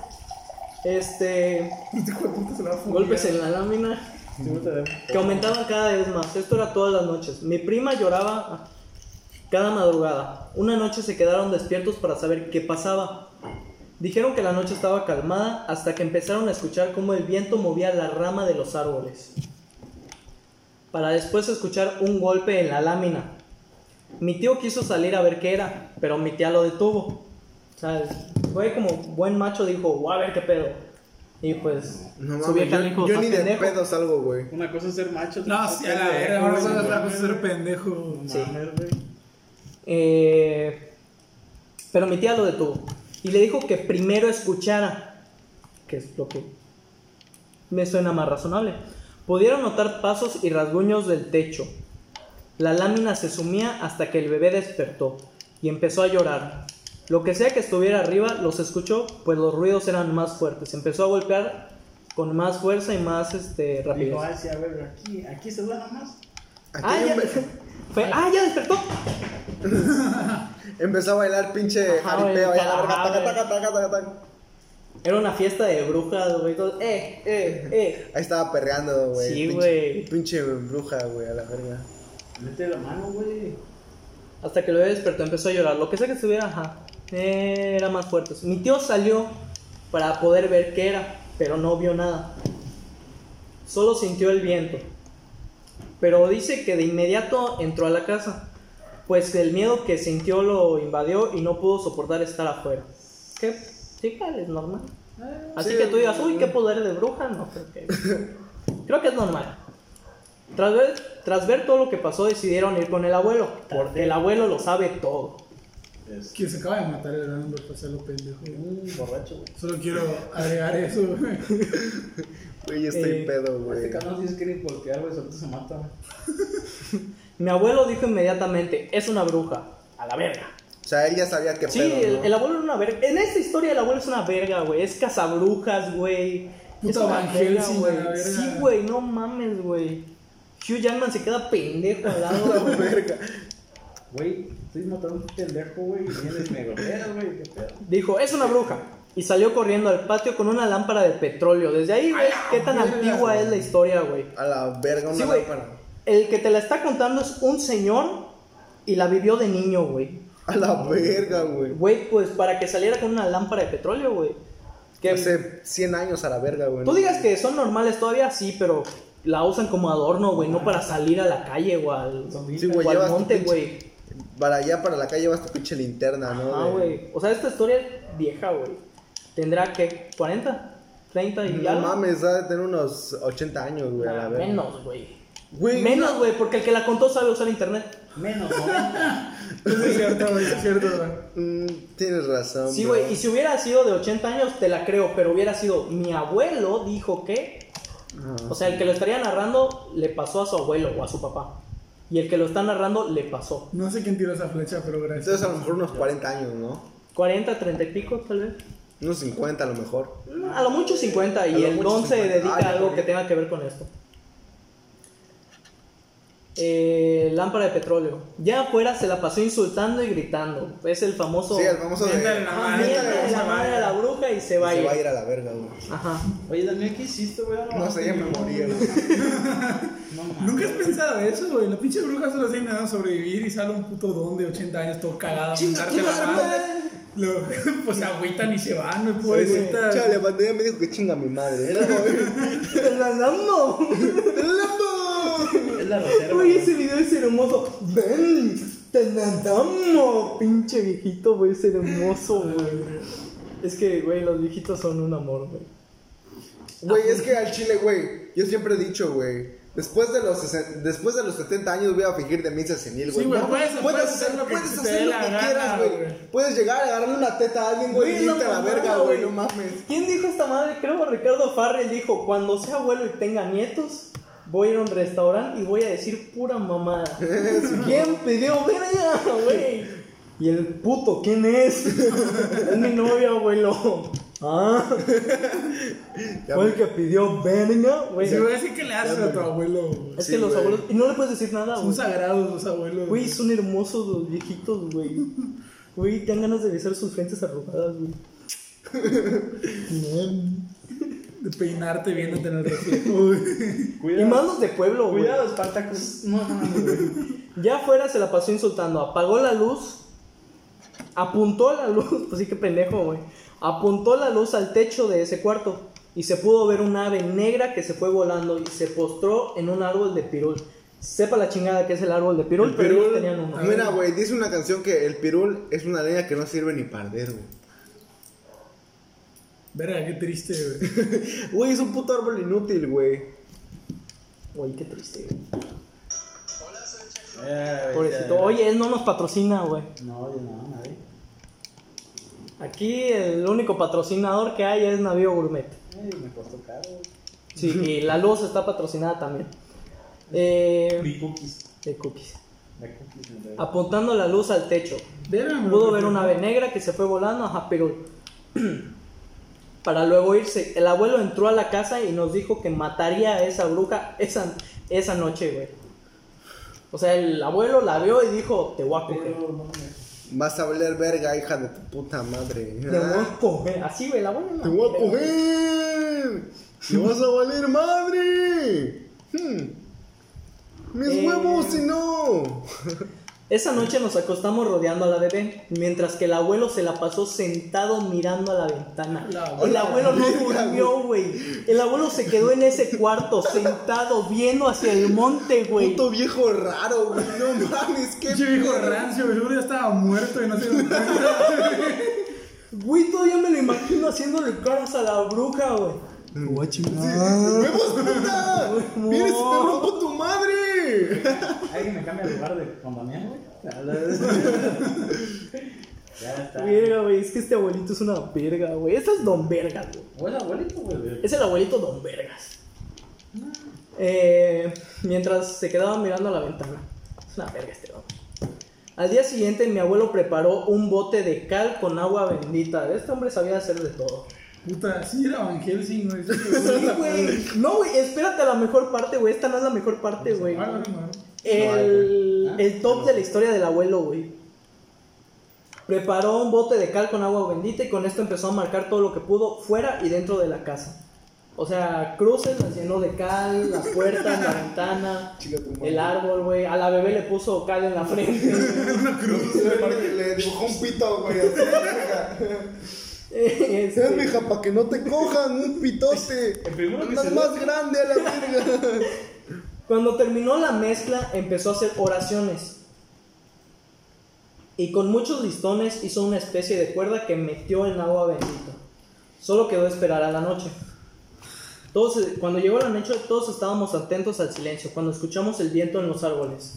[SPEAKER 2] Este.
[SPEAKER 1] (laughs) Este hijo de puta se la va a fumigar.
[SPEAKER 2] Golpes en la lámina.
[SPEAKER 3] Sí, no te veo.
[SPEAKER 2] que aumentaban cada vez más. Esto era todas las noches. Mi prima lloraba cada madrugada. Una noche se quedaron despiertos para saber qué pasaba. Dijeron que la noche estaba calmada hasta que empezaron a escuchar cómo el viento movía la rama de los árboles. Para después escuchar un golpe en la lámina. Mi tío quiso salir a ver qué era, pero mi tía lo detuvo. O sea, el güey como buen macho dijo, voy a ver qué pedo. Y pues,
[SPEAKER 4] No
[SPEAKER 2] su
[SPEAKER 4] mames,
[SPEAKER 2] vieja le
[SPEAKER 4] yo,
[SPEAKER 2] dijo,
[SPEAKER 4] yo
[SPEAKER 2] "Estás
[SPEAKER 4] ni de
[SPEAKER 2] pendejo".
[SPEAKER 4] pedo salgo, güey.
[SPEAKER 3] Una cosa es ser macho. otra
[SPEAKER 1] No,
[SPEAKER 3] cosa
[SPEAKER 1] sí,
[SPEAKER 3] es
[SPEAKER 1] a la
[SPEAKER 3] ser
[SPEAKER 1] verga,
[SPEAKER 3] pendejo,
[SPEAKER 1] una cosa es
[SPEAKER 3] güey.
[SPEAKER 1] otra cosa es ser pendejo.
[SPEAKER 3] No
[SPEAKER 2] Sí.
[SPEAKER 3] mames, güey.
[SPEAKER 2] Eh, pero mi tía lo detuvo y le dijo que primero escuchara, que es lo que me suena más razonable. Pudieron notar pasos y rasguños del techo. La lámina se sumía hasta que el bebé despertó y empezó a llorar. Lo que sea que estuviera arriba los escuchó, pues los ruidos eran más fuertes. Empezó a golpear con más fuerza y más este, rapidez.
[SPEAKER 3] Dijo, ah, sí, a ver, aquí, aquí se duele más.
[SPEAKER 4] Aquí
[SPEAKER 2] Ah, ya, (laughs)
[SPEAKER 4] empe-
[SPEAKER 2] fue- ah, ya despertó.
[SPEAKER 4] (laughs) empezó a bailar pinche
[SPEAKER 2] Ajá,
[SPEAKER 4] jaripeo.
[SPEAKER 2] güey,
[SPEAKER 4] allá la verga,
[SPEAKER 2] ajá,
[SPEAKER 4] taca,
[SPEAKER 2] güey.
[SPEAKER 4] taca, taca, taca, taca.
[SPEAKER 2] Era una fiesta de brujas, güey. todo, eh, eh, eh.
[SPEAKER 4] Ahí estaba perreando, güey.
[SPEAKER 2] Sí,
[SPEAKER 4] pinche-
[SPEAKER 2] güey.
[SPEAKER 4] Pinche bruja, güey, a la verga.
[SPEAKER 3] Mete la mano, güey.
[SPEAKER 2] Hasta que lo despertó, empezó a llorar. Lo que sea que estuviera, ajá. eh, Era más fuerte. Mi tío salió para poder ver qué era, pero no vio nada. Solo sintió el viento. Pero dice que de inmediato entró a la casa, pues el miedo que sintió lo invadió y no pudo soportar estar afuera. ¿Qué? Sí, vale, es normal. Así
[SPEAKER 4] Eh, sí,
[SPEAKER 2] que tú digas,
[SPEAKER 4] es
[SPEAKER 2] uy, qué poder de bruja, no creo
[SPEAKER 4] (laughs)
[SPEAKER 2] que. creo que es normal. Tras ver, tras ver todo lo que pasó, decidieron ir con el abuelo, porque el abuelo lo sabe todo.
[SPEAKER 3] Es
[SPEAKER 1] Que se acaba de matar el Brandon por pasarlo pendejo.
[SPEAKER 3] un borracho, güey.
[SPEAKER 1] Solo quiero agregar eso, güey. (laughs)
[SPEAKER 4] Güey, yo estoy
[SPEAKER 2] Eh,
[SPEAKER 4] pedo, güey.
[SPEAKER 3] Este cabrón sí es que porque algo de suerte se mata, güey.
[SPEAKER 2] Mi abuelo dijo inmediatamente, es una bruja, a la verga.
[SPEAKER 4] O sea, él ya sabía qué
[SPEAKER 2] Sí,
[SPEAKER 4] pedo.
[SPEAKER 2] el,
[SPEAKER 4] ¿no?
[SPEAKER 2] el abuelo era una verga. En esta historia el abuelo es una verga, güey. Es cazabrujas, güey.
[SPEAKER 1] Puta
[SPEAKER 2] Es una
[SPEAKER 1] Van
[SPEAKER 2] verga,
[SPEAKER 1] Helsing,
[SPEAKER 2] güey.
[SPEAKER 1] a la verga.
[SPEAKER 2] Sí, güey, no mames, güey. Hugh Jackman se queda pendejo al
[SPEAKER 1] (laughs)
[SPEAKER 2] lado, güey.
[SPEAKER 4] Verga.
[SPEAKER 3] Güey, estoy matando a un pendejo, güey. Y vienes y me golpeas, güey. ¿Qué pedo?
[SPEAKER 2] Dijo, es una bruja. Y salió corriendo al patio con una lámpara de petróleo. Desde ahí ves qué tan
[SPEAKER 1] verga,
[SPEAKER 2] antigua es la historia, güey.
[SPEAKER 4] A la verga, una
[SPEAKER 2] Sí, güey.
[SPEAKER 4] lámpara.
[SPEAKER 2] El que te la está contando es un señor y la vivió de niño, güey.
[SPEAKER 4] A la verga, güey.
[SPEAKER 2] Güey, pues para que saliera con una lámpara de petróleo, güey. Que
[SPEAKER 4] Hace 100 años a la verga, güey.
[SPEAKER 2] tú digas que son normales todavía, sí, pero la usan como adorno, güey, no para salir a la calle o al,
[SPEAKER 4] Sí, güey,
[SPEAKER 2] o al
[SPEAKER 4] llevas tu
[SPEAKER 2] monte,
[SPEAKER 4] pinche-
[SPEAKER 2] güey.
[SPEAKER 4] Para allá, para la calle, llevas tu pinche linterna, ¿no?
[SPEAKER 2] Ah,
[SPEAKER 4] De-
[SPEAKER 2] güey. O sea, esta historia es vieja, güey. Tendrá que 40, 30 y
[SPEAKER 4] No
[SPEAKER 2] algo.
[SPEAKER 4] mames, ha de tener unos 80 años, güey, a la
[SPEAKER 2] Ah,
[SPEAKER 4] verga.
[SPEAKER 2] menos, güey.
[SPEAKER 4] Güey,
[SPEAKER 2] Menos, güey, porque el que la contó sabe usar internet.
[SPEAKER 3] Menos, ¿no?
[SPEAKER 1] Eso es cierto, güey, eso es cierto, güey.
[SPEAKER 4] Mm, tienes razón.
[SPEAKER 2] Sí,
[SPEAKER 4] bro.
[SPEAKER 2] güey, y si hubiera sido de 80 años, te la creo, pero hubiera sido mi abuelo dijo que,
[SPEAKER 4] Ah,
[SPEAKER 2] o sea, el que lo estaría narrando le pasó a su abuelo o a su papá. Y el que lo está narrando le pasó.
[SPEAKER 1] No sé quién tiró esa flecha, pero gracias.
[SPEAKER 4] Entonces, a lo mejor unos 40 años, ¿no?
[SPEAKER 2] 40, 30 y pico, tal vez.
[SPEAKER 4] Unos 50 a lo mejor.
[SPEAKER 2] Mm, A lo mucho 50
[SPEAKER 4] A
[SPEAKER 2] y
[SPEAKER 4] lo
[SPEAKER 2] el
[SPEAKER 4] mucho
[SPEAKER 2] don se
[SPEAKER 4] 50.
[SPEAKER 2] dedica
[SPEAKER 4] Ay,
[SPEAKER 2] a algo
[SPEAKER 4] güey.
[SPEAKER 2] que tenga que ver con esto. eh, lámpara de petróleo. Ya afuera se la pasó insultando y gritando. Es el famoso.
[SPEAKER 4] Sí, el famoso de.
[SPEAKER 1] Miéntale la
[SPEAKER 2] Ah,
[SPEAKER 1] madre,
[SPEAKER 2] miéntale la madre a la bruja y se va a
[SPEAKER 4] Se
[SPEAKER 2] ir.
[SPEAKER 4] va a ir a la verga, güey. (laughs)
[SPEAKER 2] Ajá.
[SPEAKER 3] Oye, Daniel, ¿qué hiciste, güey?
[SPEAKER 4] No sé, ya me
[SPEAKER 1] (laughs)
[SPEAKER 4] moría, güey.
[SPEAKER 3] No, mames.
[SPEAKER 1] Nunca has pensado eso, güey. La pinche bruja solo tiene a sobrevivir y sale un puto don de 80 años todo cagado. a juntarte la mano. Lo- (laughs) Pues se agüitan y se van, güey, pobrecita.
[SPEAKER 4] Chale, la pandemia me dijo que chinga mi madre. Era, güey.
[SPEAKER 2] ¡Te la dando!
[SPEAKER 4] ¡Lambo!
[SPEAKER 3] Es la reserva.
[SPEAKER 2] Uy,
[SPEAKER 3] güey.
[SPEAKER 2] ese video es hermoso. ¡Ven! ¡Te la damos! Pinche viejito, güey, es hermoso, güey. Es que, güey, los viejitos son un amor, güey.
[SPEAKER 4] Güey, es que al chile, güey. Yo siempre he dicho, güey. Después de, los sesen- después de los 70 años voy a fingir de misa senil, güey.
[SPEAKER 1] Sí, güey,
[SPEAKER 4] No,
[SPEAKER 1] puedes- puedes
[SPEAKER 4] hacer,
[SPEAKER 1] hacer lo que
[SPEAKER 4] puedes
[SPEAKER 1] se te
[SPEAKER 4] hacer
[SPEAKER 1] dé
[SPEAKER 4] lo
[SPEAKER 1] la
[SPEAKER 4] que
[SPEAKER 1] gana,
[SPEAKER 4] quieras, güey.
[SPEAKER 1] güey.
[SPEAKER 4] Puedes llegar, agarrarle una teta a alguien, güey, y
[SPEAKER 2] no
[SPEAKER 4] irte a la
[SPEAKER 2] mames,
[SPEAKER 4] verga, güey. No mames.
[SPEAKER 2] ¿Quién dijo esta madre? Creo Ricardo Farrell dijo, cuando sea abuelo y tenga nietos, voy a ir a un restaurante y voy a decir pura (laughs) mamada. ¿Quién pidió verga, güey? Y el puto, ¿quién es? (laughs) es mi novio, abuelo. Ah,
[SPEAKER 4] Ya
[SPEAKER 2] fue
[SPEAKER 4] me-
[SPEAKER 2] el que pidió verga, güey.
[SPEAKER 1] Se voy a decir que le haces a tu abuelo, güey.
[SPEAKER 2] es
[SPEAKER 4] Sí,
[SPEAKER 2] que los
[SPEAKER 4] güey.
[SPEAKER 2] abuelos, y no le puedes decir nada,
[SPEAKER 1] Son
[SPEAKER 2] güey.
[SPEAKER 1] sagrados los abuelos.
[SPEAKER 2] Güey, son hermosos los viejitos, güey. Güey, dan ganas de besar sus frentes arrugadas, güey.
[SPEAKER 1] De peinarte viéndote en el reflejo, güey. (laughs)
[SPEAKER 2] Y
[SPEAKER 3] Cuidado.
[SPEAKER 2] más los de pueblo, güey.
[SPEAKER 3] Cuidado, Spartacus. No, no, no, güey.
[SPEAKER 2] Ya afuera se la pasó insultando. Apagó la luz. Apuntó la luz. (laughs) Pues sí, que pendejo, güey. Apuntó la luz al techo de ese cuarto. Y se pudo ver un ave negra que se fue volando y se postró en un árbol de pirul. Sepa la chingada que es el árbol de pirul,
[SPEAKER 4] El
[SPEAKER 2] pero ellos
[SPEAKER 4] pirul- Ah,
[SPEAKER 2] tenían uno.
[SPEAKER 4] Mira, güey, dice una canción que el pirul es una leña que no sirve ni para arder, güey.
[SPEAKER 1] Verga, qué triste, güey.
[SPEAKER 4] Güey, es un puto árbol inútil, güey.
[SPEAKER 2] Güey, qué triste, güey.
[SPEAKER 3] Eh, güey,
[SPEAKER 2] Pobrecito.
[SPEAKER 3] ya.
[SPEAKER 2] Oye, él no nos patrocina, güey.
[SPEAKER 3] No, oye, no, nadie.
[SPEAKER 2] Aquí el único patrocinador que hay es Navío Gourmet.
[SPEAKER 3] Ay, me costó caro. güey.
[SPEAKER 2] Sí, y la luz está patrocinada también. Eh,
[SPEAKER 3] Big cookies.
[SPEAKER 2] de cookies.
[SPEAKER 3] La cookies, me
[SPEAKER 2] Ah.
[SPEAKER 3] da.
[SPEAKER 2] Apuntando la luz al techo.
[SPEAKER 1] Verga, me
[SPEAKER 2] Pudo
[SPEAKER 1] lo-
[SPEAKER 2] ver una ave negra que se fue volando, ajá, pero (clears throat) para luego irse. El abuelo entró a la casa y nos dijo que mataría a esa bruja esa, esa noche, güey. O sea, el abuelo la vio y dijo, te voy a coger.
[SPEAKER 4] Ah.
[SPEAKER 3] Pero, no, me-
[SPEAKER 4] Vas a oler verga, hija de tu puta madre. Ah,
[SPEAKER 2] Te voy a coger. Así, güey, el abuelo. no.
[SPEAKER 4] ¡Te voy a coger! ¡Te vas a valer madre! Hmm. ¡Mis
[SPEAKER 2] Eh.
[SPEAKER 4] huevos, si no!
[SPEAKER 2] Esa noche nos acostamos rodeando a la bebé, mientras que el abuelo se la pasó sentado mirando a la ventana.
[SPEAKER 1] La
[SPEAKER 2] el
[SPEAKER 1] abuela,
[SPEAKER 2] abuelo no
[SPEAKER 4] verga,
[SPEAKER 2] durmió, güey. El abuelo se quedó en ese cuarto, sentado, viendo hacia el monte, güey.
[SPEAKER 4] Puto viejo raro, güey. No mames, qué
[SPEAKER 1] Pinche viejo
[SPEAKER 4] pedo.
[SPEAKER 1] rancio, güey. Seguro ya estaba muerto y no se dio
[SPEAKER 2] (laughs)
[SPEAKER 1] cuenta.
[SPEAKER 2] Güey, todavía me lo imagino haciéndole caras a la bruja, güey.
[SPEAKER 4] ¡Huevos, puta!
[SPEAKER 2] No.
[SPEAKER 4] ¡Mira, si te rompo tu madre!
[SPEAKER 3] Alguien me cambia el lugar de con Damián, güey. Ya está.
[SPEAKER 2] Verga, güey, es que este abuelito es una verga, güey. Este es don vergas, güey.
[SPEAKER 3] Hola, abuelito, güey.
[SPEAKER 2] Es el abuelito don vergas. Eh, mientras se quedaba mirando a la ventana. Es una verga este don. Al día siguiente mi abuelo preparó un bote de cal con agua bendita. Este hombre sabía hacer de todo.
[SPEAKER 1] Puta, sí era Van Helsing, güey. Sí,
[SPEAKER 2] Sí,
[SPEAKER 1] güey.
[SPEAKER 2] güey. No, güey, espérate a la mejor parte, güey. Esta no es la mejor parte, güey.
[SPEAKER 1] Ah, no, no.
[SPEAKER 2] El,
[SPEAKER 3] No hay, güey. ¿Ah?
[SPEAKER 2] el top de la historia del abuelo, güey. Preparó un bote de cal con agua bendita y con esto empezó a marcar todo lo que pudo fuera y dentro de la casa. O sea, cruces las llenó de cal, las puertas, la ventana,
[SPEAKER 4] Chinga tu madre.
[SPEAKER 2] el árbol, güey. A la bebé le puso cal en la frente. (laughs) güey.
[SPEAKER 4] Le, le dibujó un pito, güey. así, verga.
[SPEAKER 2] Este,
[SPEAKER 4] Ten, mija, para que no te cojan un pitote.
[SPEAKER 3] El primero que
[SPEAKER 4] Andas
[SPEAKER 3] se
[SPEAKER 4] más grande a la verga.
[SPEAKER 2] Cuando terminó la mezcla, empezó a hacer oraciones. Y con muchos listones hizo una especie de cuerda que metió en agua bendita. Solo quedó esperar a la noche. Todos, cuando llegó la noche, todos estábamos atentos al silencio, cuando escuchamos el viento en los árboles.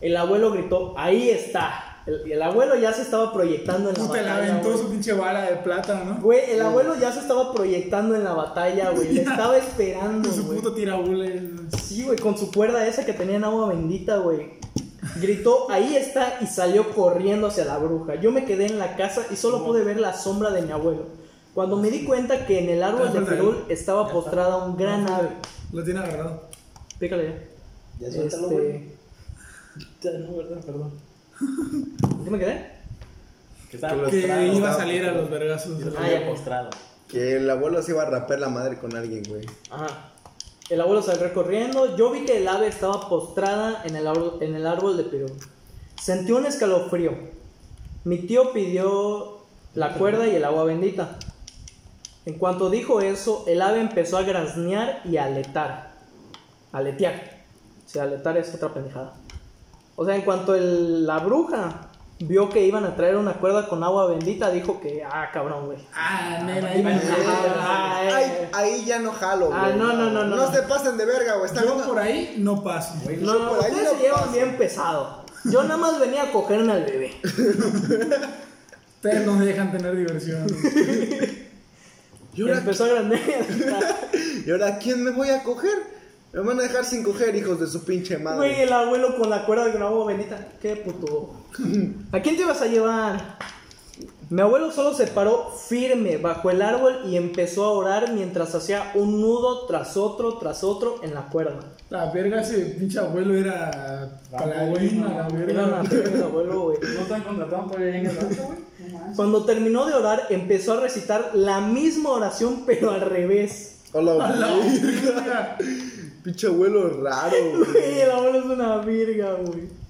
[SPEAKER 2] El abuelo gritó, ahí está. El, el abuelo ya se estaba proyectando en la
[SPEAKER 1] Puta, le
[SPEAKER 2] batalla,
[SPEAKER 1] aventó
[SPEAKER 2] güey.
[SPEAKER 1] su pinche bala de plata, ¿no?
[SPEAKER 2] Güey, el abuelo ya se estaba proyectando en la batalla, güey.
[SPEAKER 1] (laughs)
[SPEAKER 2] Le estaba esperando,
[SPEAKER 1] Con su
[SPEAKER 2] güey.
[SPEAKER 1] puto tirabules. güey.
[SPEAKER 2] Sí, güey, con su cuerda esa que tenía en agua bendita, güey. Gritó, ahí está, y salió corriendo hacia la bruja. Yo me quedé en la casa y solo pude ver la sombra de mi abuelo. Cuando me di cuenta que en el árbol de Perú estaba postrada un gran ave.
[SPEAKER 1] Lo tiene agarrado.
[SPEAKER 2] Pícale ya.
[SPEAKER 3] Ya suéltalo, güey.
[SPEAKER 2] Este,
[SPEAKER 3] Ya, no, verdad, perdón.
[SPEAKER 2] ¿Qué me quedé?
[SPEAKER 3] Que estaba
[SPEAKER 4] lo-
[SPEAKER 1] Que
[SPEAKER 4] Postrado,
[SPEAKER 1] iba a
[SPEAKER 4] estaba
[SPEAKER 1] salir a
[SPEAKER 4] postrado.
[SPEAKER 1] los vergazos.
[SPEAKER 3] Yo
[SPEAKER 1] de la-
[SPEAKER 2] Ah,
[SPEAKER 3] estaba
[SPEAKER 2] ya.
[SPEAKER 3] postrado.
[SPEAKER 4] (laughs) Que el abuelo se iba a raper la madre con alguien, güey.
[SPEAKER 2] Ajá. El abuelo salió corriendo. Yo vi que el ave estaba postrada en el árbol, en el árbol de Perú. Sentí un escalofrío. Mi tío pidió la cuerda y el agua bendita. En cuanto dijo eso, el ave empezó a graznear y a aletar. Aletear. O sea, aletar es otra pendejada. O sea, en cuanto el- la bruja vio que iban a traer una cuerda con agua bendita, dijo que, ah, cabrón, güey. Ah,
[SPEAKER 1] Ah, nena,
[SPEAKER 2] Ay,
[SPEAKER 1] ahí me
[SPEAKER 2] ay, ay.
[SPEAKER 4] Ay, ahí ya no jalo, güey.
[SPEAKER 2] Eh. Ah, no, no, no, no.
[SPEAKER 4] No se pasen de verga, güey. Está
[SPEAKER 1] Yo
[SPEAKER 4] viendo-
[SPEAKER 1] por ahí no paso.
[SPEAKER 2] No, no,
[SPEAKER 4] por ahí
[SPEAKER 2] ustedes
[SPEAKER 4] no
[SPEAKER 2] se llevan
[SPEAKER 4] pasa.
[SPEAKER 2] bien pesado. Yo nada más venía a cogerme al bebé.
[SPEAKER 1] Ustedes no me dejan tener diversión.
[SPEAKER 2] Y empezó a grandear.
[SPEAKER 4] ¿Y ahora quién me voy a coger? Me van a dejar sin coger, hijos de su pinche
[SPEAKER 2] Güey,
[SPEAKER 4] madre.
[SPEAKER 2] el abuelo con la cuerda de una agua bendita. Qué puto. ¿A quién te ibas a llevar? Mi abuelo solo se paró firme bajo el árbol y empezó a orar mientras hacía un nudo tras otro, tras otro en la cuerda.
[SPEAKER 1] La verga, ese pinche abuelo era paladino, la
[SPEAKER 2] Era una
[SPEAKER 1] verga.
[SPEAKER 2] fe del abuelo, güey.
[SPEAKER 3] No están contratando para ir en el banco, güey. No más.
[SPEAKER 2] Cuando terminó de orar, empezó a recitar la misma oración, pero al revés. (laughs)
[SPEAKER 4] Hola,
[SPEAKER 1] (laughs) A la
[SPEAKER 4] güey.
[SPEAKER 1] verga.
[SPEAKER 4] Pinche abuelo raro,
[SPEAKER 2] Güey,
[SPEAKER 4] güey.
[SPEAKER 2] el abuelo es una virga, güey.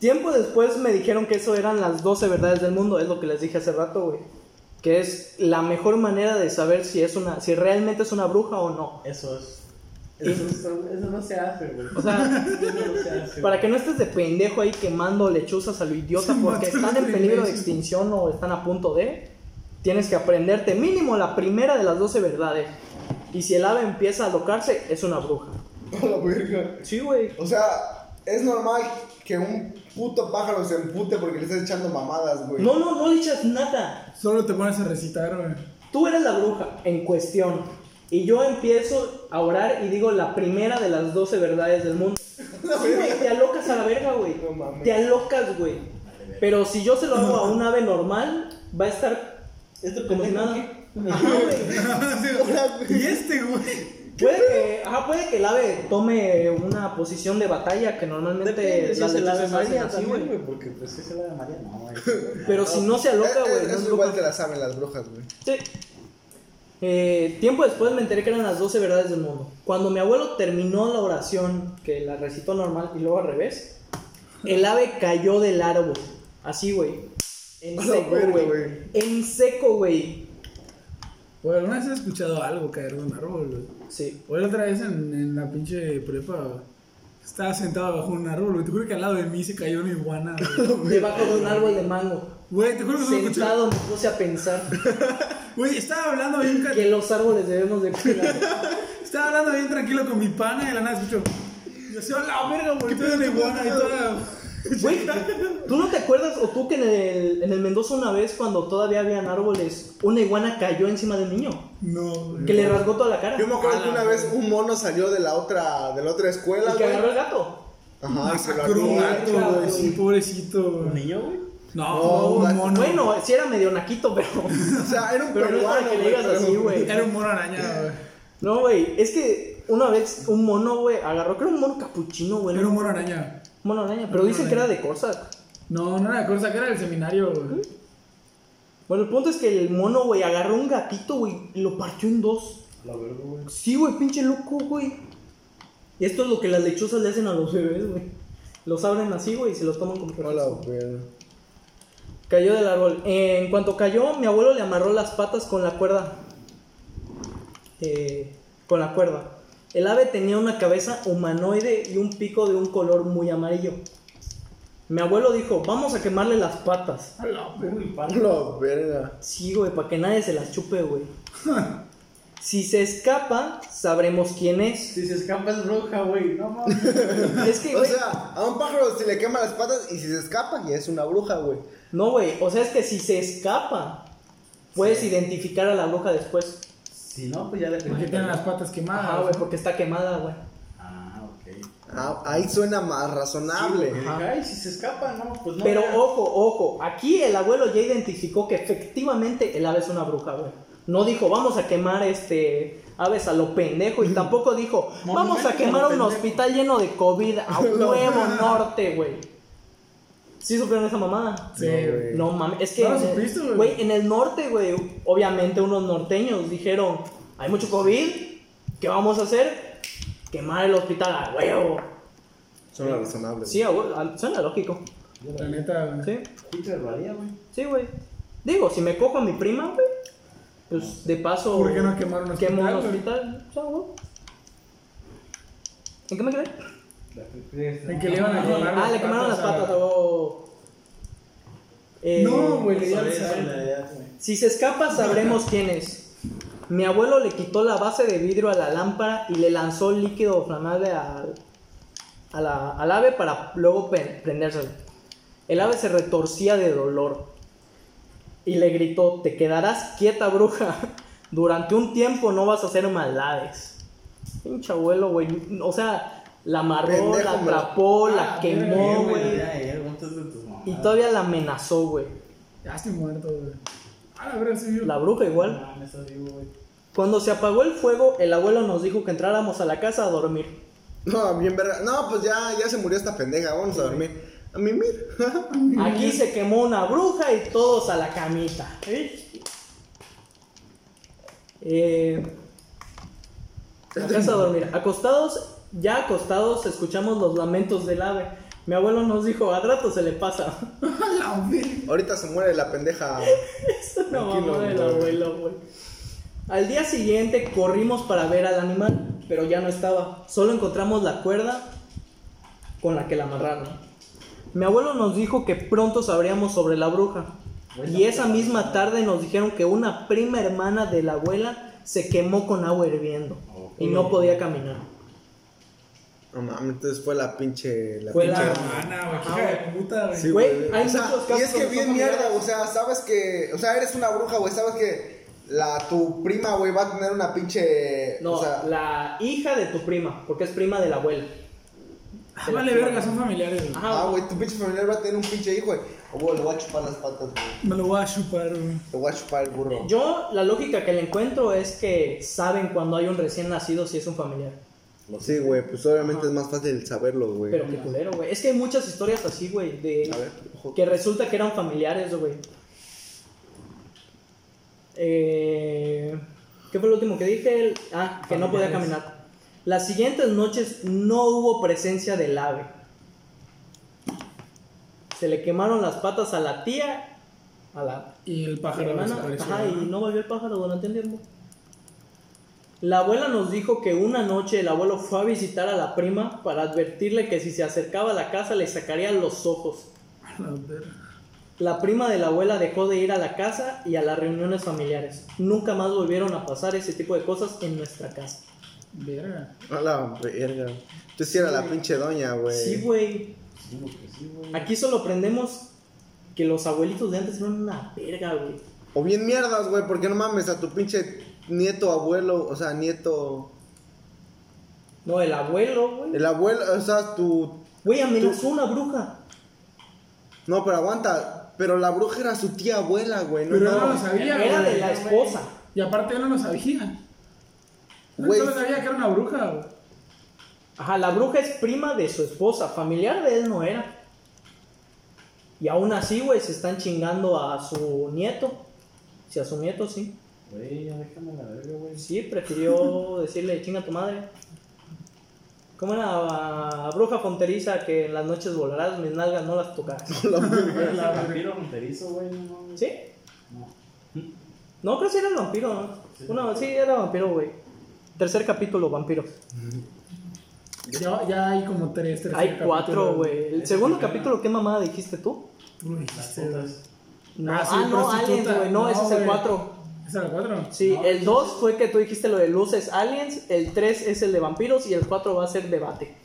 [SPEAKER 2] Tiempo después me dijeron que eso eran las 12 verdades del mundo, es lo que les dije hace rato, güey. Que es la mejor manera de saber si es una, si realmente es una bruja o no.
[SPEAKER 3] Eso es. Eso, es- eso no se hace, güey.
[SPEAKER 2] O sea, (laughs)
[SPEAKER 3] Eso no se hace.
[SPEAKER 2] para que no estés de pendejo ahí quemando lechuzas a lo idiota
[SPEAKER 1] Sí,
[SPEAKER 2] porque
[SPEAKER 1] matar
[SPEAKER 2] están en
[SPEAKER 1] de
[SPEAKER 2] peligro de
[SPEAKER 1] imbécil.
[SPEAKER 2] extinción o están a punto de, tienes que aprenderte mínimo la primera de las 12 verdades. Y si el ave empieza a locarse, es una bruja.
[SPEAKER 4] Hola, verga.
[SPEAKER 2] Sí, güey.
[SPEAKER 4] O sea, es normal que un puto pájaro se empute porque le estás echando mamadas, güey.
[SPEAKER 2] No, no, no le echas nada.
[SPEAKER 1] Solo te pones a recitar, güey.
[SPEAKER 2] Tú eres la bruja en cuestión. Y yo empiezo a orar y digo la primera de las 12 verdades del mundo. Sí, güey, te alocas a la verga, güey.
[SPEAKER 4] No mames.
[SPEAKER 2] Te alocas, güey. Pero si yo se lo hago a un ave normal, va a estar
[SPEAKER 3] Esto
[SPEAKER 2] como si
[SPEAKER 3] pendejo
[SPEAKER 2] nada.
[SPEAKER 3] aquí.
[SPEAKER 2] Ajá, güey.
[SPEAKER 1] Y este, güey.
[SPEAKER 2] Puede que, ajá, puede que el ave tome una posición de batalla que normalmente
[SPEAKER 3] Depende si
[SPEAKER 2] las
[SPEAKER 3] es el ave
[SPEAKER 2] lechuzas hacen
[SPEAKER 3] María
[SPEAKER 2] así,
[SPEAKER 3] también,
[SPEAKER 2] güey.
[SPEAKER 3] güey, porque pues si es el ave María, no, güey. (laughs)
[SPEAKER 2] Pero si no se
[SPEAKER 4] Eh,
[SPEAKER 2] aloca,
[SPEAKER 4] eh,
[SPEAKER 2] güey. no es
[SPEAKER 4] Eso
[SPEAKER 2] bruja.
[SPEAKER 4] igual te la saben las brujas, güey.
[SPEAKER 2] Sí. Eh, tiempo después me enteré que eran las 12 verdades del mundo. Cuando mi abuelo terminó la oración, que la recitó normal y luego al revés, el ave cayó del árbol. Así, güey. En
[SPEAKER 4] (laughs) A la
[SPEAKER 2] seco,
[SPEAKER 4] verga,
[SPEAKER 2] güey.
[SPEAKER 4] güey.
[SPEAKER 2] En seco, güey.
[SPEAKER 1] Güey, ¿alguna vez has escuchado algo caer de un árbol, güey?
[SPEAKER 2] Sí.
[SPEAKER 1] Güey, la otra vez en, en la pinche prepa, güey, estaba sentado bajo un árbol, güey. Te juro que al lado de mí se cayó una iguana, güey.
[SPEAKER 2] Debajo de un árbol de
[SPEAKER 4] (laughs)
[SPEAKER 2] mango.
[SPEAKER 1] Güey, te juro que no lo escuché.
[SPEAKER 2] Sentado me puse a pensar
[SPEAKER 1] Güey, estaba hablando bien ca-
[SPEAKER 2] que los árboles debemos de cuidar.
[SPEAKER 4] (laughs)
[SPEAKER 1] Estaba hablando bien tranquilo con mi pana y de la nada escucho. Yo soy la verga, güey. Tú eres iguana y toda.
[SPEAKER 2] Güey, ¿tú no te acuerdas o tú que en el, en el Mendoza una vez cuando todavía habían árboles, una iguana cayó encima del niño?
[SPEAKER 1] No, güey.
[SPEAKER 2] Que le rasgó toda la cara.
[SPEAKER 4] Yo me
[SPEAKER 1] A
[SPEAKER 2] (laughs)
[SPEAKER 4] acuerdo
[SPEAKER 1] la
[SPEAKER 4] que una vez un mono salió de la otra, de la otra escuela,
[SPEAKER 2] Y que agarró
[SPEAKER 4] güey.
[SPEAKER 2] el gato.
[SPEAKER 4] Ajá, y se lo
[SPEAKER 1] Masacró un
[SPEAKER 4] armó.
[SPEAKER 1] gato, güey. Sí, pobrecito,
[SPEAKER 3] ¿Un
[SPEAKER 1] güey.
[SPEAKER 3] niño, güey?
[SPEAKER 4] No,
[SPEAKER 1] No, un
[SPEAKER 4] gato.
[SPEAKER 1] mono.
[SPEAKER 2] Bueno, sí era medio naquito, pero. (laughs)
[SPEAKER 4] O sea, era un
[SPEAKER 2] Pero no es para
[SPEAKER 4] peruano,
[SPEAKER 2] que le digas
[SPEAKER 4] pero-
[SPEAKER 2] así, güey.
[SPEAKER 1] Era un mono araña, güey.
[SPEAKER 2] No, güey. Es que una vez un mono, güey, agarró, creo un mono capuchino, güey.
[SPEAKER 1] Era
[SPEAKER 2] ¿no?
[SPEAKER 1] un mono araña.
[SPEAKER 2] Mono araña. Pero
[SPEAKER 1] Un
[SPEAKER 2] dicen que
[SPEAKER 1] mono
[SPEAKER 2] era
[SPEAKER 1] araña.
[SPEAKER 2] de Corsac.
[SPEAKER 1] No, no era cosa, que era el seminario,
[SPEAKER 2] ¿Mm?
[SPEAKER 1] güey.
[SPEAKER 2] Bueno, el punto es que el mono, güey, agarró un gatito, güey, y lo partió en dos.
[SPEAKER 3] La verga, güey.
[SPEAKER 2] Sí, güey, pinche loco, güey. Y esto es lo que las lechuzas le hacen a los bebés, güey. Los abren así, güey, y se los toman como
[SPEAKER 4] Hola,
[SPEAKER 2] refresco.
[SPEAKER 4] güey.
[SPEAKER 2] Cayó del árbol. En cuanto cayó, mi abuelo le amarró las patas con la cuerda. Eh, con la cuerda. El ave tenía una cabeza humanoide y un pico de un color muy amarillo. Mi abuelo dijo, vamos a quemarle las patas.
[SPEAKER 3] Uy, palo.
[SPEAKER 4] Hola, verga.
[SPEAKER 2] Sí, güey, para que nadie se las chupe,
[SPEAKER 4] (laughs)
[SPEAKER 2] güey. Si se escapa, sabremos quién es.
[SPEAKER 3] Si se escapa es bruja, güey. No mames.
[SPEAKER 2] Es que,
[SPEAKER 4] (laughs) O
[SPEAKER 2] güey,
[SPEAKER 4] sea, a un pájaro se le quema las patas y si se escapa, ya es una bruja, güey.
[SPEAKER 2] no, güey, o sea, es que si se escapa, puedes identificar a la bruja después.
[SPEAKER 3] Si no, pues ya le
[SPEAKER 1] Porque tienen las patas quemadas.
[SPEAKER 2] Ajá, güey, porque está quemada, güey.
[SPEAKER 3] Ah, ok.
[SPEAKER 4] Ah, ahí suena más razonable.
[SPEAKER 3] Porque dije, ay, si se escapa, no, pues no.
[SPEAKER 2] Pero
[SPEAKER 3] ya.
[SPEAKER 2] ojo, ojo, aquí el abuelo ya identificó que efectivamente el ave es una bruja, güey. No dijo, vamos a quemar este aves a lo pendejo y tampoco dijo, vamos
[SPEAKER 3] Monumentos a
[SPEAKER 2] a
[SPEAKER 3] lo
[SPEAKER 2] quemar un
[SPEAKER 3] pendejo".
[SPEAKER 2] hospital lleno de COVID a
[SPEAKER 4] No.
[SPEAKER 2] huevo norte, güey. ¿Sí supieron esa mamada?
[SPEAKER 1] Sí,
[SPEAKER 4] No,
[SPEAKER 1] güey.
[SPEAKER 4] güey.
[SPEAKER 2] No mames, es que.
[SPEAKER 1] No lo supiste, güey.
[SPEAKER 2] Güey, en el norte, güey, obviamente unos norteños dijeron: hay mucho COVID, ¿qué vamos a hacer? Quemar el hospital a huevo.
[SPEAKER 4] Son las razonables.
[SPEAKER 2] Sí, a huevo, a- suena lógico.
[SPEAKER 1] La neta,
[SPEAKER 2] Sí,
[SPEAKER 3] Hitler valía, güey.
[SPEAKER 2] sí, güey. Digo, si me cojo a mi prima, güey, pues de paso.
[SPEAKER 1] ¿por qué no quemar un hospital?
[SPEAKER 2] Quemo un
[SPEAKER 1] güey?
[SPEAKER 2] hospital, o sea, huevo. ¿En qué me quedé?
[SPEAKER 1] En que le iban a quemar
[SPEAKER 2] ah, le quemaron las
[SPEAKER 1] a-
[SPEAKER 2] patas, huevo. Eh,
[SPEAKER 1] No, güey, le di
[SPEAKER 3] Sobre
[SPEAKER 1] al
[SPEAKER 3] eso,
[SPEAKER 1] sal.
[SPEAKER 3] la idea, güey.
[SPEAKER 2] Si se escapa, sabremos quién es. Mi abuelo le quitó la base de vidrio a la lámpara y le lanzó líquido flamable al, a la- al ave para luego pe- prendérselo. El ave se retorcía de dolor y le gritó: Te quedarás quieta, bruja. (laughs) Durante un tiempo no vas a hacer maldades. Pinche abuelo, güey. O sea, la amarró,
[SPEAKER 4] Pendejo,
[SPEAKER 2] la
[SPEAKER 4] me la-
[SPEAKER 2] atrapó, la
[SPEAKER 1] Ah,
[SPEAKER 2] quemó,
[SPEAKER 3] Bien,
[SPEAKER 2] güey.
[SPEAKER 3] ya, ya, ¿cuántas de tus mamadas?
[SPEAKER 2] Y todavía la amenazó, güey.
[SPEAKER 1] Ya estoy muerto, güey. Ah, la verdad, sí, yo.
[SPEAKER 2] La bruja igual.
[SPEAKER 3] No, mames, Ah, estás vivo, güey.
[SPEAKER 2] Cuando se apagó el fuego, el abuelo nos dijo que entráramos a la casa a dormir.
[SPEAKER 4] No, bien verga. No, pues ya, ya se murió esta pendeja. Vamos a dormir. A mimir.
[SPEAKER 2] Aquí se quemó una bruja y todos a la camita. Eh, la casa a dormir. Acostados, ya acostados, escuchamos los lamentos del ave. Mi abuelo nos dijo, al rato se le pasa.
[SPEAKER 1] (laughs) La verga.
[SPEAKER 4] Ahorita se muere la pendeja.
[SPEAKER 2] Es una
[SPEAKER 4] Tranquilo,
[SPEAKER 2] mamada del
[SPEAKER 4] güey.
[SPEAKER 2] abuelo, güey. Al día siguiente corrimos para ver al animal, pero ya no estaba. Solo encontramos la cuerda con la que la amarraron. Mi abuelo nos dijo que pronto sabríamos sobre la bruja. Y esa
[SPEAKER 4] pues,
[SPEAKER 2] misma tarde nos dijeron que una prima hermana de la abuela se quemó con agua hirviendo y no podía caminar.
[SPEAKER 4] No mames, entonces fue la pinche. La
[SPEAKER 2] Fue
[SPEAKER 4] pinche-
[SPEAKER 2] la-
[SPEAKER 1] Pinche hermana, güey. qué Hija de puta, güey.
[SPEAKER 4] Sí,
[SPEAKER 2] Güey, hay
[SPEAKER 4] o sea,
[SPEAKER 2] muchos
[SPEAKER 4] y
[SPEAKER 2] casos
[SPEAKER 4] es que
[SPEAKER 2] donde son
[SPEAKER 4] bien
[SPEAKER 2] familiares.
[SPEAKER 4] mierda, o sea, sabes que, o sea, eres una bruja, güey, sabes que la tu prima, güey, va a tener una pinche,
[SPEAKER 2] No,
[SPEAKER 4] o sea,
[SPEAKER 2] la hija de tu prima, porque es prima de la abuela.
[SPEAKER 1] Ah, vale, verga, son familiares, güey.
[SPEAKER 2] Ajá,
[SPEAKER 4] ah, güey, tu pinche familiar va a tener un pinche hijo, güey. O, güey, le voy a chupar las patas, güey.
[SPEAKER 1] Me lo voy a chupar, güey.
[SPEAKER 4] Le voy a chupar el burro.
[SPEAKER 2] Yo la lógica que le encuentro es que saben cuando hay un recién nacido si es un familiar.
[SPEAKER 4] Sí, güey, pues obviamente es más fácil saberlo, güey.
[SPEAKER 2] Pero qué culero, güey. Es que hay muchas historias así, güey, de
[SPEAKER 4] A ver, ojo.
[SPEAKER 2] que resulta que eran familiares, güey. Eh, ¿Qué fue lo último que dije? El- Ah, que no podía
[SPEAKER 1] Familiares.
[SPEAKER 2] caminar. Las siguientes noches no hubo presencia del ave. Se le quemaron las patas a la tía, a la
[SPEAKER 1] Y el pájaro
[SPEAKER 2] hermana,
[SPEAKER 1] desapareció.
[SPEAKER 2] ajá, y
[SPEAKER 1] ¿no?
[SPEAKER 2] no volvió el pájaro durante un tiempo. La abuela nos dijo que una noche el abuelo fue a visitar a la prima para advertirle que si se acercaba a la casa le sacaría los ojos.
[SPEAKER 1] A la verga.
[SPEAKER 2] La prima de la abuela dejó de ir a la casa y a las reuniones familiares. Nunca más volvieron a pasar ese tipo de cosas en nuestra casa.
[SPEAKER 1] Verga.
[SPEAKER 4] A la verga. Tú sí era la pinche doña, güey.
[SPEAKER 2] Sí, güey.
[SPEAKER 3] Digo que sí, güey.
[SPEAKER 2] Aquí solo aprendemos que los abuelitos de antes eran una verga, güey.
[SPEAKER 4] O bien mierdas, güey, porque no mames a tu pinche nieto, abuelo, o sea, nieto,
[SPEAKER 2] No, el abuelo, güey.
[SPEAKER 4] el abuelo, o sea, tu
[SPEAKER 2] Güey, amenazó una bruja.
[SPEAKER 4] No, pero aguanta. Pero la bruja era su tía abuela, güey. No,
[SPEAKER 1] Pero él no lo
[SPEAKER 4] mames.
[SPEAKER 1] sabía,
[SPEAKER 2] Era
[SPEAKER 1] güey.
[SPEAKER 2] de la esposa.
[SPEAKER 1] Y aparte él no lo sabía. Él
[SPEAKER 4] Güey.
[SPEAKER 1] solo sabía que era una bruja, güey.
[SPEAKER 2] Ajá, la bruja es prima de su esposa, familiar de él no era. Y aún así, güey, se están chingando a su nieto. Sí, a su nieto, sí.
[SPEAKER 3] Güey, ya déjame la verga, güey.
[SPEAKER 2] Sí,
[SPEAKER 3] (laughs)
[SPEAKER 2] prefirió decirle chinga a tu madre. ¿Cómo era ah, bruja fronteriza que en las noches volarás, mis nalgas no las tocarás?
[SPEAKER 3] Güey, (laughs) la vampiro monterizo, güey, no mames.
[SPEAKER 2] ¿Sí?
[SPEAKER 3] No.
[SPEAKER 2] No, creo que sí era el vampiro, ¿no?
[SPEAKER 3] Sí.
[SPEAKER 2] Bueno, sí, era vampiro, güey. Tercer capítulo, vampiro.
[SPEAKER 1] Ya, ya hay como tres, tres.
[SPEAKER 2] Hay cuatro, güey. El
[SPEAKER 3] Ese
[SPEAKER 2] segundo
[SPEAKER 3] primero.
[SPEAKER 2] capítulo, ¿qué mamada dijiste tú?
[SPEAKER 1] Tú lo
[SPEAKER 3] Las
[SPEAKER 1] dijiste, güey.
[SPEAKER 3] putas.
[SPEAKER 2] No,
[SPEAKER 1] Ah, sí,
[SPEAKER 2] ah, no,
[SPEAKER 1] prostituta.
[SPEAKER 2] Aliens, güey. No, ese es el
[SPEAKER 1] güey.
[SPEAKER 2] 4.
[SPEAKER 1] ¿Es el cuatro?
[SPEAKER 2] Sí,
[SPEAKER 3] No,
[SPEAKER 2] el 2 fue que tú dijiste lo de luces aliens, el 3 es el de vampiros y el 4 va a ser debate.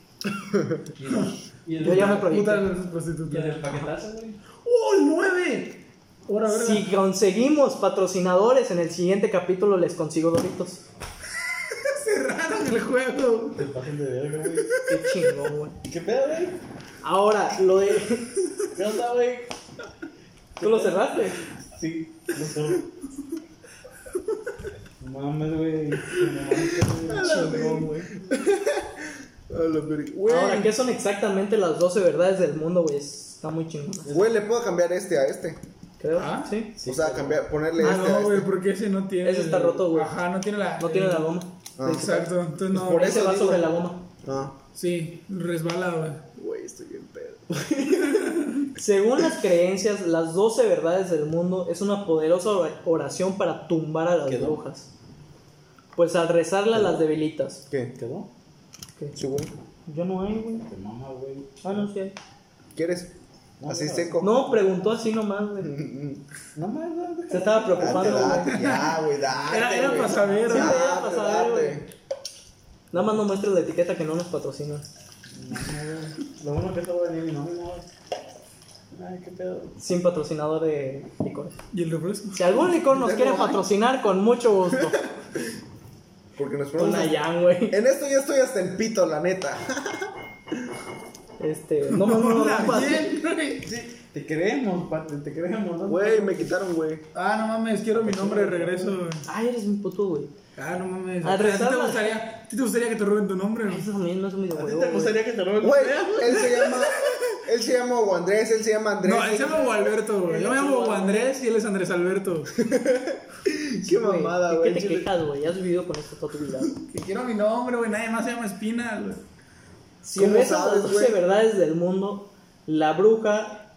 [SPEAKER 3] Y el- Y el
[SPEAKER 2] Yo ya me
[SPEAKER 1] Puta
[SPEAKER 2] proyecté.
[SPEAKER 1] las
[SPEAKER 3] y el
[SPEAKER 1] prostitutas.
[SPEAKER 3] empaquetazo, güey.
[SPEAKER 1] ¡Oh, el nueve! Ahora, verga.
[SPEAKER 2] Si conseguimos patrocinadores en el siguiente capítulo les consigo doritos.
[SPEAKER 1] Cerraron el juego.
[SPEAKER 3] Te pasen de verga, güey.
[SPEAKER 2] Qué chingón, güey.
[SPEAKER 3] ¿Qué pedo, güey?
[SPEAKER 2] Ahora, lo de...
[SPEAKER 3] ¿Qué onda, güey?
[SPEAKER 2] Tú lo cerraste.
[SPEAKER 3] Sí, no sé. No mames, güey. No mames, güey. (laughs) Chingón, güey.
[SPEAKER 4] A la verga. Güey.
[SPEAKER 2] Ahora, ¿qué son exactamente las 12 verdades del mundo, güey? Está muy chingón.
[SPEAKER 4] Güey, le puedo cambiar este a este.
[SPEAKER 2] Creo.
[SPEAKER 1] ¿Ah?
[SPEAKER 2] Sí.
[SPEAKER 4] o sea, cambiar, ponerle
[SPEAKER 2] Ah,
[SPEAKER 4] este a
[SPEAKER 1] No,
[SPEAKER 4] este.
[SPEAKER 1] güey, porque ese no tiene.
[SPEAKER 2] Ese está roto, güey.
[SPEAKER 1] Ajá, no tiene la.
[SPEAKER 2] No tiene la goma.
[SPEAKER 4] Ah.
[SPEAKER 1] Exacto, entonces no.
[SPEAKER 4] Por
[SPEAKER 2] Ese
[SPEAKER 4] eso
[SPEAKER 2] va
[SPEAKER 4] digo.
[SPEAKER 2] sobre la goma.
[SPEAKER 4] No.
[SPEAKER 1] Sí, resbala, güey.
[SPEAKER 4] Güey, estoy bien pedo.
[SPEAKER 2] Según las creencias, las 12 verdades del mundo es una poderosa or- oración para tumbar a las
[SPEAKER 3] Quedó.
[SPEAKER 2] brujas. Pues al rezarla las debilitas.
[SPEAKER 4] ¿Qué?
[SPEAKER 3] ¿Quedó?
[SPEAKER 4] Sí, güey.
[SPEAKER 2] Yo no hay, güey.
[SPEAKER 3] Te mama, güey.
[SPEAKER 2] Ah, no, sí hay.
[SPEAKER 4] ¿Quieres?
[SPEAKER 3] No,
[SPEAKER 4] Así
[SPEAKER 3] no.
[SPEAKER 4] seco. (laughs)
[SPEAKER 2] No, preguntó así nomás, güey.
[SPEAKER 4] Mm,
[SPEAKER 3] No mames, no,
[SPEAKER 2] Se
[SPEAKER 3] déjalo.
[SPEAKER 2] estaba
[SPEAKER 4] Date,
[SPEAKER 2] preocupando, güey.
[SPEAKER 4] date. Ya, güey, date.
[SPEAKER 1] Era- era
[SPEAKER 4] güey.
[SPEAKER 1] para saber,
[SPEAKER 4] Date,
[SPEAKER 1] era
[SPEAKER 2] para saber,
[SPEAKER 4] date.
[SPEAKER 2] Nada más no muestres la etiqueta que no nos patrocina.
[SPEAKER 3] No, no, güey. Lo bueno que esto va a venir mi nómina, güey. Ay, qué pedo.
[SPEAKER 2] Sin patrocinador de licores.
[SPEAKER 1] ¿Y el refresco?
[SPEAKER 2] Si algún licor nos quiere patrocinar, con mucho gusto.
[SPEAKER 4] Porque nos ponemos.
[SPEAKER 2] Tonayán, güey.
[SPEAKER 4] En esto ya estoy hasta el pito, la neta.
[SPEAKER 2] Este,
[SPEAKER 1] (laughs)
[SPEAKER 2] no, no, no, no,
[SPEAKER 1] Hola,
[SPEAKER 2] no,
[SPEAKER 1] bien, güey.
[SPEAKER 3] Sí, te queremos, Pate, te queremos, ¿no?
[SPEAKER 4] Güey, me quitaron, güey.
[SPEAKER 1] Ah, no mames, quiero mi nombre de regreso, güey.
[SPEAKER 2] Ay, eres un puto, güey.
[SPEAKER 1] Ah, no mames.
[SPEAKER 2] Al
[SPEAKER 1] ¿A ti te
[SPEAKER 2] rezarla-
[SPEAKER 1] gustaría, a ti te gustaría que te roben tu nombre? güey?
[SPEAKER 2] Eso también no es un
[SPEAKER 3] ¿A ti
[SPEAKER 2] videojuego.
[SPEAKER 3] te
[SPEAKER 2] güey.
[SPEAKER 3] gustaría que te lo
[SPEAKER 4] Güey, él se llama. Él se llama Hugo Andrés, él se llama Andrés.
[SPEAKER 1] No, él se llama Hugo Alberto, güey. Yo me llamo Hugo Andrés y él es Andrés Alberto.
[SPEAKER 4] Qué mamada,
[SPEAKER 2] ¿Qué-
[SPEAKER 4] güey.
[SPEAKER 2] ¿Qué te
[SPEAKER 4] Chile.
[SPEAKER 2] quejas, güey? Has vivido con esto toda tu vida. güey.
[SPEAKER 1] Que quiero mi nombre, güey. Nadie más se llama Espina, güey.
[SPEAKER 2] Si en esas
[SPEAKER 4] sabes,
[SPEAKER 2] 12
[SPEAKER 4] güey?
[SPEAKER 2] verdades del mundo, la bruja,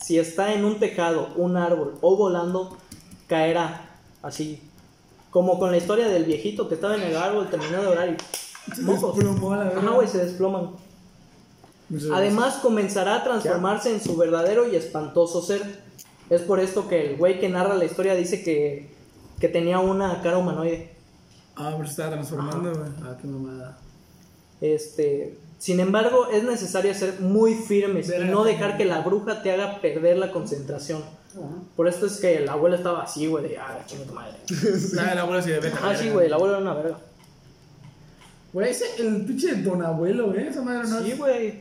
[SPEAKER 2] si está en un tejado, un árbol o volando, caerá así. Como con la historia del viejito que estaba en el árbol, terminó de orar y.
[SPEAKER 1] Se
[SPEAKER 2] mocos.
[SPEAKER 1] desplomó a la verga.
[SPEAKER 2] Ajá, güey, se desploman.
[SPEAKER 1] Muchas gracias.
[SPEAKER 2] Además comenzará a transformarse en su verdadero y espantoso ser. Es por esto que el güey que narra la historia dice que, que tenía una cara humanoide.
[SPEAKER 1] Ah, pero se estaba transformando, güey. Ah, qué mamada.
[SPEAKER 2] Este, sin embargo, es necesario ser muy firmes y
[SPEAKER 1] Verga,
[SPEAKER 2] no
[SPEAKER 1] sí.
[SPEAKER 2] dejar que la bruja te haga perder la concentración. Por esto es que la abuela estaba así, güey, de, ah, chinga
[SPEAKER 1] (laughs)
[SPEAKER 2] tu madre.
[SPEAKER 1] La de la abuela sí de
[SPEAKER 2] Ah, sí, güey, la abuela era una verga.
[SPEAKER 1] Güey, ese, el pinche don abuelo, güey. Esa madre no
[SPEAKER 2] Sí,
[SPEAKER 1] es.
[SPEAKER 2] güey.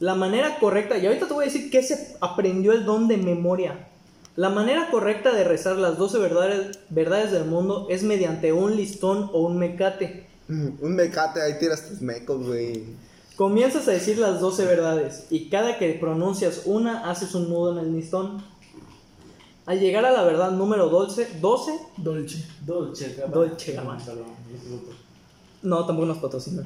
[SPEAKER 2] La manera correcta, y ahorita te voy a decir que se aprendió el don de memoria. La manera correcta de rezar las 12 verdades, verdades del mundo es mediante un listón o un mecate.
[SPEAKER 4] Mm, Un mecate, ahí tiras tus mecos, güey.
[SPEAKER 2] Comienzas a decir las 12 verdades y cada que pronuncias una haces un nudo en el listón. Al llegar a la verdad número 12, 12
[SPEAKER 1] Dolce.
[SPEAKER 3] Dolce Gabbana.
[SPEAKER 2] Dolce Gabbana.
[SPEAKER 3] Perdón, disculpa.
[SPEAKER 2] no, tampoco nos patrocina.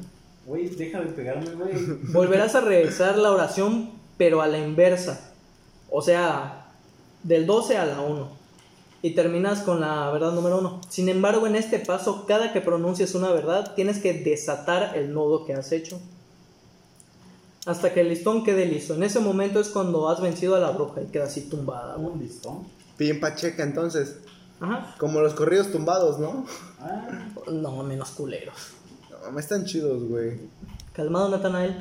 [SPEAKER 3] Güey, deja de pegarme, güey.
[SPEAKER 2] Volverás a rezar la oración, pero a la inversa. O sea, del 12 a la 1. Y terminas con la verdad número 1. Sin embargo, en este paso, cada que pronuncies una verdad, tienes que desatar el nudo que has hecho. Hasta que el listón quede liso. En ese momento es cuando has vencido a la bruja y queda así tumbada. güey.
[SPEAKER 3] Un listón.
[SPEAKER 4] Bien pacheca, entonces.
[SPEAKER 2] Ajá.
[SPEAKER 4] Como los corridos tumbados, ¿no?
[SPEAKER 3] Ah,
[SPEAKER 2] No, menos culeros.
[SPEAKER 4] No, me están chidos, güey.
[SPEAKER 2] Calmado, Natanael.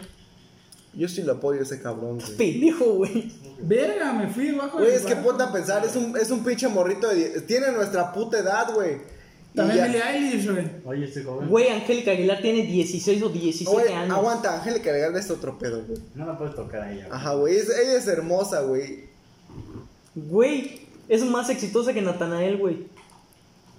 [SPEAKER 4] Yo sí lo apoyo a ese cabrón, güey.
[SPEAKER 2] Pendejo, güey.
[SPEAKER 1] Verga, me fui bajo
[SPEAKER 4] Güey,
[SPEAKER 1] del
[SPEAKER 4] es que
[SPEAKER 1] barco.
[SPEAKER 4] ponte a pensar, es un, es un pinche morrito de... die- Tiene nuestra puta edad, güey. Y
[SPEAKER 1] También
[SPEAKER 4] ya-
[SPEAKER 1] Billie Eilish, güey.
[SPEAKER 3] oye, este joven.
[SPEAKER 2] Güey, Angélica Aguilar tiene 16 o 17
[SPEAKER 4] Güey,
[SPEAKER 2] años.
[SPEAKER 4] aguanta, Angélica Legal es otro pedo, güey.
[SPEAKER 3] No la puedes tocar a ella. güey.
[SPEAKER 4] Ajá, güey, es- ella es hermosa, güey.
[SPEAKER 2] Güey, es más exitosa que Natanael, güey.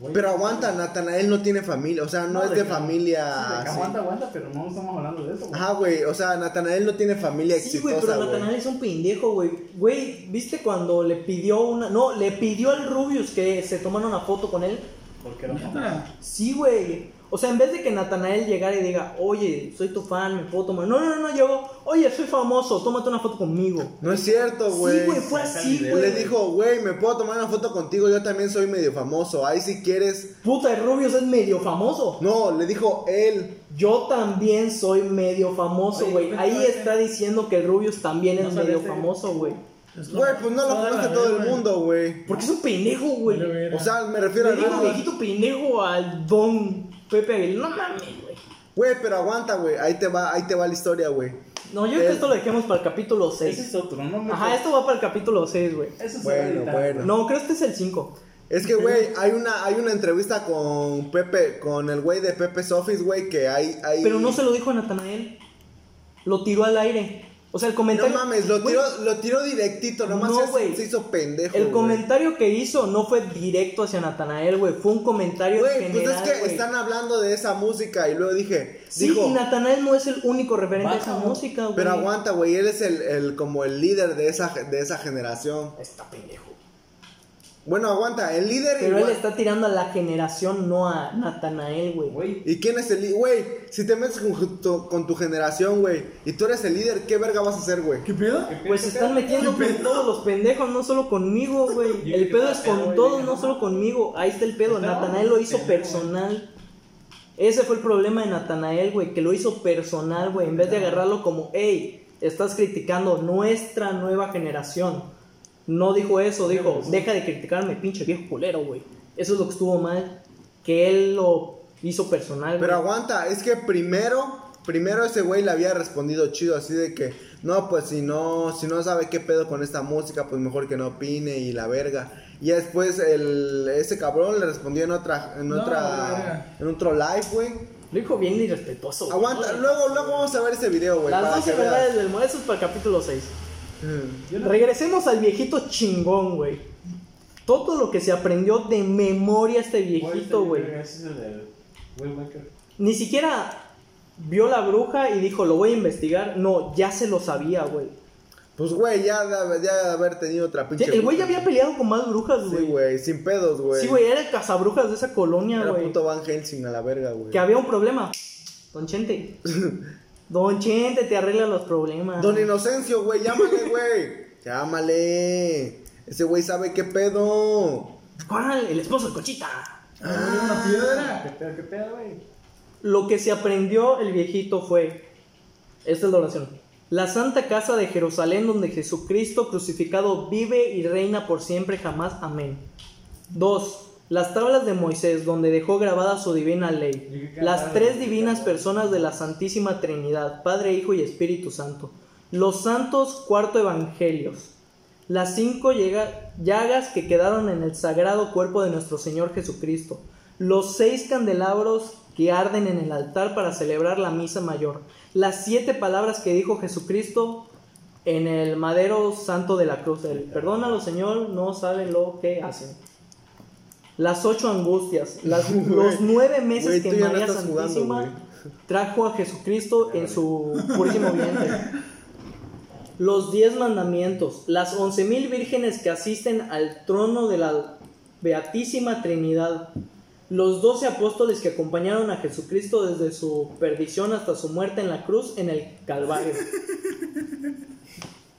[SPEAKER 3] Güey,
[SPEAKER 4] Pero aguanta, Natanael no tiene familia, o sea, no,
[SPEAKER 2] No,
[SPEAKER 4] es
[SPEAKER 2] de
[SPEAKER 4] de
[SPEAKER 2] cama.
[SPEAKER 4] familia...
[SPEAKER 3] Deja,
[SPEAKER 4] sí.
[SPEAKER 3] Aguanta, aguanta, pero no estamos hablando de eso, güey.
[SPEAKER 4] Ajá, güey, o sea, Natanael no tiene familia
[SPEAKER 2] Sí, güey, pero
[SPEAKER 4] exitosa,
[SPEAKER 2] Natanael
[SPEAKER 4] güey.
[SPEAKER 2] es un pendejo, güey. Güey, ¿viste cuando le pidió una... No, le pidió al Rubius que se tomara una foto con él?
[SPEAKER 3] Porque era mamá.
[SPEAKER 1] Neta.
[SPEAKER 2] Sí, güey. O sea, en vez de que Natanael llegara y diga, oye, soy tu fan, me puedo tomar... No, no, no, no, llegó, oye, soy famoso, tómate una foto conmigo.
[SPEAKER 4] No es cierto, güey.
[SPEAKER 2] Sí, güey, fue así,
[SPEAKER 3] Saca el
[SPEAKER 2] güey.
[SPEAKER 4] Le dijo, güey, me puedo tomar una foto contigo, yo también soy medio famoso. Ahí si quieres.
[SPEAKER 2] Puta, el Rubius es medio famoso.
[SPEAKER 4] No, le dijo él.
[SPEAKER 2] Yo también soy medio famoso,
[SPEAKER 3] Oye,
[SPEAKER 2] güey.
[SPEAKER 3] ¿no
[SPEAKER 2] Ahí
[SPEAKER 3] sabías?
[SPEAKER 2] está diciendo que el Rubius también
[SPEAKER 3] ¿No
[SPEAKER 2] es medio
[SPEAKER 3] sabías?
[SPEAKER 2] famoso, güey.
[SPEAKER 4] Güey, pues no lo
[SPEAKER 1] Toda la
[SPEAKER 4] conoce todo el
[SPEAKER 1] verga.
[SPEAKER 4] mundo, güey.
[SPEAKER 2] Porque es un pendejo, güey.
[SPEAKER 1] Vale, verga.
[SPEAKER 4] O sea, me refiero
[SPEAKER 2] Le
[SPEAKER 4] a
[SPEAKER 2] dijo
[SPEAKER 4] Rubius.
[SPEAKER 2] viejito pendejo al don Pepe Aguilar. No mames, güey.
[SPEAKER 4] Güey, pero aguanta, güey. Ahí te va, ahí te va la historia, güey.
[SPEAKER 2] No, yo creo que esto lo dejemos para el capítulo
[SPEAKER 3] Ese es
[SPEAKER 2] 6.
[SPEAKER 3] otro, no me.
[SPEAKER 2] Ajá, esto va para el capítulo 6, güey.
[SPEAKER 3] Eso se
[SPEAKER 4] Bueno,
[SPEAKER 3] va a editar.
[SPEAKER 4] bueno.
[SPEAKER 2] No, creo que este es el 5.
[SPEAKER 4] Es que, güey, hay una, hay una entrevista con Pepe, con el güey de Pepe Sofis, güey, que hay, hay.
[SPEAKER 2] Pero no se lo dijo a Natanael. Lo tiró al aire. O sea, el
[SPEAKER 4] No
[SPEAKER 2] comentario.
[SPEAKER 4] mames, lo
[SPEAKER 2] güey,
[SPEAKER 4] tiró, lo tiró directito, nomás
[SPEAKER 2] No,
[SPEAKER 4] se- se,
[SPEAKER 2] güey.
[SPEAKER 4] hizo pendejo.
[SPEAKER 2] El
[SPEAKER 4] güey.
[SPEAKER 2] comentario que hizo no fue directo hacia Natanael, güey. Fue un comentario
[SPEAKER 4] Güey, pues
[SPEAKER 2] general,
[SPEAKER 4] es que
[SPEAKER 2] güey.
[SPEAKER 4] están hablando de esa música y luego dije,
[SPEAKER 2] Sí,
[SPEAKER 4] dijo,
[SPEAKER 2] y Natanael no es el único referente de esa
[SPEAKER 3] Baja, ¿no?
[SPEAKER 2] música, güey.
[SPEAKER 4] pero aguanta, güey, él es el, el- como el líder de esa, de esa generación.
[SPEAKER 2] Está pendejo.
[SPEAKER 4] Bueno, aguanta, el líder
[SPEAKER 2] Pero él
[SPEAKER 4] igual-
[SPEAKER 2] está tirando a la generación, no a Natanael, güey.
[SPEAKER 3] Güey,
[SPEAKER 4] ¿Y quién es el líder? Güey, si te metes con tu, con tu generación, güey, y tú eres el líder, ¿qué verga vas a hacer, güey?
[SPEAKER 1] ¿Qué pedo?
[SPEAKER 2] Pues se están metiendo
[SPEAKER 1] ¿Qué
[SPEAKER 2] con
[SPEAKER 1] pedo?
[SPEAKER 2] todos los pendejos, no solo conmigo, güey.
[SPEAKER 3] Yo
[SPEAKER 2] El
[SPEAKER 3] dije,
[SPEAKER 2] pedo
[SPEAKER 3] "Ah,
[SPEAKER 2] es
[SPEAKER 3] pedo",
[SPEAKER 2] con
[SPEAKER 3] y
[SPEAKER 2] todos,
[SPEAKER 3] dije,
[SPEAKER 2] no
[SPEAKER 3] "No
[SPEAKER 2] solo conmigo. Ahí está el pedo.
[SPEAKER 3] Estaba
[SPEAKER 2] Natanael lo hizo
[SPEAKER 3] pendejo,
[SPEAKER 2] personal. Ese fue el problema de Natanael, güey, que lo hizo personal, güey. En vez de agarrarlo como, hey, estás criticando nuestra nueva generación. No dijo eso, dijo, deja de criticarme, pinche viejo culero, güey. Eso es lo que estuvo mal. Que él lo hizo personal,
[SPEAKER 4] Pero
[SPEAKER 2] güey.
[SPEAKER 4] aguanta, es que primero, primero ese güey le había respondido chido, así de que, no, pues si no, si no sabe qué pedo con esta música, pues mejor que no opine y la verga. Y ya después el, ese cabrón le respondió en otra, en
[SPEAKER 1] No, la
[SPEAKER 4] otra,
[SPEAKER 1] verga.
[SPEAKER 4] en otro live, güey.
[SPEAKER 2] Lo dijo bien irrespetuoso. güey.
[SPEAKER 4] Aguanta, luego, luego vamos a ver ese video, güey.
[SPEAKER 2] Las
[SPEAKER 4] para
[SPEAKER 2] 12
[SPEAKER 4] que veas.
[SPEAKER 2] verdades del mundo, eso es para el capítulo 6.
[SPEAKER 4] Mm.
[SPEAKER 3] yo no-
[SPEAKER 2] Regresemos al viejito chingón, güey. Todo lo que se aprendió de memoria este viejito, güey.
[SPEAKER 3] Ese es el de Will Maker.
[SPEAKER 2] Ni siquiera vio la bruja y dijo, lo voy a investigar. No, ya se lo sabía, güey.
[SPEAKER 4] (laughs) Pues, güey, ya de, ya de haber tenido otra
[SPEAKER 2] Ya-
[SPEAKER 4] pinche...
[SPEAKER 2] El güey ya
[SPEAKER 4] bruja.
[SPEAKER 2] había peleado con más brujas,
[SPEAKER 4] Sí,
[SPEAKER 2] güey.
[SPEAKER 4] güey, sin pedos, güey.
[SPEAKER 2] Sí, güey, era el cazabrujas de esa colonia,
[SPEAKER 4] Era
[SPEAKER 2] güey.
[SPEAKER 4] puto Van Helsing a la verga, güey.
[SPEAKER 2] Que había un problema. Don
[SPEAKER 4] (laughs)
[SPEAKER 2] Chente. Don Chente te arregla los problemas.
[SPEAKER 4] Don Inocencio, güey, llámale, güey. Llámale. Ese güey sabe qué pedo.
[SPEAKER 2] ¿Cuál? El esposo de Cochita.
[SPEAKER 1] ¿Abrió Ah, una piedra?
[SPEAKER 3] ¿Qué pedo, qué pedo, güey?
[SPEAKER 2] Lo que se aprendió el viejito fue, esta es la oración, la santa casa de Jerusalén donde Jesucristo crucificado vive y reina por siempre jamás, amén. 2. Las tablas de Moisés donde dejó grabada su divina ley, las tres divinas personas de la Santísima Trinidad, Padre, Hijo y Espíritu Santo, los santos cuarto evangelios, las cinco llega- llagas que quedaron en el sagrado cuerpo de nuestro Señor Jesucristo, los seis candelabros que arden en el altar para celebrar la misa mayor, las siete palabras que dijo Jesucristo en el madero santo de la cruz, el perdónalo Señor, no saben lo que hacen. Las ocho angustias, las-
[SPEAKER 4] (laughs)
[SPEAKER 2] los nueve meses
[SPEAKER 4] Güey,
[SPEAKER 2] que
[SPEAKER 4] tú ya no
[SPEAKER 2] María
[SPEAKER 4] estás jugando,
[SPEAKER 2] Santísima
[SPEAKER 4] güey.
[SPEAKER 2] trajo a Jesucristo en su purísimo vientre los diez mandamientos, las once mil vírgenes que asisten al trono de la Beatísima Trinidad, los doce apóstoles que acompañaron a Jesucristo desde su perdición hasta su muerte en la cruz en el Calvario.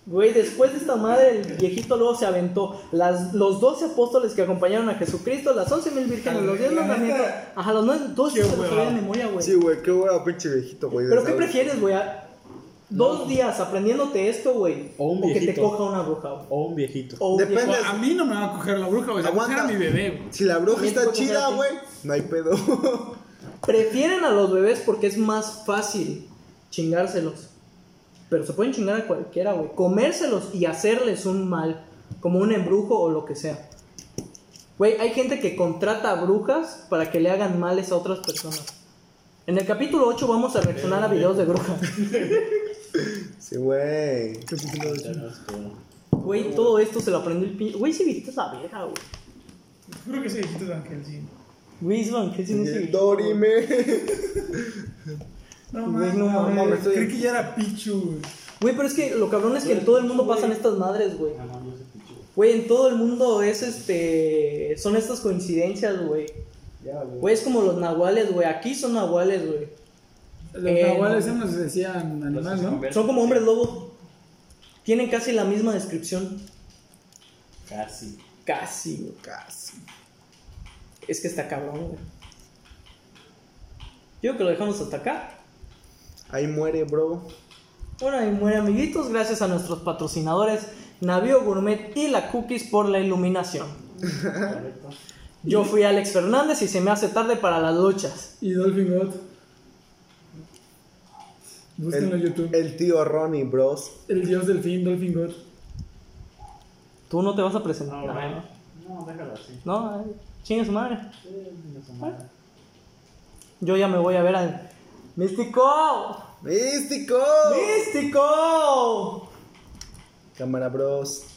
[SPEAKER 2] Güey, después de esta madre, el viejito luego se aventó. Las, los doce apóstoles que acompañaron a Jesucristo, las once mil vírgenes, los diez
[SPEAKER 1] La
[SPEAKER 2] mandamientos.
[SPEAKER 1] neta,
[SPEAKER 2] Ajá, los nueve, todos
[SPEAKER 1] qué
[SPEAKER 2] se los
[SPEAKER 1] hueva.
[SPEAKER 2] sabía de memoria, güey.
[SPEAKER 4] Sí, güey, qué huevo pinche viejito, güey.
[SPEAKER 2] ¿Pero
[SPEAKER 4] de
[SPEAKER 2] qué
[SPEAKER 4] saber.
[SPEAKER 2] prefieres, güey? ¿A- Dos días aprendiéndote esto, güey.
[SPEAKER 3] O un
[SPEAKER 2] que te
[SPEAKER 3] viejito.
[SPEAKER 2] coja una bruja, güey.
[SPEAKER 3] O un viejito.
[SPEAKER 2] O un
[SPEAKER 4] Depende.
[SPEAKER 2] viejo.
[SPEAKER 1] A mí no me va a coger la bruja, güey. Se va a coger a
[SPEAKER 4] Aguanta.
[SPEAKER 1] mi bebé, güey.
[SPEAKER 4] Si la bruja
[SPEAKER 2] También
[SPEAKER 4] está
[SPEAKER 2] te puedo
[SPEAKER 4] chida,
[SPEAKER 2] coger
[SPEAKER 4] güey,
[SPEAKER 2] a
[SPEAKER 4] no hay pedo. (laughs)
[SPEAKER 2] Prefieren a los bebés porque es más fácil chingárselos. Pero se pueden chingar a cualquiera, güey. Comérselos y hacerles un mal. Como un embrujo o lo que sea. Güey, hay gente que contrata a brujas para que le hagan males a otras personas. En el capítulo 8 vamos a reaccionar a videos de brujas.
[SPEAKER 4] Sí, güey.
[SPEAKER 3] Ya no es como-
[SPEAKER 2] Güey, todo esto se lo aprendió el pinche. Güey, ese viejito es la verga, güey.
[SPEAKER 1] Creo que ese viejito es Ángel, sí.
[SPEAKER 2] Wisman, ¿qué tiene ese viejito, güey?
[SPEAKER 4] Dorime.
[SPEAKER 1] No
[SPEAKER 2] Güey,
[SPEAKER 1] mames.
[SPEAKER 2] no mames,
[SPEAKER 4] estoy-
[SPEAKER 1] Creí que ya era Pichu, güey.
[SPEAKER 2] Güey, pero es que lo cabrón es que en todo el mundo pasan estas madres, güey.
[SPEAKER 3] Ah, no, no se pichó.
[SPEAKER 2] Güey, en todo el mundo es este. Son estas coincidencias, güey.
[SPEAKER 3] Ya, güey.
[SPEAKER 2] Güey, es como los nahuales, güey. Aquí son nahuales, güey.
[SPEAKER 1] Los
[SPEAKER 2] Eh,
[SPEAKER 1] nahuales
[SPEAKER 2] no.
[SPEAKER 1] siempre se decían animales,
[SPEAKER 3] Entonces,
[SPEAKER 1] ¿no?
[SPEAKER 3] convierte-
[SPEAKER 2] Son como hombres lobos. Tienen casi la misma descripción.
[SPEAKER 3] Casi.
[SPEAKER 2] Casi, güey.
[SPEAKER 4] Casi.
[SPEAKER 2] Es que está cabrón, güey. Digo que lo dejamos hasta acá.
[SPEAKER 4] Ahí muere, bro.
[SPEAKER 2] Bueno, y muy amiguitos, gracias a nuestros patrocinadores Navío Gourmet y la Cookies por la iluminación.
[SPEAKER 3] Correcto.
[SPEAKER 2] Yo fui Alex Fernández y se me hace tarde para las luchas.
[SPEAKER 1] Y Dolphin God. Búsquenlo en YouTube.
[SPEAKER 4] el tío Ronnie, bros.
[SPEAKER 1] El dios del fin, Dolphin God.
[SPEAKER 2] Tú no te vas a presentar.
[SPEAKER 3] No, Ah, bueno. No, déjalo así.
[SPEAKER 2] No, ay, chinga su madre.
[SPEAKER 3] Sí, ni su madre.
[SPEAKER 2] Yo ya me voy a ver al. ¡Místico! ¡Místico!
[SPEAKER 4] ¡Místico!
[SPEAKER 2] Cámara Bros.